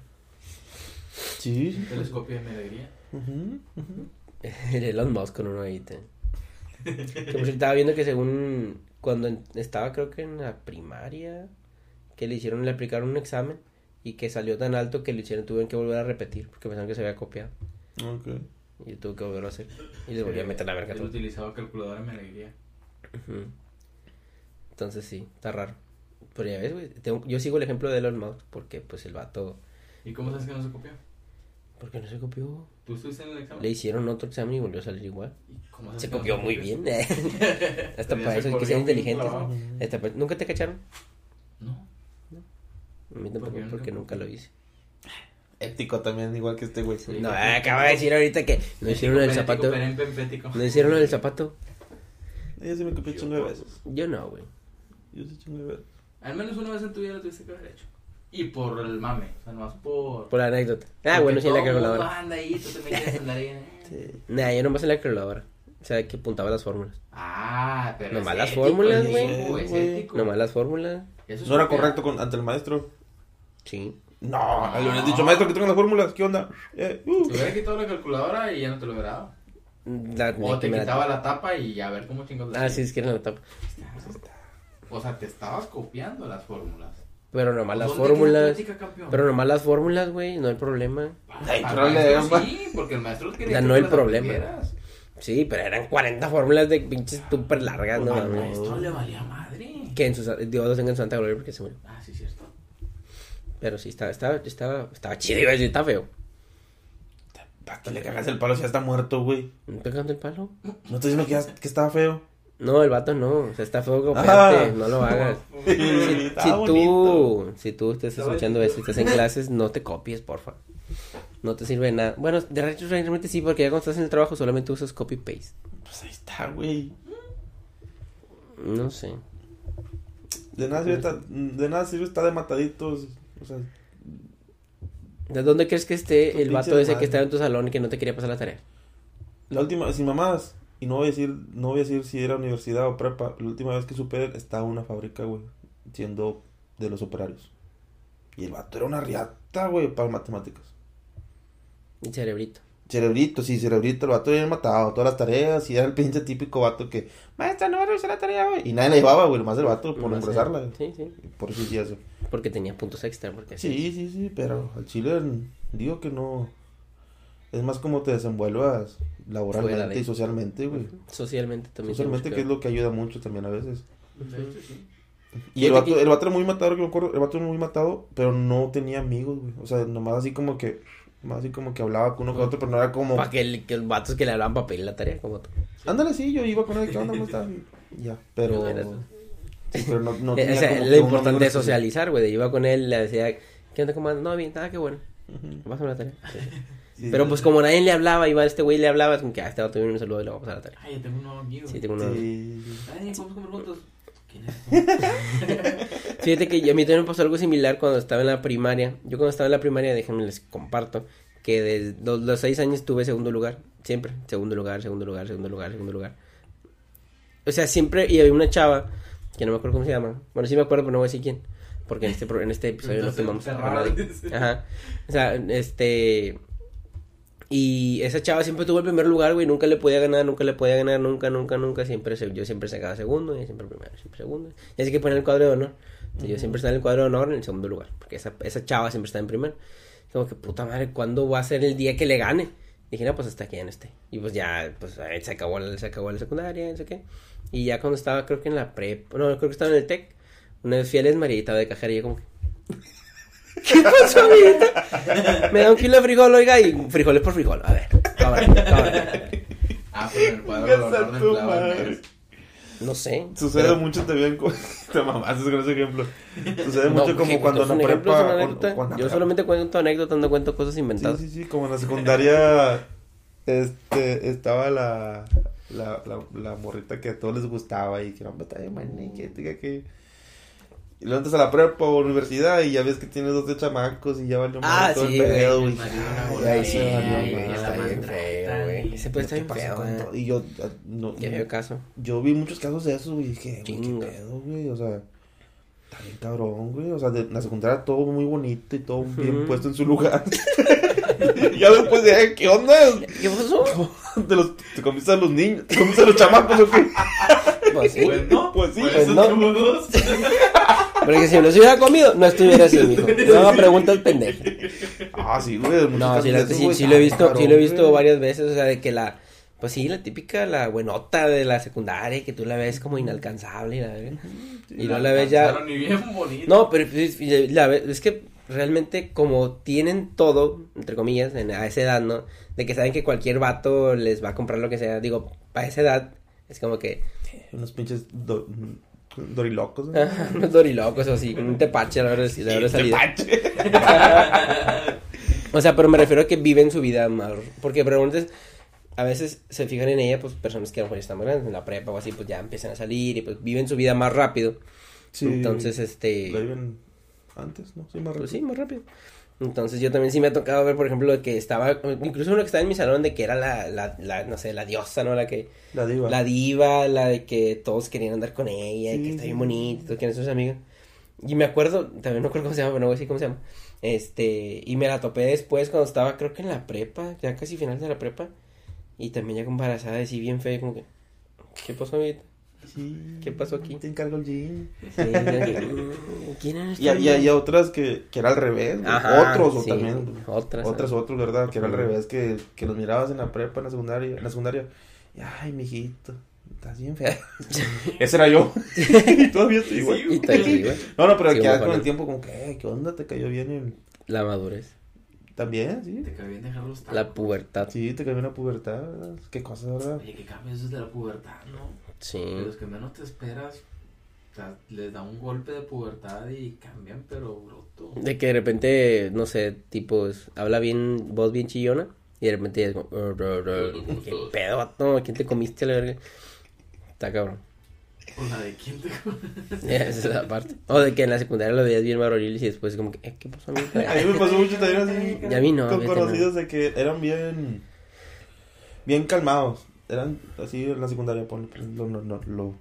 S3: Sí. sí.
S2: Telescopio de mediodía.
S3: Ujú, ujú.
S1: El [LAUGHS] Elon Musk con uno ahí.
S2: [LAUGHS]
S1: te- Que por cierto, estaba viendo que según cuando en- estaba creo que en la primaria, que le hicieron, le aplicaron un examen y que salió tan alto que le hicieron, tuvieron que volver a repetir porque pensaron que se había copiado.
S3: Ok.
S1: Y tuvo que volverlo a hacer. Y le volvió a meter la verga a
S2: Él
S1: todo.
S2: utilizaba calculadora de mediodía.
S1: Ujú. Entonces sí, está raro. Pero ya ves, güey, tengo- yo sigo el ejemplo de Elon Musk porque pues el vato,
S2: ¿Y cómo sabes que no se copió?
S1: porque no se copió.
S2: ¿Tú estuviste en el examen?
S1: Le hicieron otro examen y volvió a salir igual.
S2: ¿Y cómo sabes
S1: Se
S2: que Ah, no
S1: copió
S2: se
S1: muy bien. [LAUGHS] ¿eh?
S2: [LAUGHS]
S1: Hasta
S2: Pero ya
S1: para eso
S2: se
S1: hay que
S2: corrió
S1: ser
S2: bien
S1: inteligentes.
S2: clavado.
S1: ¿no? Hasta para- ¿Nunca te cacharon?
S2: No.
S1: A mí tampoco,
S2: Porque yo nunca-
S1: porque nunca lo hice.
S3: Ético también, igual que este güey.
S2: Sí.
S1: No, eh, acaba de decir ahorita que no hicieron el
S2: Pético,
S1: zapato.
S2: perén, penpético.
S1: No hicieron el zapato.
S3: Ella se me copió chingo de veces.
S1: Yo no, güey.
S3: Yo sí chingo de veces.
S2: Al menos una vez en tu vida lo tuviste que haber hecho. y por el mame, o sea, nomás por...
S1: Por la anécdota. Ah,
S2: porque
S1: bueno, sí, en la
S2: todo el mundo
S1: calculadora.
S2: anda ahí, tú también quieres andar ahí. ¿eh?
S1: Nah, yo nomás en la calculadora. O sea, que apuntaba las fórmulas.
S2: Ah, pero
S1: Nomás
S2: es
S1: las
S2: ético,
S1: fórmulas,
S2: es
S1: güey.
S2: ético, es
S3: Güey.
S2: ético.
S1: Nomás las fórmulas.
S2: Eso es
S3: ¿No era
S2: propia-
S3: correcto con, ante el maestro?
S1: Sí.
S3: No, le hubieras dicho, maestro, que tengan las fórmulas, ¿qué onda? Eh, uh.
S2: Te hubiera quitado la calculadora y ya no te lo hubiera dado.
S1: La-
S2: O te
S1: me la-
S2: quitaba la tapa y a ver cómo chingados.
S1: Ah, sí, es que era la tapa.
S2: O sea, te estabas copiando las fórmulas.
S1: Pero nomás las
S2: Pues, ¿Dónde queda tu
S1: fórmulas.
S2: ética, campeón?
S1: Pero nomás las fórmulas, güey, no hay problema.
S3: Ay,
S2: Al
S3: problema.
S2: maestro Sí, porque el maestro quería
S1: Ya
S2: que
S1: no
S2: tú
S1: el
S2: las
S1: problema.
S2: aprendieras.
S1: Sí, pero eran 40 fórmulas de pinches súper largas, no
S2: Al
S1: mames.
S2: maestro le valía madre.
S1: Que en sus, Dios los tenga en su santa gloria porque se murió.
S2: Ah, sí, cierto.
S1: Pero sí, estaba, estaba, estaba, estaba chido, iba a decir, está feo.
S3: ¿Para qué le cagas el palo si ya está muerto, güey?
S1: ¿No te canta el palo?
S3: ¿No te diciendo que, ya- que estaba feo?
S1: No, el vato no, o sea, está feo como
S3: Ah.
S1: espérate, no
S3: [LAUGHS]
S1: lo hagas. Si,
S3: Está
S1: si
S3: bonito.
S1: tú, si tú estás
S2: Está
S1: escuchando
S2: bonito.
S1: esto y
S3: [LAUGHS]
S1: estás en clases, no te copies, porfa. No te sirve de nada. Bueno, de hecho, realmente sí, porque ya cuando estás en el trabajo solamente usas copy-paste.
S3: Pues ahí está, güey.
S1: No sé.
S3: De nada sirve, ta- de nada sirve estar de mataditos. O sea,
S1: ¿De dónde crees que
S3: Tu
S1: esté el
S3: pinche
S1: vato ese
S3: madre.
S1: que estaba en tu salón y que no te quería pasar la tarea?
S3: la última, sin mamás, y no voy a decir, no voy a decir si era universidad o prepa, la última vez que supe de él, estaba en una fábrica, güey, siendo de los operarios. Y el vato era una riata, güey, para matemáticas.
S1: El cerebrito.
S3: Cerebrito, sí, cerebrito, el vato había matado todas las tareas y era el pinche típico vato que, maestra, no va a revisar la tarea, güey. Y nadie la llevaba, güey, nomás el vato
S1: No
S3: por
S1: sé.
S3: embrasarla.
S1: Sí, sí.
S3: Por eso sí eso.
S1: Porque tenía puntos extra. Porque
S3: Sí, sí, sí, pero al chile mm, digo que no. Es más como te desenvuelvas
S1: Fuera
S3: laboralmente
S1: de-
S3: y socialmente, güey.
S1: Socialmente también. se
S3: Socialmente,
S1: busca.
S3: que es lo que ayuda mucho también a veces.
S2: De hecho, sí.
S3: Y
S1: Fíjate
S3: el vato,
S1: que-
S3: el vato era muy matado, que me acuerdo, el vato era muy matado, pero no tenía amigos, güey. O sea, nomás así como que, más así como que hablaba con uno con otro, pero no era como...
S1: Para que el, que el vato es que le hablaban papel la tarea, como tú.
S3: Ándale, sí, yo iba con él, ¿qué onda? ¿Cómo estás? Ya, pero...
S1: No era eso.
S3: sí, pero no, no
S1: Eh, [LAUGHS]
S3: tenía
S1: o sea,
S3: como
S1: lo
S3: que un
S1: importante
S3: amigo
S1: es socializar, güey. Yo iba con él, le decía, ¿qué onda, cómo andas? No, bien, nada, qué bueno.
S3: específico. Ujú.
S1: Pásame la tarea. Sí.
S3: Sí,
S1: Pero
S3: sí,
S1: pues
S3: sí.
S1: como nadie le hablaba, iba a este güey y le hablaba, es como que, ah, este vato viene un saludo y le voy a pasar la tarea.
S2: Ay, yo Ah, tengo un nuevo amigo. Ah,
S1: Sí, tengo uno.
S3: Sí, sí, sí.
S2: Ay, vamos a comer juntos. ¿Quién es?
S1: Fíjate que yo- a mí también me pasó algo similar cuando estaba en la primaria. Yo cuando estaba en la primaria, déjenme les comparto, que desde los, los seis años tuve segundo lugar, siempre, segundo lugar, segundo lugar, segundo lugar, segundo lugar. O sea, siempre, y había una chava, que no me acuerdo cómo se llama, bueno, sí me acuerdo, pero no voy a decir quién, porque en este, pro- en este episodio
S2: Entonces,
S1: no tomamos
S2: cerrado.
S1: Ajá, o sea, este... Y esa chava siempre tuvo el primer lugar, güey, nunca le podía ganar, nunca le podía ganar, nunca, nunca, nunca, siempre, se- yo siempre sacaba segundo, y siempre primero, siempre segundo. Y así que poner el cuadro de honor. Entonces, Yo siempre estaba en el cuadro de honor en el segundo lugar, porque esa, esa chava siempre está en primero. Como que, puta madre, ¿cuándo va a ser el día que le gane? Dije, no, pues hasta aquí ya no esté. Y pues ya, pues ahí se acabó, la- se acabó la secundaria, no sé qué. Y ya cuando estaba, creo que en la prep, no, creo que estaba en el TEC, una vez fui a la Esmerita de cajera y yo como que... [LAUGHS] ¿Qué pasó, amiguita? Me da un kilo de frijol, oiga, y frijoles por frijol. A ver, cámara, cámara.
S2: Ah, pero el cuadro del
S3: Chingas a
S2: honor del
S3: tu
S2: clavo
S3: madre.
S2: en Pérez.
S1: No sé.
S3: Sucede
S1: pero-
S3: mucho también con... [LAUGHS] Te mamaste con
S1: [LAUGHS]
S3: ese ejemplo. Sucede
S1: No,
S3: mucho como
S1: porque
S3: cuando
S1: es
S3: en
S1: un
S3: la
S1: ejemplo, es una
S3: prepa... o-
S1: anécdota.
S3: o cuando-
S1: Yo solamente cuento anécdotas, no cuento cosas
S3: Sí,
S1: inventadas.
S3: sí, sí, [LAUGHS] como en la secundaria [LAUGHS] este, estaba la, la, la, la morrita que a todos les gustaba y que no, pues, está bien, man, y que diga que... Y luego entras a la prepa o universidad y ya ves que tienes dos de chamacos y ya valió
S1: Ah,
S3: madre todo
S1: sí,
S3: el
S1: güey,
S3: pedo,
S2: el
S3: güey.
S2: marido era
S3: Ay, ahí se
S2: golpeado,
S3: valió
S2: y
S3: madre,
S2: la
S3: está bien
S2: maltratan,
S1: feo, güey.
S2: y-
S1: Ese puede estar pues,
S3: ¿Qué
S1: bien
S3: pasó
S1: feo,
S3: con
S1: güey.
S3: todo? Y yo, ah, no,
S1: Ya veo caso.
S3: yo vi muchos casos de esos, güey, y dije, güey,
S1: Chinga.
S3: qué pedo, güey, o sea, está bien cabrón, güey, o sea, de, en la secundaria todo muy bonito y todo bien
S1: Ujú.
S3: puesto en su lugar. [LAUGHS] ya después de, ¿qué onda?
S1: [LAUGHS]
S3: [LAUGHS]
S1: ¿Qué pasó?
S3: Te, los, te comiste a los niños, te comiste a los chamacos, ¿o qué?
S1: [LAUGHS] Pues sí.
S2: Pues no,
S3: Pues sí,
S2: por
S3: pues
S2: eso
S1: no.
S2: somos dos.
S1: Porque si me los hubiera comido, no estuviera así, [LAUGHS] mijo. No me preguntas [LAUGHS] pendejo.
S3: Ah, sí, güey. muchos
S1: No,
S3: casos
S1: sí,
S3: de
S1: la-
S3: esos,
S1: sí-
S3: güey,
S1: sí lo he
S3: está
S1: visto, sí lo he
S3: cabrón,
S1: visto
S3: güey.
S1: varias veces, o sea, de que la, pues sí, la típica, la buenota de la secundaria, que tú la ves como inalcanzable, y la verga. [LAUGHS] Y no la ves ya...
S2: Alcanzaron Y bien bonito.
S1: No, pero pues, y la ve- es que realmente como tienen todo, entre comillas, en, a esa edad, ¿no? De que saben que cualquier vato les va a comprar lo que sea, digo, a esa edad, es como que... [LAUGHS]
S3: Unos pinches do- dorilocos, ¿no?
S1: unos dorilocos o así, con un tepache a la hora de, a la hora de Ah, salida.
S3: Tepache.
S1: O sea, pero me refiero a que viven su vida más. Porque preguntas, a veces se fijan en ella, pues personas que a lo mejor ya están más grandes, en la prepa o así, pues ya empiezan a salir y pues viven su vida más rápido.
S3: Sí,
S1: Entonces, este.
S3: la viven antes, ¿no? Sí, más rápido.
S1: Pues sí, más rápido. Entonces yo también sí me ha tocado ver, por ejemplo, de que estaba, incluso uno que estaba en mi salón de que era la, la, la no sé, la diosa, ¿no? La que,
S3: La diva.
S1: la diva, la de que todos querían andar con ella, y que
S3: Sí,
S1: está
S3: sí.
S1: bien bonita, todos quieren ser sus amigos. Y me acuerdo, también no acuerdo cómo se llama, pero no voy a decir cómo se llama. Este, y me la topé después cuando estaba, creo que en la prepa, ya casi final de la prepa. Y también ya embarazada, así bien fea, como que, ¿qué pasó, amiguita?
S3: Sí.
S1: ¿Qué pasó aquí?
S3: Te encargo el jean.
S1: Sí, yo dije, "Mm, [LAUGHS] ¿Quién eres
S3: Y, a- y a- y a otras que, que era al revés. güey. otros o
S1: sí,
S3: también.
S1: Otras.
S3: Otras, otros, ¿verdad? Que era al
S1: Ujú.
S3: revés, que, que los mirabas en la prepa, en la secundaria. En la secundaria. Y, ay, mijito, estás bien fea. Ese
S1: [LAUGHS]
S3: era yo. y todavía estoy igual.
S2: Sí,
S1: Y te digo, eh,
S3: No, no, pero
S1: Sí,
S3: que ya
S1: bueno,
S3: con el
S1: bueno.
S3: tiempo, como que, "Eh, ¿qué onda? ¿Te cayó bien? en-
S1: La madurez,
S3: También, sí.
S2: Te cae bien dejar los tacos.
S1: la pubertad. Sí.
S3: Sí, te cayó en la pubertad, ¿verdad? Qué cosa, ¿verdad?
S2: Oye, que cambios desde la pubertad, ¿no?
S1: Mm.
S2: De los que menos te esperas, o sea, les da un golpe de pubertad y cambian, pero bruto.
S1: De que de repente, no sé, tipo, es- habla bien, voz bien chillona. Y de repente ya es como, "Ur, ur, ur". ¿qué pedo, vato? ¿A ¿Quién te comiste a la verga? Está cabrón. [LAUGHS]
S2: O la de quién te [LAUGHS]
S1: Esa es la parte. O de que en la secundaria lo veías bien varoniles y después como que, "Eh, ¿qué pasó,
S3: A mí
S1: amigo?
S3: me pasó mucho también así.
S1: Y a mí no,
S3: Con
S1: vete, no.
S3: conocidos de que eran bien. Bien calmados. Eran así en la secundaria, ponle. pues, Lo, lo, lo, lo-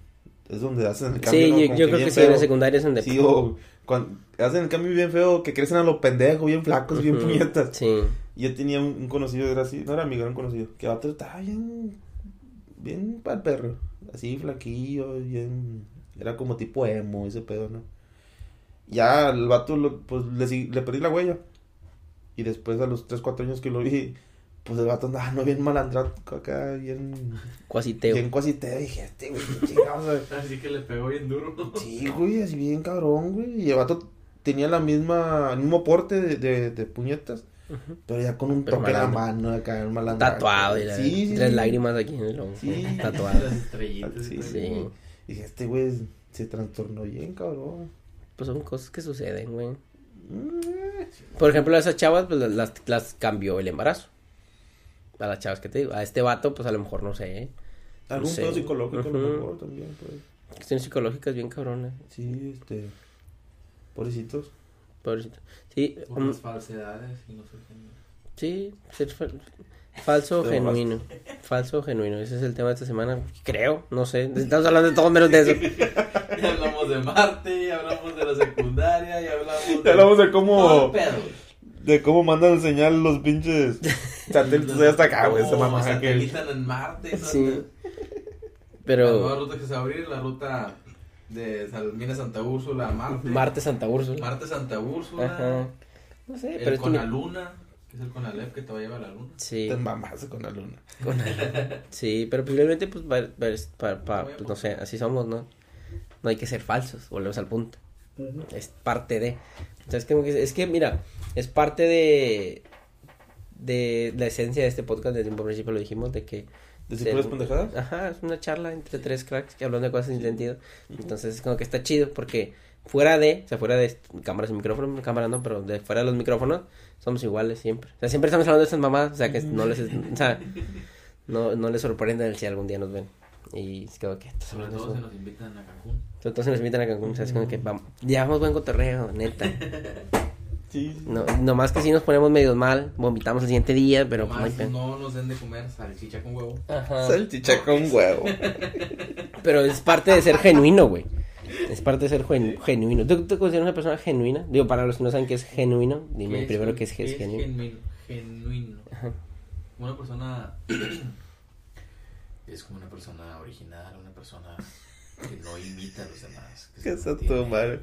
S3: es donde hacen el cambio.
S1: Sí,
S3: ¿no?
S1: yo,
S3: Como
S1: yo creo que
S3: bien
S1: sí, en la
S3: feo.
S1: secundaria es donde...
S3: Sí, o cuando hacen el cambio bien feo, que crecen a los pendejos, bien flacos, bien
S1: Ujú,
S3: puñetas.
S1: Sí.
S3: Y Yo tenía un, un conocido, era así, no era amigo, era un conocido, que el vato estaba bien, bien para el perro, así flaquillo, bien, era como tipo emo, ese pedo, ¿no? Ya el vato, lo- pues le, sig- le perdí la huella. Y después a los 3, 4 años que lo vi, pues el vato andaba no bien malandrado acá, bien,
S1: Cuasi teo.
S3: bien cuasi te dije, este güey, qué chingados, güey.
S2: Así que le pegó bien duro.
S3: Sí, güey, así bien cabrón, güey. Y el vato tenía la misma, el mismo porte de, de, de puñetas,
S1: Ujú.
S3: pero ya con un
S1: Pero
S3: toque en la
S1: malandro.
S3: mano, acá, un malandro.
S1: Tatuado y la
S3: Sí,
S1: verga.
S3: sí,
S1: Tres
S3: sí.
S1: lágrimas aquí en el ojo.
S3: Sí.
S1: Tatuado.
S2: Las estrellitas.
S3: Sí,
S2: y
S1: Sí.
S2: todo.
S3: Y dije, este güey se trastornó bien, cabrón.
S1: Pues son cosas que suceden, güey.
S3: Mm.
S1: Por ejemplo, a esas chavas, pues las- las, las cambió el embarazo. A las chavas que te digo. A este vato, pues a lo mejor no sé.
S3: Algún
S1: Sí.
S3: pedo psicológico, a lo
S1: Ujú.
S3: mejor, también, pues.
S1: Cuestiones psicológicas bien cabronas.
S3: Sí, este, pobrecitos.
S1: Pobrecito. Sí,
S2: Por
S1: mm,
S2: las falsedades y no sé qué.
S1: sí, ser fal- falso o
S3: Pero
S1: genuino. Falso o genuino. Ese es el tema de esta semana. Creo, no sé. Estamos hablando de todo menos de eso.
S2: Ya [LAUGHS] hablamos de Marte, ya hablamos de la secundaria, ya hablamos de.
S3: Ya hablamos
S2: Todo
S3: de
S2: el
S3: cómo,
S2: pedo.
S3: de cómo mandan señal los
S1: [LAUGHS]
S3: pinches satélites de hasta acá, güey, esa
S2: Cómo
S3: mamá que...
S2: satelitan en Marte. ¿no?
S1: Sí.
S2: La nueva
S1: Pero
S2: ruta que se va a abrir, la ruta de Salmina Santa Úrsula a Marte.
S1: Marte Santa Úrsula.
S2: Marte Santa Úrsula.
S1: Ajá. No sé, pero
S2: El
S1: es que
S2: con la
S1: mi-
S2: luna, que es el con la que te va a llevar a la luna.
S1: Sí.
S3: Te mamaste con la luna.
S1: Con algo. Sí, pero posiblemente, pues, va- va- pa- pa- pues, no sé, así somos, ¿no? No hay que ser falsos, volvemos al punto. Es parte de. O sea, es, como que, es que, mira, es parte de, de la esencia de este podcast. Desde un principio lo dijimos, de que.
S3: ¿Decir
S1: de-
S3: puras pendejadas?
S1: Ajá, es una charla entre tres cracks que hablan de cosas sin sentido. Entonces, es como que está chido, porque fuera de, o sea, fuera de est- cámaras y micrófonos, cámaras no, pero de fuera de los micrófonos, somos iguales siempre. O sea, siempre estamos hablando de esas mamadas, o sea, que no les, o
S3: [LAUGHS]
S1: sea, no, no les sorprenden si algún día nos ven. Y es como que, estás
S2: Sobre
S1: hablando de
S2: todo si
S1: eso.
S2: nos invitan a Cancún.
S1: Entonces nos invitan a Cancún, o sea, es como que, vamos, llevamos buen cotorreo, neta.
S3: Sí, sí.
S1: No, nomás que si nos ponemos medios mal, vomitamos el siguiente día, pero pues, no hay
S2: Más
S1: pedo.
S2: no nos den de comer salchicha con huevo.
S1: Ajá.
S3: Salchicha con huevo.
S1: Pero es parte de ser genuino, güey. Es parte de ser genu- genuino. ¿Tú te consideras una persona genuina? Digo, para los que no saben qué es genuino, dime
S2: ¿Qué
S1: primero qué es, qué es genuino.
S2: genuino. Genuino. Una persona. [CLEARS THROAT] es como una persona original, una persona que no imita a los demás. que se
S3: ¿Qué es a tu
S2: mantiene-
S3: madre?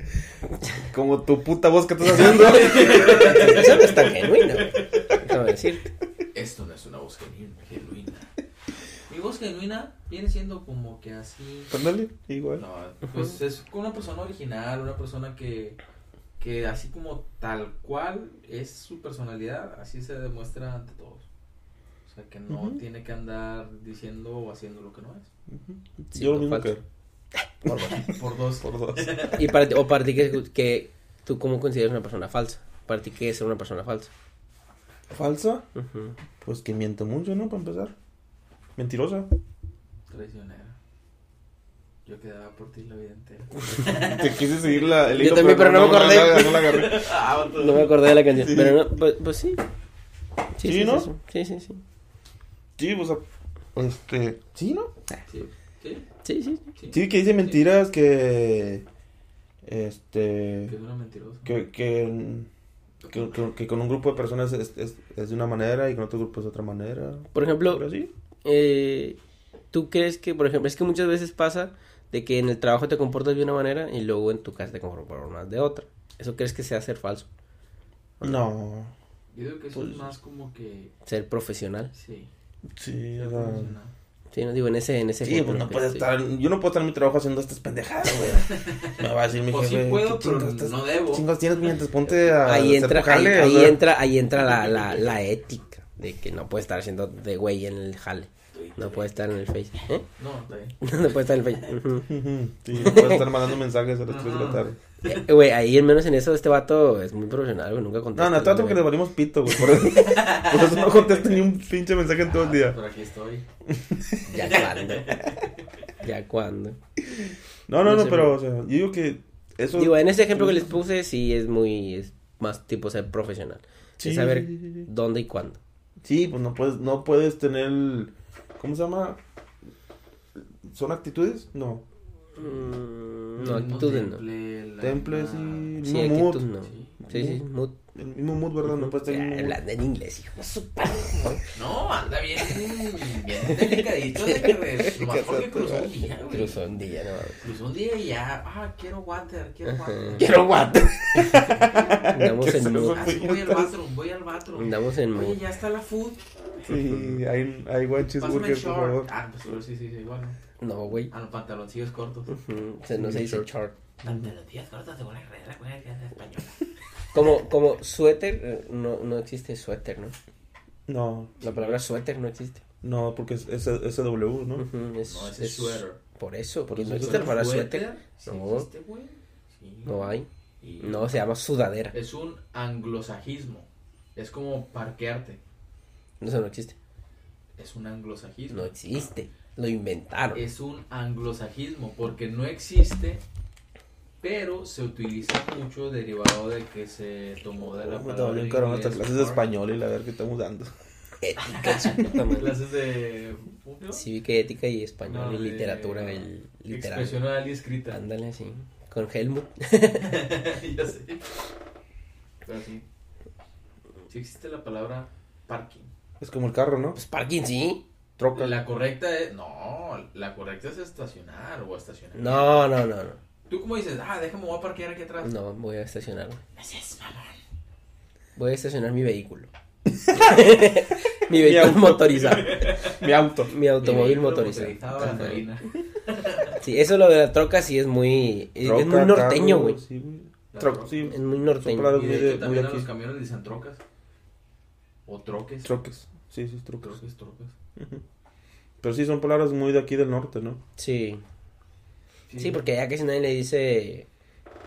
S3: Como tu puta voz
S1: [LAUGHS]
S3: que estás haciendo.
S1: Eso no es tan genuino, güey. Déjame decirte.
S2: Esto no es una voz genu- genuina. Mi voz genuina viene siendo como que así.
S3: Ándale, igual.
S2: No, pues es una persona original, una persona que, que así como tal cual es su personalidad, así se demuestra ante todos. O sea, que no
S3: Ujú.
S2: tiene que andar diciendo o haciendo lo que no es.
S1: Sí,
S3: Yo lo
S1: no
S3: mismo
S1: falta.
S3: que
S1: Por favor.
S2: [LAUGHS] Por dos.
S3: por dos.
S1: [LAUGHS] Y para ti- o para ti, que, que tú cómo consideras una persona falsa. Para ti, ¿qué es ser una persona falsa?
S3: ¿Falsa?
S1: Ujú.
S3: Pues que
S1: [LAUGHS]
S3: miente mucho, ¿no? Para empezar. Mentirosa.
S2: Traicionera. Yo quedaba por ti la vida entera.
S3: Te quise seguir la, el
S1: Yo también, pero no me
S3: la-
S1: acordé.
S3: no
S1: [LAUGHS]
S3: la agarré.
S2: Ah, vato.
S1: No me acordé de la canción. Pero no, pues, pues sí.
S3: Sí, ¿no?
S1: Sí, sí, sí. Sí,
S3: Sí, o sea, este, sí, ¿no?
S2: Sí, sí,
S1: sí. sí.
S2: sí.
S3: Sí, que dice mentiras que,
S2: Que
S3: este,
S2: es una mentirosa.
S3: que, que, que, que- que con un grupo de personas es, es, es de una manera y con otro grupo es de otra manera.
S1: Por ejemplo,
S3: Pero sí.
S1: eh, ¿tú crees que, por ejemplo, es que muchas veces pasa de que en el trabajo te comportas de una manera y luego en tu casa te comportas de otra? ¿Eso crees que sea ser falso?
S3: No,
S2: Yo digo que eso
S3: Pues-
S2: es más como que.
S1: Ser profesional.
S2: Sí.
S3: sí,
S2: ser
S3: o sea,
S2: profesional.
S1: Sí, no digo en ese, en ese
S3: sí,
S1: ejemplo
S3: pues no
S1: que-
S3: puedes
S1: sí.
S3: estar, yo no puedo estar en mi trabajo haciendo estas pendejadas, güey. [LAUGHS] Me va a decir mi
S2: Pues sí
S3: jefe,
S2: puedo,
S3: "¿Qué
S2: pero
S3: chingos estás-
S2: no debo".
S3: Chingos tienes mientras ponte a
S1: Ahí
S3: hacer
S1: entra,
S3: tu
S1: ahí,
S3: jale", o
S1: ahí
S3: sea.
S1: entra, ahí entra la,
S3: [LAUGHS]
S1: la, la ética de que no puedes estar haciendo de güey en el jale. No puedes estar en el face. ¿eh? [LAUGHS]
S2: No, está bien.
S1: No puedes estar en el face. Ujú.
S3: Ujú, [LAUGHS] Sí, no
S2: [LAUGHS]
S3: puedes estar mandando mensajes a las
S2: Ajá.
S3: 3 de la tarde.
S1: Eh, Güey, ahí al menos en eso este vato es muy profesional, güey, nunca contesta.
S3: No, no, trato porque le valimos pito, güey. Por eso, [LAUGHS] por eso no contesto ni un pinche mensaje en todo el día.
S2: Ah, Por aquí estoy.
S1: Ya cuando. Ya cuando.
S3: No, no,
S1: No
S3: no,
S1: sé,
S3: pero, o sea, yo digo que eso.
S1: Digo, en ese ejemplo que les puse, sí es muy. Es más tipo ser profesional.
S3: Sí,
S1: es saber
S3: sí, sí, sí.
S1: dónde y cuándo.
S3: Sí, pues no puedes, no puedes tener. el- ¿Cómo se llama? ¿Son actitudes? No.
S1: Mm, no, actitudes no.
S2: no.
S3: Temples y.
S1: Sí,
S3: no, mood.
S1: actitud no.
S2: Sí.
S1: Sí, sí, mood.
S3: El mismo mood, ¿verdad? No puedes tener.
S1: Ya,
S3: el mismo mood.
S1: Hablando en inglés, hijo.
S2: No, anda bien. Bien delicadito de
S1: [LAUGHS]
S2: que de- nomás porque cruzó un día, güey.
S1: Incluso un día, no mames.
S2: Cruzó un día y ya. Ah, quiero water, quiero water.
S3: Quiero [LAUGHS] guate.
S1: Andamos
S3: ¿Qué
S1: en
S3: se nos
S1: mood.
S2: Ah, sí, voy al bathroom, voy al bathroom.
S1: Andamos en
S2: Oye,
S1: mood.
S2: ya está la food.
S3: Sí, hay, hay
S2: Pásame
S3: buen
S2: el
S3: cheeseburger, por favor.
S2: short. Ah, pues pero sí, sí, sí, igual. ¿no?
S1: No, güey.
S2: Ah, los pantaloncillos cortos.
S1: Ujú, Se no se dice short.
S4: Tanto los días cortos de una carrera, una carrera española.
S1: Como, como suéter, eh, no, no existe suéter, ¿no?
S3: No,
S1: La palabra suéter no existe.
S3: no, porque es, es, es W, ¿no?
S1: Ujú, es,
S2: No, ese
S1: es-
S2: es suéter.
S1: Por eso, porque
S3: Pues
S1: no
S3: eso
S1: existe la palabra este suéter.
S2: ¿Suéter? ¿Sí
S1: No.
S2: existe, güey? Sí.
S1: No hay.
S2: Y-
S1: No, se llama sudadera.
S2: Es un anglosajismo. Es como parquearte.
S1: No, Eso no existe.
S2: Es un anglosajismo.
S1: No existe. Lo inventaron.
S2: Es un anglosajismo porque no existe, pero se utiliza mucho derivado de que se tomó de la
S3: Me
S2: palabra.
S3: está bien caro
S2: inglés
S3: nuestras clases de
S2: park.
S3: español y la verdad que estamos dando.
S1: Ética, su puta
S2: [LAUGHS]
S1: madre.
S2: Clases de. ¿cómo se llama?
S1: Cívica, ética y español
S2: No, eh,
S1: y
S2: de-
S1: literatura. el
S2: Expresión
S1: literario.
S2: oral y escrita.
S1: Ándale, sí. Con Helmut.
S2: [LAUGHS] ya sé. Pero sí. Sí existe la palabra parking.
S3: Es como el carro, ¿no?
S1: Pues parking, sí.
S3: Troca.
S2: La correcta es. No, la correcta es estacionar o estacionar.
S1: No, no, no, no.
S2: Tú como dices, ah, déjame, voy a parquear aquí atrás.
S1: No, voy a estacionar.
S4: Gracias, mamón.
S1: Voy a estacionar mi
S2: [LAUGHS]
S1: vehículo. mi
S3: Mi
S1: vehículo
S3: auto.
S1: motorizado.
S3: Mi auto.
S1: Mi
S2: Mi
S1: automóvil
S2: vehículo
S1: motorizado.
S2: motorizado,
S1: Ajá.
S2: gasolina.
S1: Sí, eso lo de la troca sí es muy. es- es muy
S3: Troca,
S1: norteño,
S3: carro,
S1: güey.
S3: Sí, güey.
S2: La
S3: Troca,
S2: troca.
S3: sí.
S1: Es muy
S3: Son
S1: norteño.
S3: palabras
S2: Y
S3: muy
S2: de
S3: de,
S2: hecho
S3: muy de
S2: también a
S3: aquí.
S2: los camiones le dicen trocas. O troques.
S3: Troques. Sí, sí, trucos.
S2: Troques, trocas.
S3: Pero sí, son palabras muy de aquí del norte, ¿no?
S1: Sí. Sí, porque ya casi nadie le dice.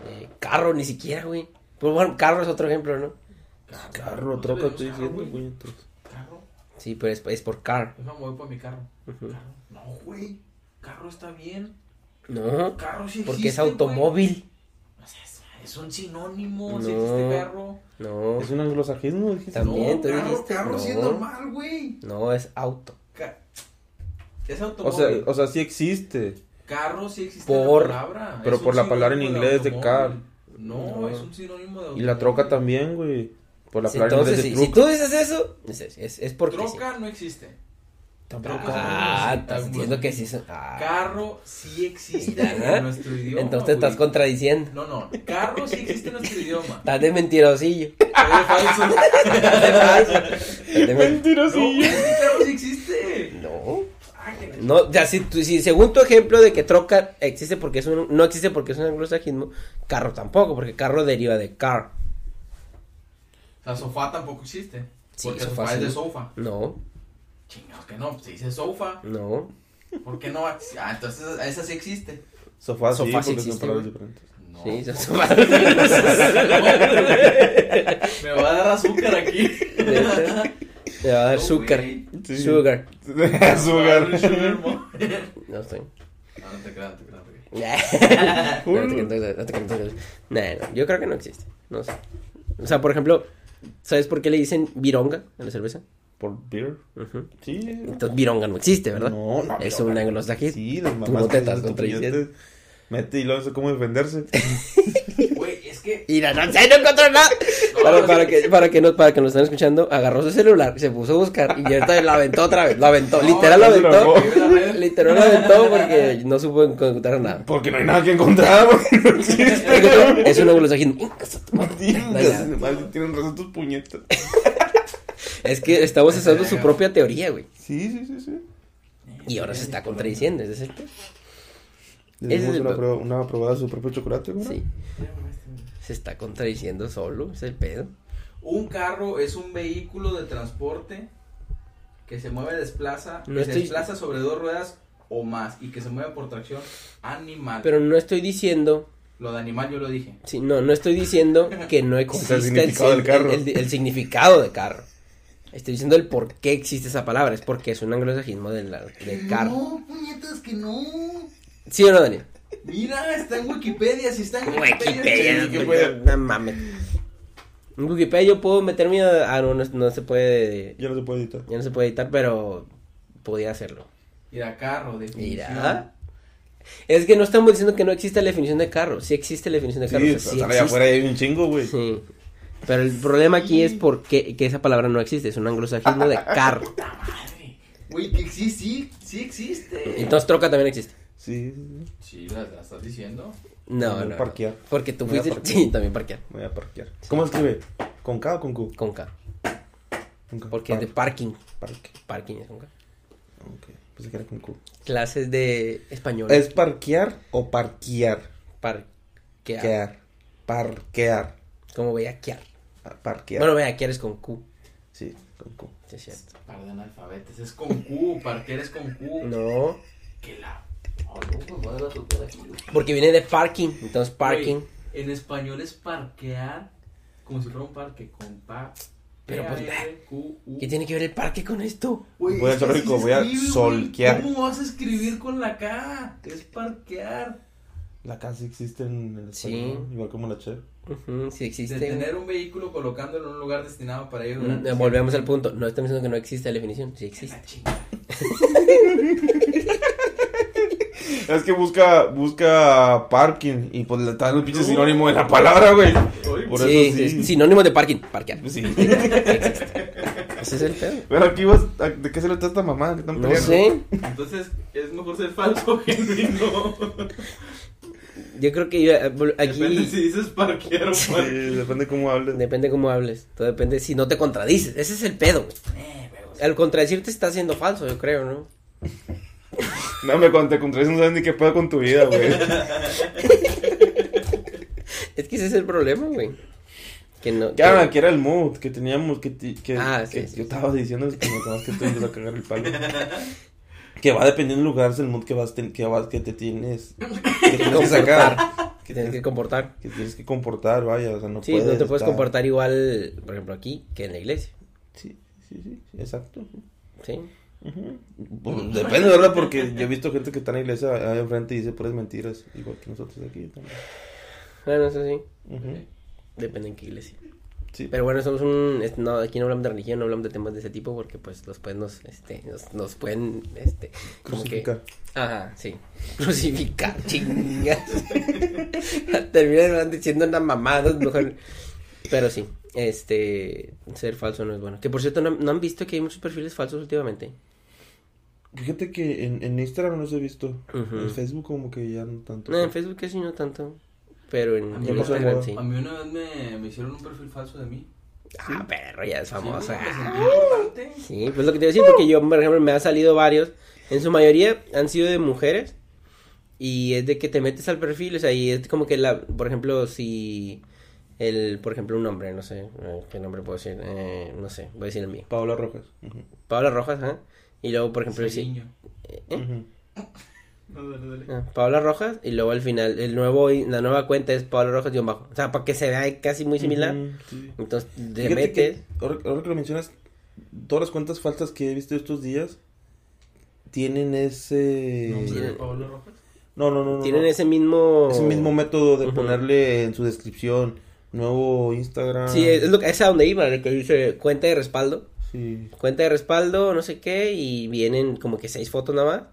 S1: eh, carro, ni siquiera, güey. Pero bueno, carro es otro ejemplo, ¿no?
S3: pues, Carro,
S2: Nosotros
S3: troca,
S2: le
S3: estoy
S2: decimos,
S3: diciendo,
S2: ah,
S3: güey. entonces.
S2: Carro.
S1: Sí, pero es, es por car.
S2: Déjame, voy por mi carro.
S1: Ujú.
S2: Carro. No, güey. Carro está bien.
S1: No,
S2: Carro sí
S1: porque es
S2: existe, güey.
S1: automóvil.
S2: O sea, es- es un sinónimo. Si
S1: No.
S2: existe carro.
S1: No,
S3: Es un anglosajismo, dijiste.
S1: Tam- También,
S2: no,
S1: tú
S2: carro,
S1: dijiste,
S2: carro sí es
S1: no.
S2: normal, güey.
S1: no es auto.
S2: Ca- Es
S3: O
S2: automóvil.
S3: sea, o sea, sí existe.
S2: carro sí existe
S1: por-
S2: la palabra.
S3: pero
S2: es un
S3: por la palabra en
S2: sinónimo de
S3: inglés de
S2: automóvil. No,
S1: No.
S2: es un sinónimo de
S3: Y la
S2: automóvil.
S3: troca también, güey. Por la
S1: Sí,
S3: palabra en
S1: entonces,
S3: inglés
S1: si,
S3: de
S1: si
S3: truco.
S1: tú dices eso, es, es, es porque. sí.
S2: Troca no existe.
S3: Tampoco.
S2: troca-
S1: Ah, estás
S2: Sí,
S1: diciendo
S2: sí.
S1: que sí. son- ah.
S2: Carro sí existe
S1: ¿Verdad?
S2: en nuestro idioma.
S1: Entonces te estás
S2: güey.
S1: contradiciendo.
S2: No, no. Carro sí existe en nuestro idioma.
S1: Estás de mentirosillo. [LAUGHS]
S2: Pero es falso.
S1: Estás de falso. Estás de men-
S2: No, güey,
S3: Mentirosillo.
S2: el carro sí existe.
S1: No.
S2: Ay, que la-
S1: No, ya si, tú- si según tu ejemplo de que troca existe porque es un, no existe porque es un anglosajismo, carro tampoco, porque carro deriva de car.
S2: O sea, sofá tampoco existe.
S1: Sí,
S2: Porque
S1: sofá
S2: sofá es
S1: sí.
S2: de sofa.
S1: No,
S2: Chingados que no, se dice sofa.
S1: no.
S2: ¿Por qué no? Ah, entonces esa sí existe.
S3: Sofá, sí,
S1: Sofá sí
S3: porque son
S1: existe,
S3: palabras
S1: güey.
S3: diferentes.
S2: No.
S1: Sí, se
S2: Me va a dar azúcar aquí.
S1: [LAUGHS] Le va a dar
S2: No,
S1: azúcar.
S2: güey.
S3: Sí.
S1: Sugar.
S3: Azúcar. [LAUGHS]
S2: Sugar, mo-
S1: [LAUGHS] No estoy.
S2: [LAUGHS] No, no te creas, no te creas, no te
S1: No, no te canto- no te canto- Nah, no, yo creo que no existe. No sé. O sea, por ejemplo, ¿sabes por qué le dicen vironga a la cerveza?
S3: ¿Por beer?
S1: Ujú.
S3: Sí.
S1: Entonces, vironga no existe, ¿verdad?
S3: No, no,
S1: Es
S3: vironga.
S1: un anglosajismo.
S3: Sí, las
S1: Tú
S3: mamás.
S1: no te
S3: que
S1: estás
S3: dicen
S1: contradiciendo.
S3: estupideces. Mete y luego no sé cómo defenderse. [LAUGHS]
S2: Güey, es que.
S1: Y no, no sé, no encontró nada. Para, para que, para, que no, para que nos estén escuchando, agarró su celular, se puso a buscar y ya está, lo aventó otra vez. Lo aventó,
S2: No,
S1: literal lo
S3: no se lo
S1: aventó.
S3: armó.
S1: Literal lo aventó porque no supo encontrar nada.
S3: Porque no hay nada que encontrar, porque no existe.
S1: [LAUGHS] Es un anglosajismo.
S3: Malditas, malditas, Tienen razón tus puñetas.
S1: Es que estamos usando su propia teoría, güey.
S3: Sí, sí, sí, sí.
S1: Y ahora se está contradiciendo, ese es el tema. Ese
S3: Le
S1: es
S3: dimos
S1: el
S3: una,
S1: pro-
S3: prueba, una probada de su propio chocolate, güey.
S1: Sí, se está contradiciendo solo, es el pedo.
S2: Un carro es un vehículo de transporte que se mueve, desplaza,
S1: No
S2: que se
S1: estoy-
S2: desplaza sobre dos ruedas o más y que se mueve por tracción animal.
S1: Pero no estoy diciendo,
S2: Lo de animal yo lo dije.
S1: sí, no, no estoy diciendo que
S3: [LAUGHS]
S1: no
S3: Con el
S1: exista el,
S3: significado del carro.
S1: el- el- el significado de carro. Estoy diciendo el por qué existe esa palabra, es porque es un anglosajismo del, del carro.
S2: No, puñetas que no.
S1: ¿Sí o no, [LAUGHS] Daniel?
S2: Mira, está en Wikipedia, si está en
S1: Wikipedia,
S2: sí, que
S1: no,
S2: puede-
S1: no mames. En Wikipedia yo puedo meterme a... Ah, no, no, no se puede,
S3: Ya no se puede editar.
S1: ya no se puede editar, pero podía hacerlo.
S2: Mira, carro, definición.
S1: Mira. Es que no estamos diciendo que no exista la definición de carro. Sí existe la definición de carro.
S3: Sí,
S1: o sea, sí
S3: hasta allá
S1: existe.
S3: afuera hay un chingo, güey.
S1: Sí. Pero el problema aquí es porque que esa palabra no existe. Es un anglosajismo [LAUGHS] de carro.
S2: Madre. Güey, que sí, sí, sí existe.
S1: Entonces troca también existe.
S3: Sí, sí, sí.
S2: Sí, la, la estás diciendo.
S1: No,
S3: También
S1: no.
S3: parquear.
S1: Porque tú
S3: Voy a
S1: fuiste.
S3: parquear.
S1: Sí, también parquear.
S3: Voy a parquear. ¿Cómo escribe? ¿Con K o con Q?
S1: Con K.
S3: Con K.
S1: Porque es de
S3: Par-
S1: parking.
S3: Parque.
S1: Parking es con K.
S3: Ok. Pensé que era con Q.
S1: Clases de español.
S3: ¿Es parquear o parquear?
S1: parquear.
S3: Parquear. Parquear.
S1: Como bellaquear.
S3: Ah, Parquear.
S1: Bueno, bellaquear es con Q.
S3: Sí, con Q.
S1: Sí, es cierto.
S2: Par de analfabetes. Es con Q, parquer es con Q.
S1: No.
S2: Que la. Oh, no, pues, voy a dar otro de aquí, güey.
S1: Porque viene de parking. Entonces parking.
S2: Güey, en español es parquear como si fuera un parque con pa.
S1: Pero, pues,
S2: P-A-R, Q, U.
S1: ¿Qué tiene que ver el parque con esto?
S2: Güey,
S3: Voy al
S2: es que
S3: zoológico,
S2: así se
S3: voy a
S2: escribe, güey.
S3: solquear.
S2: ¿Cómo vas a escribir con la K? Es parquear.
S3: La K sí existe en el
S1: Sí.
S3: español, igual como la Che.
S1: Ujú, si existe.
S2: Detener un vehículo colocándolo en un lugar destinado para ir
S1: Este, Mm,
S2: durante-
S1: eh, Volvemos al punto. No estamos diciendo que no existe la definición. Sí existe.
S2: La chingada.
S3: Es que busca, busca parking y pues le está el pinche sinónimo de la palabra, güey.
S2: Oye,
S3: Por
S1: Sí,
S3: eso
S1: sí,
S3: sí.
S1: Sinónimo de parking. Parquear.
S3: Sí.
S1: Ese es el pedo.
S3: Pero aquí vas, ¿a- ¿de qué se le trata esta mamá? ¿Qué están
S1: No
S3: peleando?
S1: sé.
S2: Entonces, es mejor ser falso [LAUGHS] que genuino.
S1: Yo creo que yo, eh, vol-
S2: Depende
S1: aquí
S2: si dices parquear o
S3: Sí,
S2: parquear.
S3: depende cómo hables.
S1: depende cómo hables. Todo depende si no te contradices. Ese es el pedo. güey.
S4: Eh, huevos.
S1: Al contradecirte está haciendo falso, yo creo, ¿no?
S3: No, me cuando te contradices no sabes ni qué pedo con tu vida, güey.
S1: Es que ese es el problema, güey. Que no.
S3: Que era, que era el mood que teníamos, que, ti- que,
S1: Ah, sí,
S3: que
S1: sí,
S3: yo
S1: sí.
S3: estaba diciendo es que me acabas que te ibas a cagar el palo. que va dependiendo del lugar, es el mood que vas, ten- que vas, que te tienes, que tienes que sacar,
S1: que
S3: que
S1: tienes que
S3: tienes,
S1: comportar.
S3: que tienes que comportar, vaya, o sea, no
S1: Sí,
S3: puedes.
S1: no te puedes
S3: estar-
S1: comportar igual, por ejemplo, aquí que en la iglesia.
S3: Sí, sí, sí, sí, exacto.
S1: Sí.
S3: Ujú. Pues, Depende, ¿verdad? Porque yo he visto gente que está en la iglesia ahí enfrente y dice puras mentiras, igual que nosotros aquí. también.
S1: Bueno, eso sí.
S3: Ujú.
S1: Depende en qué iglesia.
S3: Sí,
S1: Pero bueno, somos un... es- No, aquí no hablamos de religión, no hablamos de temas de ese tipo porque pues los pueden nos, este, nos, nos pueden, este... como que-
S3: crucificar.
S1: Ajá, sí. [LAUGHS] Crucificar, chingas. Terminan diciendo una mamada, mejor. Pero sí, este... Ser falso no es bueno. Que por cierto, ¿no, no han visto que hay muchos perfiles falsos últimamente?
S3: Fíjate que en, en Instagram no los he visto,
S1: Ujú.
S3: en Facebook como que ya no tanto.
S1: No, en Facebook casi no tanto. Pero en,
S2: A
S1: en
S2: mí me
S1: Instagram
S3: pasó
S1: sí.
S2: A mí una vez me, me hicieron un perfil falso de mí.
S1: Ah, perro, ya es famosa.
S2: Sí, me sentí importante.
S1: Sí, pues lo que te iba a decir, porque yo, por ejemplo, me han salido varios. En su mayoría han sido de mujeres. Y es de que te metes al perfil, o sea, y es como que la, por ejemplo, si el, por ejemplo, un hombre, no sé, eh, qué nombre puedo decir, eh, no sé, voy a decir el mío.
S3: Paola Rojas. Ujú.
S1: Paola Rojas, ¿ah? Y luego, por ejemplo, si,
S2: Cariño.
S1: ¿Eh?
S3: Ujú.
S2: No, dale, dale.
S1: ah, Paola Rojas, y luego al final, el nuevo, la nueva cuenta es Paola Rojas y un bajo. O sea, para que se vea casi muy similar.
S3: Ujú, sí.
S1: Entonces, te
S3: Fíjate
S1: metes.
S3: que ahora, ahora que lo mencionas, todas las cuentas falsas que he visto estos días tienen ese...
S2: ¿Nombre de
S1: sí.
S2: Pablo Rojas?
S3: No, no, no. no,
S1: Tienen
S3: no.
S1: ese mismo... Ah,
S3: Ese mismo método de
S1: Ujú.
S3: ponerle en su descripción nuevo Instagram.
S1: Sí, es, lo, que- es a donde iba, el que dice cuenta de respaldo.
S3: Sí.
S1: Cuenta de respaldo, no sé qué, y vienen como que seis fotos nada más.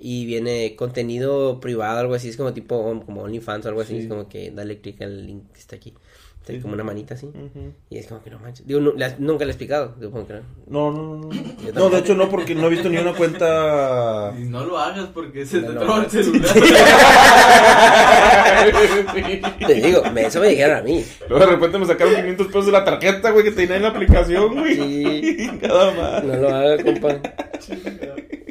S1: Y viene contenido privado, algo así, es como tipo on- como OnlyFans o algo así,
S3: Sí.
S1: es como que dale clic al link que está aquí. Está
S3: Sí,
S1: como
S3: sí.
S1: una manita así.
S3: Ujú.
S1: Y es como que no manches. Digo, no- la- nunca le he explicado, supongo que
S3: [LAUGHS]
S1: no.
S3: No, no, no, no. No, de hecho no, porque no he visto ni una cuenta.
S2: Y no lo hagas porque se
S1: No
S2: te
S1: lo
S2: traba el
S1: hagas. [LAUGHS]
S2: celular.
S1: Te digo, me- eso me dijeron a mí.
S3: Luego de repente me sacaron 500 pesos de la tarjeta, güey, que tenía en la aplicación, güey.
S1: Sí.
S3: [LAUGHS] Nada más.
S1: No lo haga, compa.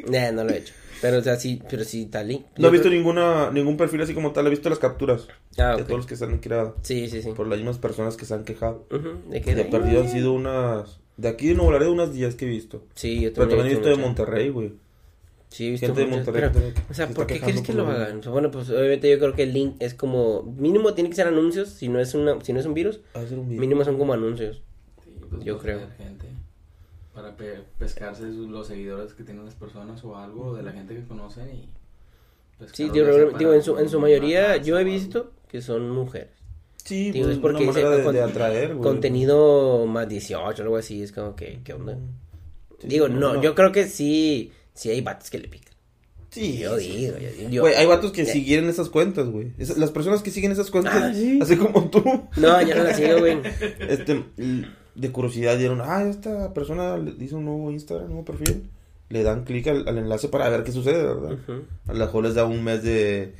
S1: Nah, no lo he hecho. Pero, o sea, sí, pero sí está el link.
S3: No he
S1: Yo
S3: visto
S1: creo-
S3: ninguna, ningún perfil así como tal, he visto las capturas
S1: Ah,
S3: de
S1: ok.
S3: todos los que se han creado
S1: Sí, sí, sí.
S3: por las mismas personas que se han quejado.
S1: Ujú, ¿De qué?
S3: De perdido han sido unas. De aquí de Nuevo Laredo, unas 10 que he visto.
S1: Sí, yo
S3: Pero
S1: también.
S3: también he visto de
S1: mucho.
S3: Monterrey, güey.
S1: Sí, he visto
S3: Gente de
S1: muchas,
S3: Monterrey
S1: pero,
S3: que-
S1: o sea,
S3: que
S1: ¿por
S3: está
S1: qué crees
S3: quejando
S1: que
S3: por
S1: lo
S3: lo mismo.
S1: hagan? Bueno, pues obviamente yo creo que el link es como mínimo tiene que ser anuncios, si no es una si no es un virus,
S3: Ha de ser un video.
S1: mínimo son como anuncios.
S2: Sí, pues,
S1: Yo
S2: para
S1: creo.
S2: tener gente, para pe- pescarse sus- los seguidores que tienen las personas o algo de la gente que conocen y...
S1: Sí,
S2: pescar
S1: yo
S2: ya sea
S1: creo- digo en
S2: para
S1: su en su
S2: una
S1: mayoría
S2: danza
S1: yo he
S2: o algo.
S1: visto que son mujeres.
S3: Sí,
S1: Digo,
S3: pues,
S1: es porque
S3: una manera
S1: ese-
S3: de,
S1: con-
S3: de atraer, güey.
S1: Contenido más 18 algo así, es como que qué onda.
S3: Mm, Sí,
S1: digo,
S3: sí,
S1: no, yo creo que sí sí hay vatos que le pican.
S3: Sí,
S1: Yo digo, yo, yo-
S3: Güey, hay vatos que
S1: Ya-
S3: siguieron esas cuentas, güey. Esas- Las personas que siguen esas cuentas,
S1: Ah, sí.
S3: así como tú,
S1: No, ya no la sigo,
S3: [LAUGHS]
S1: güey.
S3: este, l- de curiosidad dieron, ah, esta persona le hizo un nuevo Instagram, nuevo perfil. Le dan clic al, al enlace para ver qué sucede, ¿verdad?
S1: Ujú.
S3: A lo mejor les da un mes de,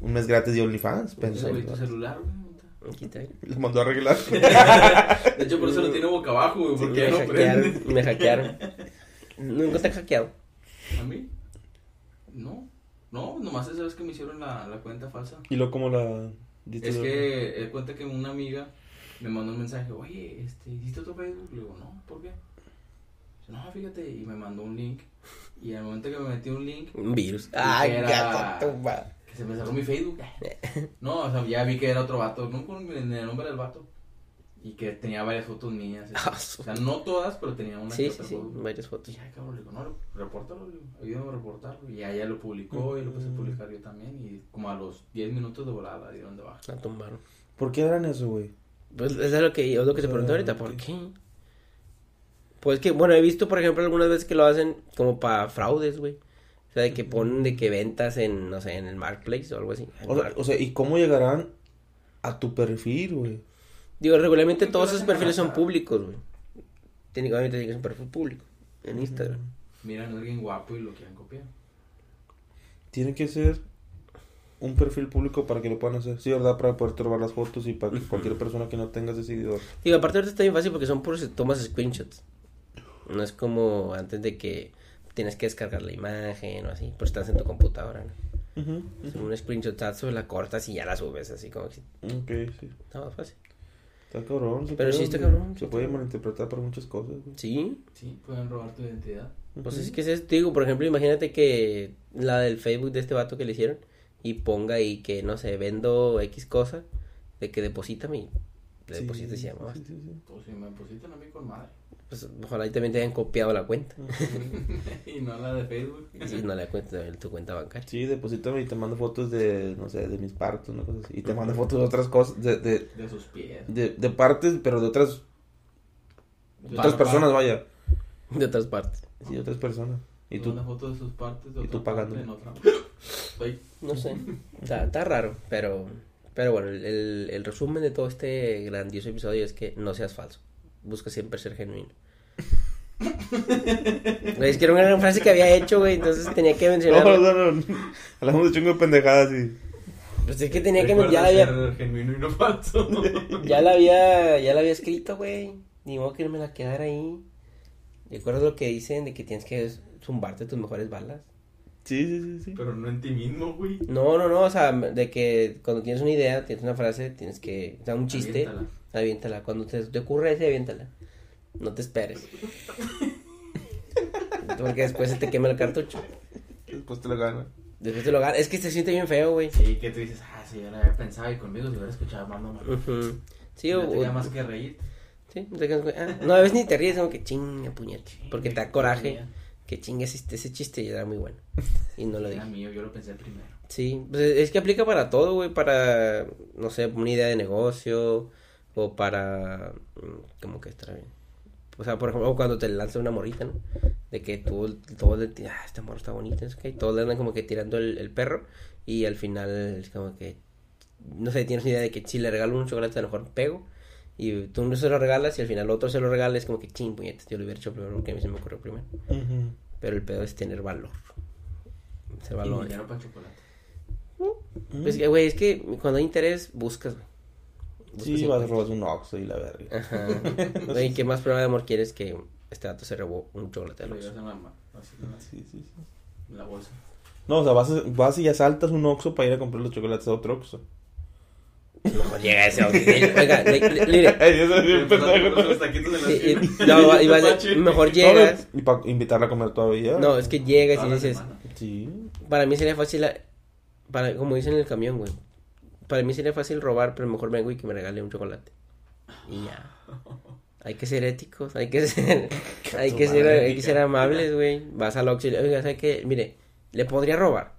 S3: un mes gratis de OnlyFans,
S2: Entonces,
S3: pensó.
S2: Pues güey, tu
S3: ¿verdad? [LAUGHS]
S2: celular, güey.
S1: Aquí está.
S3: Lo mandó a
S2: [LAUGHS]
S3: arreglar.
S2: De hecho, por eso lo tiene boca abajo, güey, porque
S1: me
S2: ya no prende.
S1: hackearon, me hackearon. Nunca te han hackeado.
S2: ¿A mí? No, no, nomás esa vez que me hicieron la, la cuenta falsa.
S3: y luego como la...
S1: Este,
S2: Es que eh, cuenta que una amiga me mandó un mensaje, oye, este, ¿hiciste otro Facebook? Le digo, no, ¿por qué? Dice, No, fíjate, y me mandó un link. Y al momento que me metí un link,
S1: Un virus.
S2: que
S1: Ay,
S2: era-
S1: gato, tu madre.
S2: que se me cerró mi Facebook.
S1: [LAUGHS]
S2: No, o sea, ya vi que era otro vato, no con el nombre del vato. Y que tenía varias
S1: [LAUGHS]
S2: fotos mías.
S1: Ah,
S2: O
S1: su-
S2: sea, no todas, pero tenía una que
S1: Sí, sí,
S2: otra
S1: sí,
S2: foto.
S1: varias fotos.
S2: Dije, ay, cabrón, le digo, no, repórtalo, le digo, ayúdame a reportarlo. Y allá lo publicó y lo puse a publicar yo también. Y como a los 10 minutos de volada dieron de baja.
S1: La tumbaron.
S3: ¿Por qué eran eso, güey?
S1: Pues es lo que, es lo que te pregunto
S3: Ah,
S1: ahorita,
S3: ok.
S1: ¿por qué? Pues que, bueno, he visto, por ejemplo, algunas veces que lo hacen como para fraudes, güey. O sea, de que ponen de que ventas en, no sé, en el marketplace o algo así.
S3: O sea, o sea, ¿y cómo llegarán a tu perfil, güey?
S1: Digo, regularmente
S2: Creo que
S1: todos
S2: lo
S1: esos
S2: hacen
S1: perfiles son
S2: para-
S1: públicos, güey. Técnicamente tiene que ser un perfil público en Instagram.
S2: Miran a alguien guapo y lo quieren copiar.
S3: Tiene que ser un perfil público para que lo puedan hacer. Sí, ¿verdad? Para poder robar las fotos y para que cualquier persona que no tenga ese seguidor.
S1: Digo, aparte ahorita está bien fácil porque son puros tomas screenshots. No es como antes de que tienes que descargar la imagen o así, pues estás en tu computadora, ¿no? Es un screenshotazo, la cortas y ya la subes, así como que
S3: Ok, sí.
S1: está más fácil.
S3: Está cabrón. se
S1: Pero sí
S3: puede-
S1: está cabrón,
S3: Se
S1: sí
S3: puede
S1: está-
S3: malinterpretar por muchas cosas, güey.
S1: Sí,
S2: Sí, pueden robar tu identidad.
S1: pues
S3: Ujú.
S1: es que es, te digo, por ejemplo, imagínate que la del Facebook de este vato que le hicieron y ponga ahí que, no sé, vendo X cosa, de que deposítame y le
S3: Sí,
S1: depositas y ya, mamá.
S3: sí, sí, sí.
S2: Pues si me depositan a mí con madre. [LAUGHS]
S1: Pues ojalá ahí también te hayan copiado la cuenta
S2: y no la de Facebook.
S1: y no la cuenta en tu cuenta bancaria. [LAUGHS]
S3: Sí, deposítame y te mando fotos de, no sé, de mis partos, una cosa así. Y te mando fotos de otras cosas, de, de,
S2: De sus pies.
S3: de, de partes, pero de otras, de
S2: De
S3: otras
S2: otra
S3: personas,
S2: parte.
S3: vaya.
S1: De otras partes.
S3: Sí, de otras personas. Y tú, [LAUGHS]
S2: Una foto de sus partes. De
S3: y
S2: otra
S3: tú
S2: parte,
S3: pagándole.
S2: en otra.
S3: [LAUGHS]
S2: Ay,
S1: No sé, [LAUGHS] está, está raro, pero, pero bueno, el, el- el resumen de todo este grandioso episodio es que no seas falso, busca siempre ser
S2: [LAUGHS]
S1: genuino. Güey, es que era una gran frase que había hecho, güey, entonces tenía que
S3: No,
S1: mencionarla.
S3: no, no. Hablamos de chingo de pendejadas y...
S1: Pues es que tenía que,
S2: recuerda
S1: ya la había,
S2: ser genuino y no falso.
S1: [LAUGHS] ya la había, ya la había escrito, güey, ni modo que no me la quedara ahí. ¿Recuerdas lo que dicen de que tienes que zumbarte tus mejores balas?
S3: Sí, sí, sí,
S1: Pues
S3: sí.
S2: Pero no en ti mismo, güey.
S1: No, no, no, o sea, de que cuando tienes una idea, tienes una frase, tienes que, o sea, un chiste, aviéntala.
S2: Aviéntala.
S1: Cuando te, te ocurra ese, aviéntala. No te esperes. Porque después se te quema el cartucho. Pues
S3: Después te la gana.
S1: Después te lo ganas. Es que se siente bien feo, güey.
S2: Sí, que tú dices, ah, sí, yo la había pensado y conmigo se hubiera escuchado más mamá.
S1: Ujú. Sí, o,
S2: No tenía
S1: o-
S2: más que reír.
S1: sí, no te quedas con- ah, no, a veces ni te ríes, como que chinga puñete. Porque te da coraje que chingues este- ese chiste y era muy bueno. Y no lo
S2: Era
S1: dije.
S2: mío, yo lo pensé primero.
S1: Sí, pues es es que aplica para todo, güey, para, no sé, una idea de negocio o para, mm, ¿cómo que está bien? O sea, por ejemplo, cuando te lanza una morrita, ¿no? De que todo, todo le tira, ah, esta morra está bonita, es que todos le andan como que tirando el, el perro y al final es como que, no sé, tienes una idea de que si le regalo un chocolate a lo mejor pego y tú no se lo regalas y al final otro se lo regala, es como que ching, puñetas, yo lo hubiera hecho primero porque a mí se me ocurrió primero.
S3: Ujú.
S1: Pero el pedo es tener valor. Ser
S2: Y
S1: valor.
S2: dinero para chocolate.
S1: Pues, que, güey, es que cuando hay interés, buscas, güey. Buscas
S3: Sí,
S1: y
S3: vas a
S1: encuentras.
S3: robar un Oxxo y la verga. [LAUGHS]
S1: Ajá. Güey, ¿qué más prueba de amor quieres que este dato se robó un chocolate
S2: Te
S1: al
S2: lo
S1: Oxxo?
S2: llevas en la, ma- así, en la-
S3: Sí, sí, sí.
S2: en la bolsa.
S3: No, o sea, vas, a- vas y asaltas un Oxxo para ir a comprar los chocolates a otro Oxxo.
S1: No llega ese Oxxo. Oiga, le- le-
S2: [LAUGHS]
S3: [LAUGHS]
S1: mire.
S3: Ey, eso sí,
S1: pues,
S2: Y empezó a comprar
S3: pendejo.
S2: los taquitos de la
S1: sí,
S2: esquina.
S1: y- no, va- y vas a-
S2: Pachi.
S1: mejor llegas.
S3: No, Y para invitarla a comer todavía.
S1: No, es que llegas
S2: Toda
S1: y
S2: la
S1: dices.
S2: semana.
S3: Sí.
S1: Para mí sería fácil. la- Para, como dicen en el camión, güey. Para mí sería fácil robar, pero mejor vengo y que me regale un chocolate. Y ya. Hay que ser éticos, hay que ser, hay que ser, hay que ser amables, güey. Vas al Oxxo y le- oiga, ¿sabe qué? Mire, le podría robar,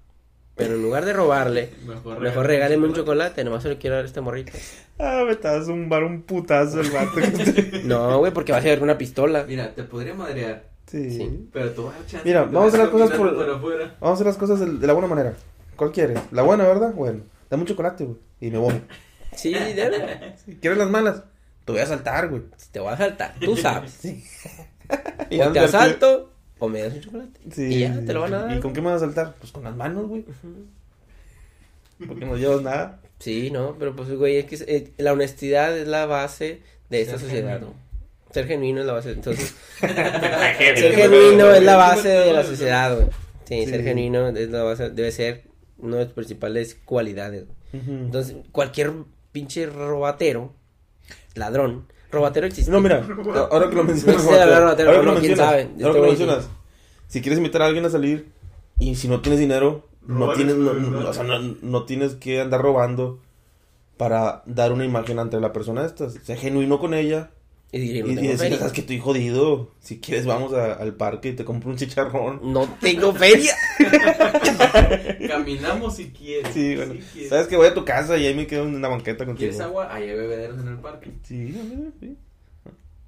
S1: pero en lugar de robarle,
S2: Mejor,
S1: mejor regáleme un chocolate, nomás se lo quiero dar a este morrito.
S3: Ah, me estás un bar un putazo el vato.
S1: [LAUGHS] No, güey, porque vas a ver una pistola.
S2: Mira, te podría madrear,
S3: sí.
S1: Sí.
S2: pero tú vas a echar-
S3: Mira,
S2: te
S3: vamos
S2: vas
S3: a hacer las cosas
S2: caminar
S3: por-
S2: por afuera.
S3: Vamos a hacer las cosas del- de, la buena manera. ¿Cuál quieres? La buena, ¿verdad? Bueno, dame un chocolate, güey. Y me voy.
S1: Sí, debe.
S3: Si ¿Quieres las malas? Te voy a saltar, güey.
S1: Te voy a saltar, tú sabes.
S3: Y
S1: O te
S3: andarte-
S1: asalto o me das un chocolate.
S3: Sí,
S1: y ya,
S3: sí,
S1: te lo van a
S3: sí.
S1: dar.
S3: ¿Y con qué me vas a saltar? Pues con las manos, güey. Porque no llevas nada.
S1: Sí, no, pero pues, güey, es que es- eh, la honestidad es la base de esta
S2: Ser
S1: sociedad.
S2: genuino.
S1: Ser genuino es la base, entonces. ser genuino es la base de la sociedad, güey. Sí,
S3: Sí.
S1: ser genuino es la base, debe ser una de las principales cualidades. güey. Entonces, cualquier pinche robatero, ladrón, robatero existe.
S3: No, [LAUGHS] mira, ahora que lo mencionas.
S1: No sé hablar
S3: ahora
S1: de
S3: que
S1: la
S3: ahora que lo
S1: pero quién
S3: mencionas.
S1: sabe,
S3: ahora
S1: este
S3: que lo
S1: güey-
S3: mencionas. Si quieres invitar a alguien a salir y si no tienes dinero, no
S2: Robar,
S3: tienes, no, no,
S2: ¿verdad?
S3: o sea, no, no tienes que andar robando para dar una imagen ante la persona esta. Sea genuino con ella
S1: Y
S3: y,
S1: diría,
S3: y
S1: no tengo
S3: decirle,
S1: feria.
S3: sabes que estoy jodido. Si quieres, vamos a- al parque y te compro un chicharrón.
S1: No tengo feria.
S2: Caminamos si quieres.
S3: [LAUGHS] Sí, bueno.
S2: si quieres.
S3: Sabes que voy a tu casa y ahí me quedo en una banqueta contigo.
S2: ¿Quieres agua? Ahí hay bebederos en el parque.
S3: Sí, a mí, sí.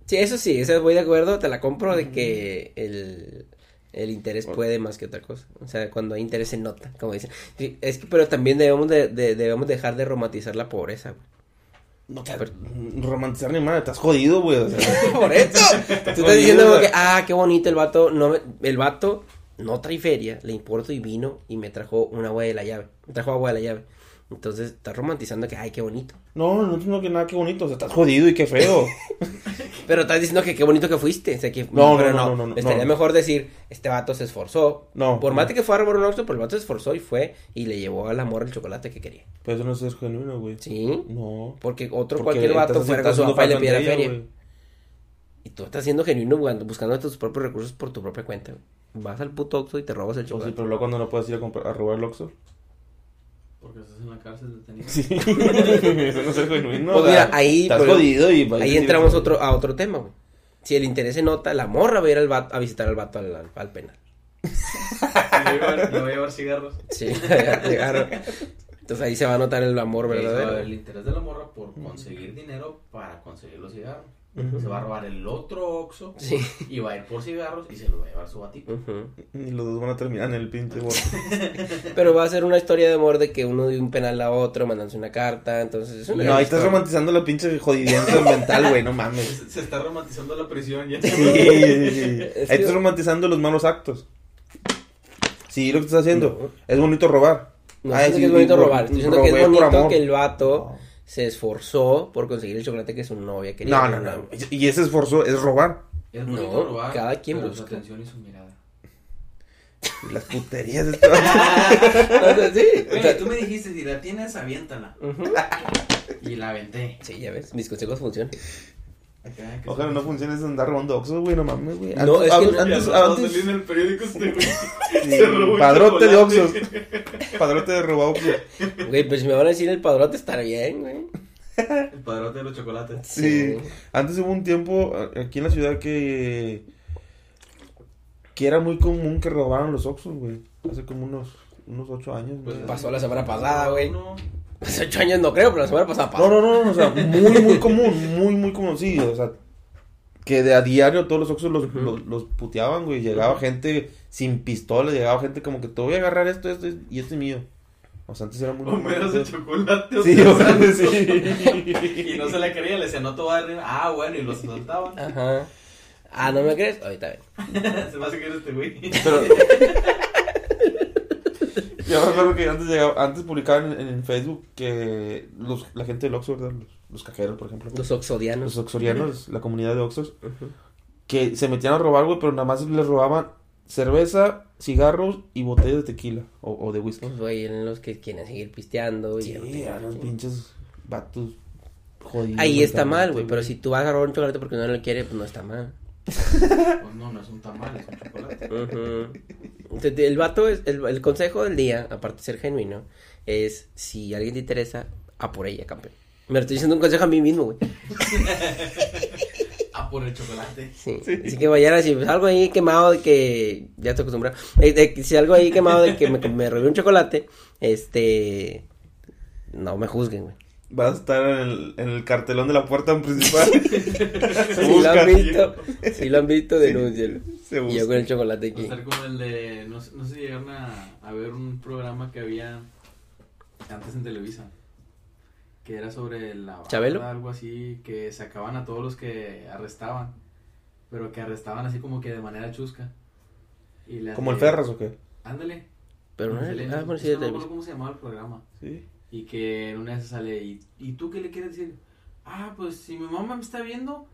S1: Sí, eso sí, eso voy de acuerdo, te la compro de que el, el interés puede más que otra cosa. O sea, cuando hay interés se nota, como dicen. Sí, Es que, pero también debemos de, de- debemos dejar de romantizar la pobreza, güey. [LAUGHS]
S3: No te romantizar ni madre, estás jodido, güey. o sea.
S1: ¡Por eso!
S3: [LAUGHS]
S1: Tú estás diciendo como que, ah, qué bonito el vato, no me- el vato no trae feria, le importo y vino y me trajo un agua de la llave, me trajo agua de la llave. Entonces, estás romantizando que, ay, qué bonito.
S3: No, no tengo que nada, qué bonito, o sea, estás jodido y
S1: [LAUGHS]
S3: qué feo.
S1: Pero estás diciendo que qué bonito que fuiste. O sea, que,
S3: No, no,
S1: pero
S3: no, no, no, no,
S1: Estaría
S3: no.
S1: mejor decir, este vato se esforzó.
S3: No,
S1: Por
S3: no.
S1: más de que fue a robar un Oxxo, pero el vato se esforzó y fue y le llevó al amor el chocolate que quería.
S3: Pero eso Pues no es ser genuino, güey.
S1: ¿Sí?
S3: No.
S1: Porque otro
S3: Porque
S1: cualquier vato
S3: entonces
S1: fuera
S3: estás
S1: con su
S3: haciendo
S1: papá y le
S3: falta
S1: pidiera
S3: ante ella,
S1: feria.
S3: güey.
S1: Y tú estás siendo genuino buscando, buscando tus propios recursos por tu propia cuenta. güey. Vas al puto Oxxo y te robas el
S3: O Pues sí,
S1: chocolate.
S3: pero luego cuando no puedes ir a, comprar, a robar el
S1: [LAUGHS]
S3: Oxxo.
S2: Porque estás en la cárcel detenido.
S3: Sí. [LAUGHS] eso no es ser genuino.
S1: Pues
S3: o sea,
S1: mira, ahí,
S3: Estás
S1: pero-
S3: jodido y...
S1: Ahí entramos otro, a otro tema, güey. Si el interés se nota, la morra va a ir al vato- a visitar al vato al, al- al penal.
S2: Me voy a llevar- me voy a
S1: [LAUGHS]
S2: llevar cigarros.
S1: Sí, llegaron. Entonces ahí se va a notar el amor
S2: Eso,
S1: verdadero.
S2: el interés de la morra por conseguir dinero para conseguir los cigarros.
S3: Ujú.
S2: Se va a robar el otro Oxxo
S1: Sí.
S2: y va a ir por cigarros y se lo va a llevar su
S3: [LAUGHS]
S2: batito.
S1: Ujú.
S3: Y los dos van a terminar en el
S1: [LAUGHS]
S3: pinche bote.
S1: Pero va a ser una historia de amor de que uno de un penal a otro, mandándose una carta, entonces es una
S3: No,
S1: gran
S3: ahí estás
S1: historia.
S3: romantizando la
S1: [LAUGHS]
S3: pinche jodidienza mental, güey, no mames.
S2: Se está romantizando la prisión ya.
S3: [LAUGHS] Sí, sí, sí. Ahí
S1: Es que-
S3: estás romantizando los malos actos. Sí, lo que estás haciendo.
S1: No.
S3: Es bonito robar.
S1: No
S3: Ah,
S1: estoy diciendo
S3: sí,
S1: que es bonito
S3: ro-
S1: robar, estoy diciendo que
S3: robé
S1: es
S3: por
S1: bonito
S3: amor.
S1: que el vato
S3: No.
S1: se esforzó por conseguir el chocolate que su novia quería.
S3: No, no,
S1: [LAUGHS]
S3: no. Y ese esfuerzo es robar.
S2: Es bonito
S1: No,
S2: robar,
S1: cada quien
S2: pero
S1: busca.
S2: su atención y su mirada.
S3: Y Las puterías de este
S1: [LAUGHS]
S3: vato.
S1: Entonces, sí. o
S2: Oye,
S1: sea,
S2: tú me dijiste, si la tienes, aviéntala.
S1: ujú.
S2: [LAUGHS] Y la aventé.
S1: Sí, ya ves, mis consejos funcionan.
S2: Acá, que
S3: Ojalá
S2: se-
S3: no funcione eso de andar robando oxos, güey, no mames, güey.
S1: No,
S3: Antes-
S1: es que-
S3: antes- antes-
S2: Ya, no,
S3: antes-
S2: salí en el periódico este güey. [LAUGHS]
S3: sí,
S2: Se robó un
S3: padrote de
S2: chocolate.
S3: oxos. Padrote de roba oxos.
S1: Güey, pues si me van a decir el padrote estar bien, güey.
S2: El padrote de los chocolates.
S3: eh, Sí. Antes hubo un tiempo a- aquí en la ciudad que que era muy común que robaran los Oxxos, güey. Hace como unos, unos ocho años,
S2: Pues,
S3: güey.
S1: Pasó la semana pasada, güey.
S2: No,
S1: Hace ocho años no creo, pero la semana pasada pasó.
S3: No, no, no, no, [LAUGHS] o sea, muy, muy común, muy, muy común, sí, o sea, que de a diario todos los oxos los,
S1: Ujú.
S3: los, los puteaban, güey, llegaba gente sin pistola, llegaba gente como que te voy a agarrar esto, esto y este es mío. O sea, antes era muy...
S2: Homero de chocolate.
S3: Sí,
S2: o
S3: o sea,
S2: sea,
S3: sí.
S2: Y no se le creía, le decía, no te voy a dar ni una". Ah, bueno, y los asaltaban.
S1: Ajá. Ah, ¿no me crees? Ahorita ven.
S2: [LAUGHS] se me hace que eres este güey.
S3: [LAUGHS] Pero... [LAUGHS] Yo me acuerdo que antes, llegaba, antes publicaban en, en Facebook que los, la gente del Oxxo, ¿verdad? Los, los cajeros, por ejemplo.
S1: Los
S3: los
S1: oxodianos.
S3: oxorianos, la comunidad de oxos, que se metían a robar, güey, pero nada más les robaban cerveza, cigarros y botellas de tequila o, o de whisky.
S1: Pues, güey, eran los que quieren seguir pisteando. y-
S3: Sí, eran los pinches vatos jodidos.
S1: Ahí
S3: güey,
S1: está mal,
S3: realmente,
S1: güey. Pero si tú vas a robar un chocolate porque no lo quiere, pues no está mal.
S2: Pues no, no es un tamal, es un chocolate.
S1: Ujú. Entonces, El vato es. El, el consejo del día, aparte de ser genuino, es si alguien te interesa, a por ella, campeón. Me lo estoy diciendo un consejo a mí mismo, güey.
S2: Ah, por el chocolate.
S1: Sí. Así que vaya, si pues, algo ahí quemado de que. Ya estoy acostumbrado. Eh, de que si algo ahí quemado de que me, me robé un chocolate, este. No me juzguen, [LAUGHS] güey.
S3: Vas a estar en el, en el cartelón de la puerta
S1: [LAUGHS]
S3: principal. [LAUGHS] se
S1: Si lo
S3: busca.
S1: han visto, si lo han visto, denúncialo.
S3: Se
S1: Y
S3: busca.
S1: yo con el chocolate aquí.
S2: Va a ser como el de. No, sé- no sé si llegaron a, a ver un programa que había antes en Televisa. Que era sobre la. banda,
S1: ¿Chabelo?
S2: Algo así, que sacaban a todos los que arrestaban. Pero que arrestaban así como que de manera chusca. Y le
S3: ¿Como el
S2: hacían-
S3: Ferras o qué?
S2: Ándale.
S1: Pero no
S2: Se le-
S1: Ah, bueno, sí,
S2: no
S1: de
S2: me acuerdo
S1: televisión.
S2: cómo se llamaba el programa.
S3: Sí.
S2: Y que en una vez sale, ¿y, ¿y tú qué le quieres decir? Ah, pues si mi mamá me está viendo,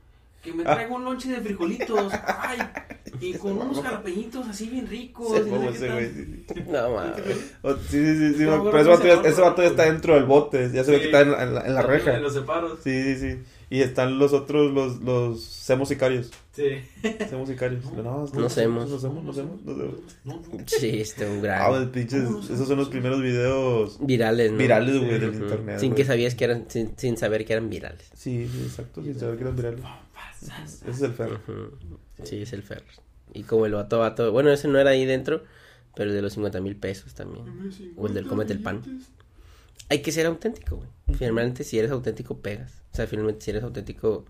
S2: que
S3: Ah.
S2: me traiga un lonche de frijolitos. Ay,
S3: [LAUGHS]
S2: y con unos jalapeñitos así bien ricos.
S3: Se
S2: y no sé
S3: fue ese
S2: qué
S3: güey,
S2: tal.
S3: sí, sí.
S1: No, mames.
S3: O- sí, sí, sí, sí,
S2: No, pero
S3: me- pero ese
S2: no
S3: vato
S2: se
S3: ya-
S2: llama,
S3: ese vato ya
S2: güey.
S3: está dentro del bote, ya se ve
S2: Sí.
S3: que está en la, en la- en la reja.
S2: En los separos.
S3: Sí, sí, sí. Y están los otros, los, los semos sicarios.
S2: Sí.
S3: Semos sicarios. No, no,
S1: No semos.
S3: No semos, no semos, no semos.
S2: No, no.
S1: Sí, este un gran.
S3: Ah, el pinche,
S2: No, no
S3: esos son los primeros videos
S1: Virales, ¿no?
S3: virales, güey, del
S1: Ujú.
S3: internet.
S1: Sin
S3: güey.
S1: que sabías que eran, sin, sin saber que eran virales.
S3: Sí, sí, exacto, sin saber que eran virales.
S2: Pasas.
S3: Ese es el ferro.
S1: Ujú. Sí, es el ferro. Y como el vato vato, bueno, ese no era ahí dentro, pero el de los 50 mil pesos también. O el del cómete el pan. Hay que ser auténtico, güey. Finalmente, si eres auténtico, pegas. O sea, finalmente, si eres auténtico,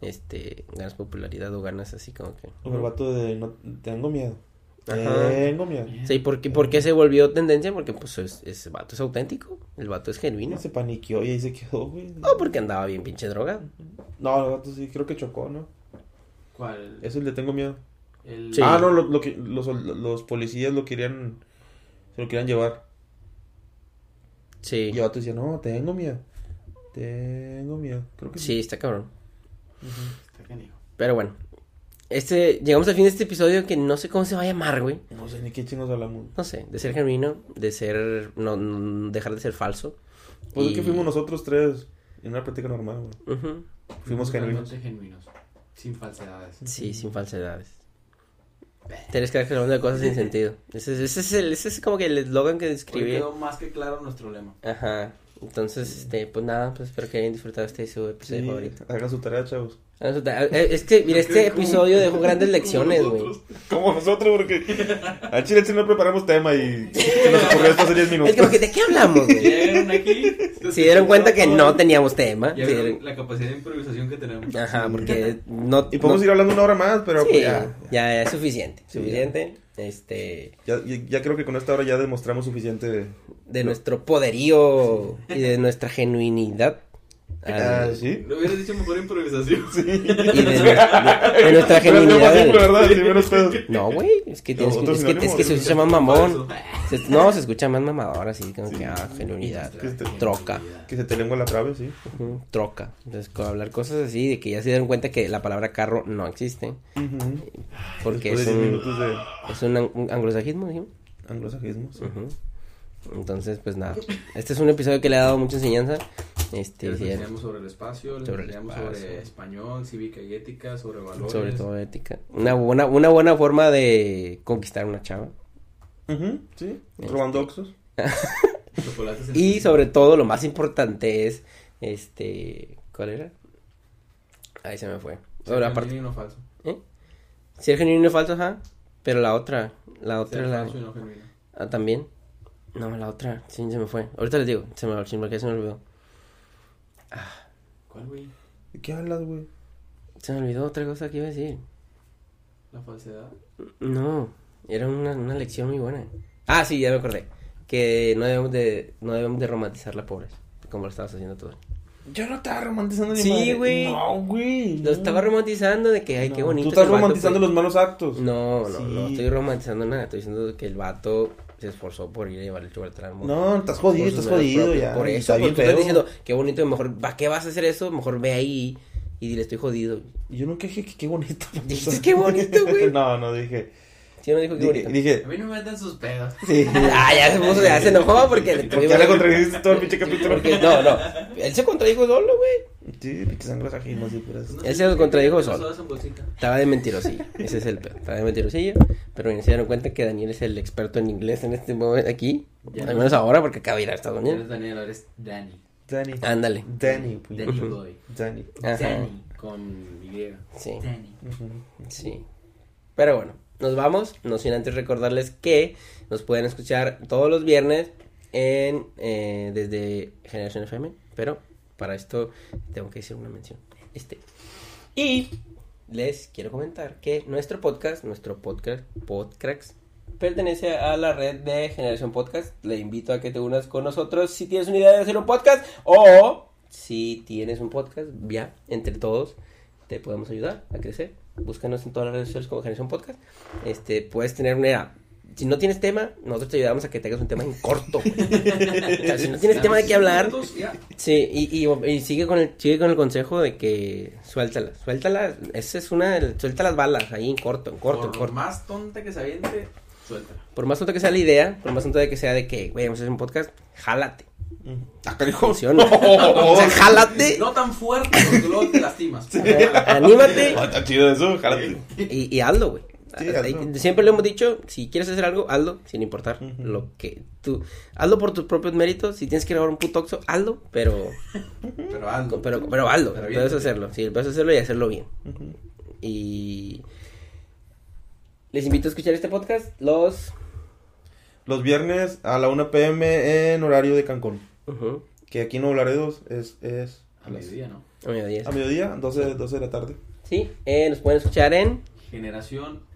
S1: este, ganas popularidad o ganas así como que...
S3: Como el vato de no, tengo miedo.
S1: Mm. Ajá.
S3: Tengo miedo.
S1: Sí, pues. ¿por qué, por qué se volvió tendencia? Porque, pues, es, ese vato es auténtico. El vato es genuino.
S3: Y se paniqueó y ahí se quedó, güey.
S1: No, porque andaba bien pinche drogado.
S3: No, el vato sí, creo que chocó, ¿no?
S2: ¿Cuál?
S3: Es el de tengo miedo.
S2: El...
S1: Sí.
S3: Ah, no, lo, lo que, los, los policías lo querían, se lo querían llevar.
S1: Sí.
S3: Y el vato decía, no, tengo miedo. Tengo miedo. Creo que
S1: Sí, está cabrón.
S2: Está canijo.
S1: Pero bueno. Este, llegamos al fin de este episodio que no sé cómo se va a llamar, güey.
S3: No sé ni qué chingos hablamos.
S1: No sé, de ser genuino, de ser, no, no- dejar de ser falso.
S3: Pues es
S1: Y-
S3: que fuimos nosotros tres en una práctica normal, güey.
S1: Ujú.
S3: Fuimos genuinos.
S2: Totalmente genuinos. Sin falsedades.
S1: Sí, sin falsedades. Tienes que estar hablando de cosas sin sentido. Ese, es- ese es el- ese es como que el eslogan que
S2: Hoy
S1: describí.
S2: quedó más que claro nuestro lema.
S1: Ajá. Entonces, este, pues nada, pues espero que hayan disfrutado este su episodio
S3: Sí,
S1: favorito.
S3: hagan su tarea, chavos.
S1: Ah, no, ta- eh, Es que, mira, este episodio dejó grandes lecciones, güey.
S3: Como nosotros, porque a Chile sí no preparamos tema y se nos ocurrió esto hace 10
S1: Es como
S3: minutos.
S1: que, ¿de qué hablamos, güey?
S2: Llegaron aquí.
S1: Se dieron cuenta que no teníamos tema.
S2: Ya
S1: se
S2: vieron
S1: dieron-
S2: la capacidad de improvisación que tenemos.
S1: Ajá, porque no.
S3: Y podemos
S1: no-
S3: ir hablando una hora más, pero
S1: Sí,
S3: pues,
S1: ya,
S3: ya,
S1: ya es suficiente.
S3: Sí,
S1: suficiente. Este.
S3: ya, ya- ya creo que con esta hora ya demostramos suficiente.
S1: De nuestro poderío y de nuestra genuinidad.
S3: Ah,
S1: al-
S3: sí.
S2: Lo hubieras dicho mejor improvisación.
S1: Y de, nuestra- de
S2: [LAUGHS]
S1: nuestra eh.
S3: Pero es más simple,
S1: genuinidad. al-
S3: ¿verdad? Sí, menos pedos.
S1: Ah, No, güey. Es que,
S3: No,
S1: tienes que-
S3: otro
S1: es, que, es
S3: sinónimo,
S1: que se
S3: güey.
S1: escucha más mamón. Ah, Se- no, se escucha más mamador así. Como que, ah, genuinidad.
S3: Que este se-
S1: Troca.
S3: Que se te lengua la trave, sí.
S1: ujú, Troca. Entonces, con hablar cosas así de que ya se dieron cuenta que la palabra carro no existe. Porque
S3: Después
S1: es
S3: de 10
S1: un,
S3: minutos de
S1: es un ang- un anglosajismo, dijimos.
S3: anglosajismo. sí.
S1: Ujú. Entonces, pues nada. Este es un episodio que le ha dado mucha enseñanza. Este,
S2: Les
S1: sí,
S2: enseñamos sobre el espacio, les
S1: Sobre el
S2: enseñamos
S1: espacio.
S2: sobre español, cívica y ética, sobre valores.
S1: sobre todo ética. Una buena, una buena forma de conquistar una chava.
S3: Ujú, Sí.
S1: Este.
S3: Robando oxos.
S2: Chocolates en-
S1: Y sobre todo, lo más importante es, este, ¿cuál era? Ahí se me fue.
S2: Ser
S1: Ahora, aparte,
S2: genuino o falso.
S1: si es genuino o falso, ajá. Pero la otra, la
S2: Sea
S1: otra, la...
S2: falso y no genuino.
S1: Ah, también. No, la otra, sí, se me fue. Ahorita les digo, se me olvidó, porque se me olvidó.
S2: ¿Cuál, güey?
S3: ¿De qué hablas, güey?
S1: Se me olvidó otra cosa que iba a decir.
S2: ¿La falsedad?
S1: No, era una, una lección muy buena. Ah, sí, ya me acordé. Que no debemos de, no debemos de romantizar la pobreza, como lo estabas haciendo tú.
S3: Yo no estaba romantizando ni
S1: Sí,
S3: madre.
S1: güey.
S3: No, güey.
S1: Lo
S3: no.
S1: estaba romantizando de que, ay, qué
S3: No,
S1: bonito.
S3: Tú estás
S1: ese vato,
S3: romantizando
S1: pues.
S3: los malos actos.
S1: No, no, no
S3: Sí.
S1: estoy romantizando nada. Estoy diciendo que el vato se esforzó por ir a llevar el chocolate al mundo.
S3: No, estás jodido, estás jodido ya.
S1: Por
S3: y
S1: eso,
S3: está
S1: porque
S3: bien
S1: tú estás
S3: feo.
S1: diciendo, qué bonito, mejor, ¿para qué vas a hacer eso? Mejor ve ahí y dile, estoy jodido.
S3: Yo nunca dije que qué bonito. pues,
S1: Dijiste, qué bonito, güey.
S3: [LAUGHS] no, no dije.
S1: ¿Sí no dijo qué
S3: Dije,
S1: bonito?
S2: A
S3: dije
S2: mí no me metan sus pedos.
S3: sí.
S1: Ah, ya se puso, ya se enojó porque le
S3: Porque ya
S1: [LAUGHS]
S3: le contradijiste todo el pinche capítulo.
S1: Porque, no, no. Él se contradijo solo, güey.
S3: Sí, pinches sangros ajenos y puras.
S1: Ese lo contradijo
S2: Las
S1: solo.
S2: sodas en bolsita.
S1: Estaba de mentirosillo. Ese es el peor. Estaba de mentirosillo. Pero bien, se dieron cuenta que Daniel es el experto en inglés en este momento aquí.
S2: Ya.
S1: Al menos ahora, porque acaba de ir a Estados
S2: Eres
S1: Unidos.
S2: Daniel, eres Danny.
S3: Danny.
S1: Ándale.
S3: Danny, puñal.
S2: Danny Boy.
S3: Danny.
S1: Ajá.
S2: Danny con Y.
S1: Sí,
S2: Danny.
S3: Ujú.
S1: sí. Pero bueno, nos vamos. No sin antes recordarles que nos pueden escuchar todos los viernes en eh, desde Generación FM. Pero para esto tengo que decir una mención. Este. Y les quiero comentar que nuestro podcast, nuestro podcast, Podcracks, pertenece a la red de Generación Podcast. Le invito a que te unas con nosotros si tienes una idea de hacer un podcast o si tienes un podcast, ya, entre todos te podemos ayudar a crecer. Búscanos en todas las redes sociales como Generación Podcast. Este, puedes tener una idea. Si no tienes tema, nosotros te ayudamos a que tengas un tema en corto. güey. O sea, si no tienes tema de qué hablar,
S2: Juntos, ya.
S1: Sí, y, y- y sigue con el sigue con el consejo de que suéltala, suéltala, esa es una, de- suelta las balas ahí en corto, en corto, en
S2: Por
S1: corto.
S2: más tonta que se aviente, suéltala.
S1: Por más tonta que sea la idea, por más tonta de que sea de que, güey, vamos a hacer un podcast, jálate,
S3: Ah, carajo. [LAUGHS]
S1: funciona. o sea, jálate,
S2: No tan fuerte porque luego te lastimas.
S1: [LAUGHS] anímate
S3: Ah, Está chido eso, jálate.
S1: y, y hazlo, güey.
S3: Sí,
S1: Ah,
S3: hazlo.
S1: Siempre lo hemos dicho, si quieres hacer algo, hazlo, sin importar
S3: Ujú.
S1: lo que tú, hazlo por tus propios méritos, si tienes que grabar un puto oxo, hazlo, pero,
S2: Pero algo.
S1: pero, pero hazlo,
S2: Pero
S1: puedes
S2: bien.
S1: hacerlo, sí, puedes hacerlo y hacerlo bien. Y les invito a escuchar este podcast los
S3: Los viernes a la 1 pm en horario de Cancún.
S1: ujú,
S3: Que aquí en Nuevo Laredo es, es
S2: A mediodía, ¿no?
S1: a mediodía.
S3: a mediodía, 12, 12 de la tarde.
S1: Sí, eh, nos pueden escuchar en
S2: Generación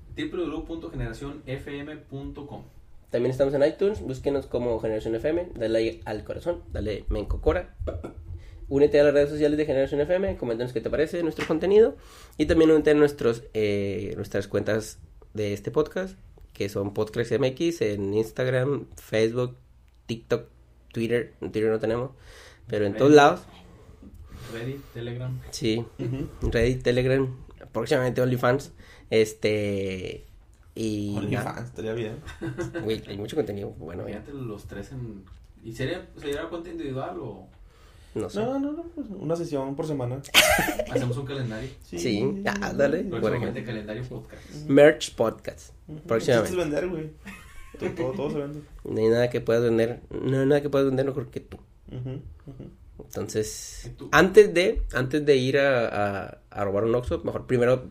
S2: www.generacionfm.com
S1: también estamos en iTunes, búsquenos como Generación FM, dale like al corazón, dale mencocora. Únete a las redes sociales de Generación FM, coméntanos qué te parece nuestro contenido y también únete a nuestros, eh, nuestras cuentas de este podcast, que son Podcast MX en Instagram, Facebook, TikTok, Twitter, en Twitter no tenemos, pero en todos lados,
S2: Reddit, Telegram.
S1: sí, Reddit, Telegram, próximamente OnlyFans, este y nada,
S3: OnlyFans, estaría bien.
S1: güey, hay mucho contenido bueno ya,
S2: Imagínate los tres en. ¿Y sería, sería cuenta individual o
S1: no sé.
S3: No, no, no, pues, una sesión por semana.
S2: hacemos un calendario?
S1: Sí, ah, dale. Bueno,
S2: Próximamente
S1: que-
S2: calendario podcast.
S1: Merch podcast.
S3: Ujú.
S1: Próximamente.
S3: El chiste es vender, [LAUGHS] güey. Todo, todo, todo se vende.
S1: No hay nada que puedas vender, no hay nada que puedas vender mejor que tú.
S3: Ujú, [LAUGHS] ujú.
S1: Entonces,
S2: Que tú.
S1: antes de, antes de ir a, a- a robar un Oxxo, mejor primero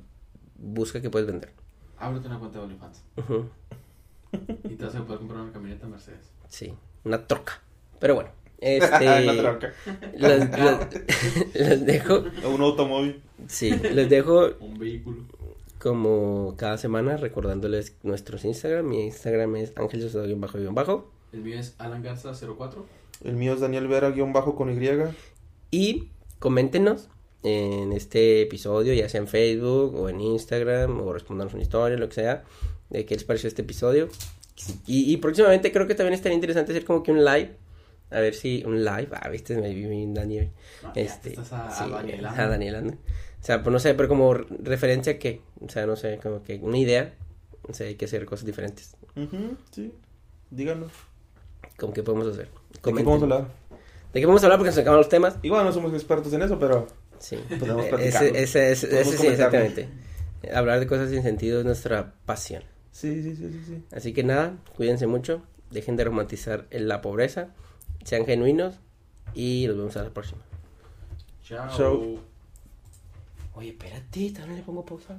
S1: busca que puedes vender.
S2: Ábrete una cuenta de OnlyFans.
S1: Ujú,
S2: Y te vas a poder comprar una camioneta Mercedes.
S1: Sí, una troca. Pero
S3: [LAUGHS]
S1: bueno, este,
S3: Una troca.
S1: los, [LAUGHS] los- los dejo,
S3: O Un automóvil.
S1: sí, los dejo
S2: Un vehículo.
S1: como cada semana recordándoles nuestros Instagram. Mi Instagram es bajo
S2: El mío es Alan Garza 04.
S3: El mío es Daniel Vera, guión bajo con Y.
S1: Y coméntenos en este episodio, ya sea en Facebook o en Instagram, o respondanos una historia, lo que sea, de qué les pareció este episodio. Y, y próximamente creo que también estaría interesante hacer como que un live. A ver si un live. Ah, viste, me vi bien Daniel.
S2: No, Ah, ya
S1: Este,
S2: Estás a,
S1: sí,
S2: a Daniela.
S1: a Danielando. O sea, pues no sé, pero como re- referencia a qué. O sea, no sé, como que una idea. O sea, hay que hacer cosas diferentes.
S3: Ujú, sí. Díganos.
S1: ¿Con qué podemos hacer?
S3: ¿De qué
S1: Comenten.
S3: podemos hablar?
S1: ¿De qué podemos hablar? Porque se acaban los temas.
S3: Igual no somos expertos en eso, pero
S1: Sí,
S3: Podemos
S1: Eh,
S3: platicarlo.
S1: ese, ese, ese-
S3: Podemos
S1: ese sí,
S3: comentarlo.
S1: exactamente. Hablar de cosas sin sentido es nuestra pasión.
S3: sí, sí, sí, sí. sí.
S1: Así que nada, cuídense mucho, dejen de romantizar la pobreza, sean genuinos y nos vemos a la próxima.
S2: Chao.
S3: Chao.
S1: Oye, espérate, también le pongo pausa.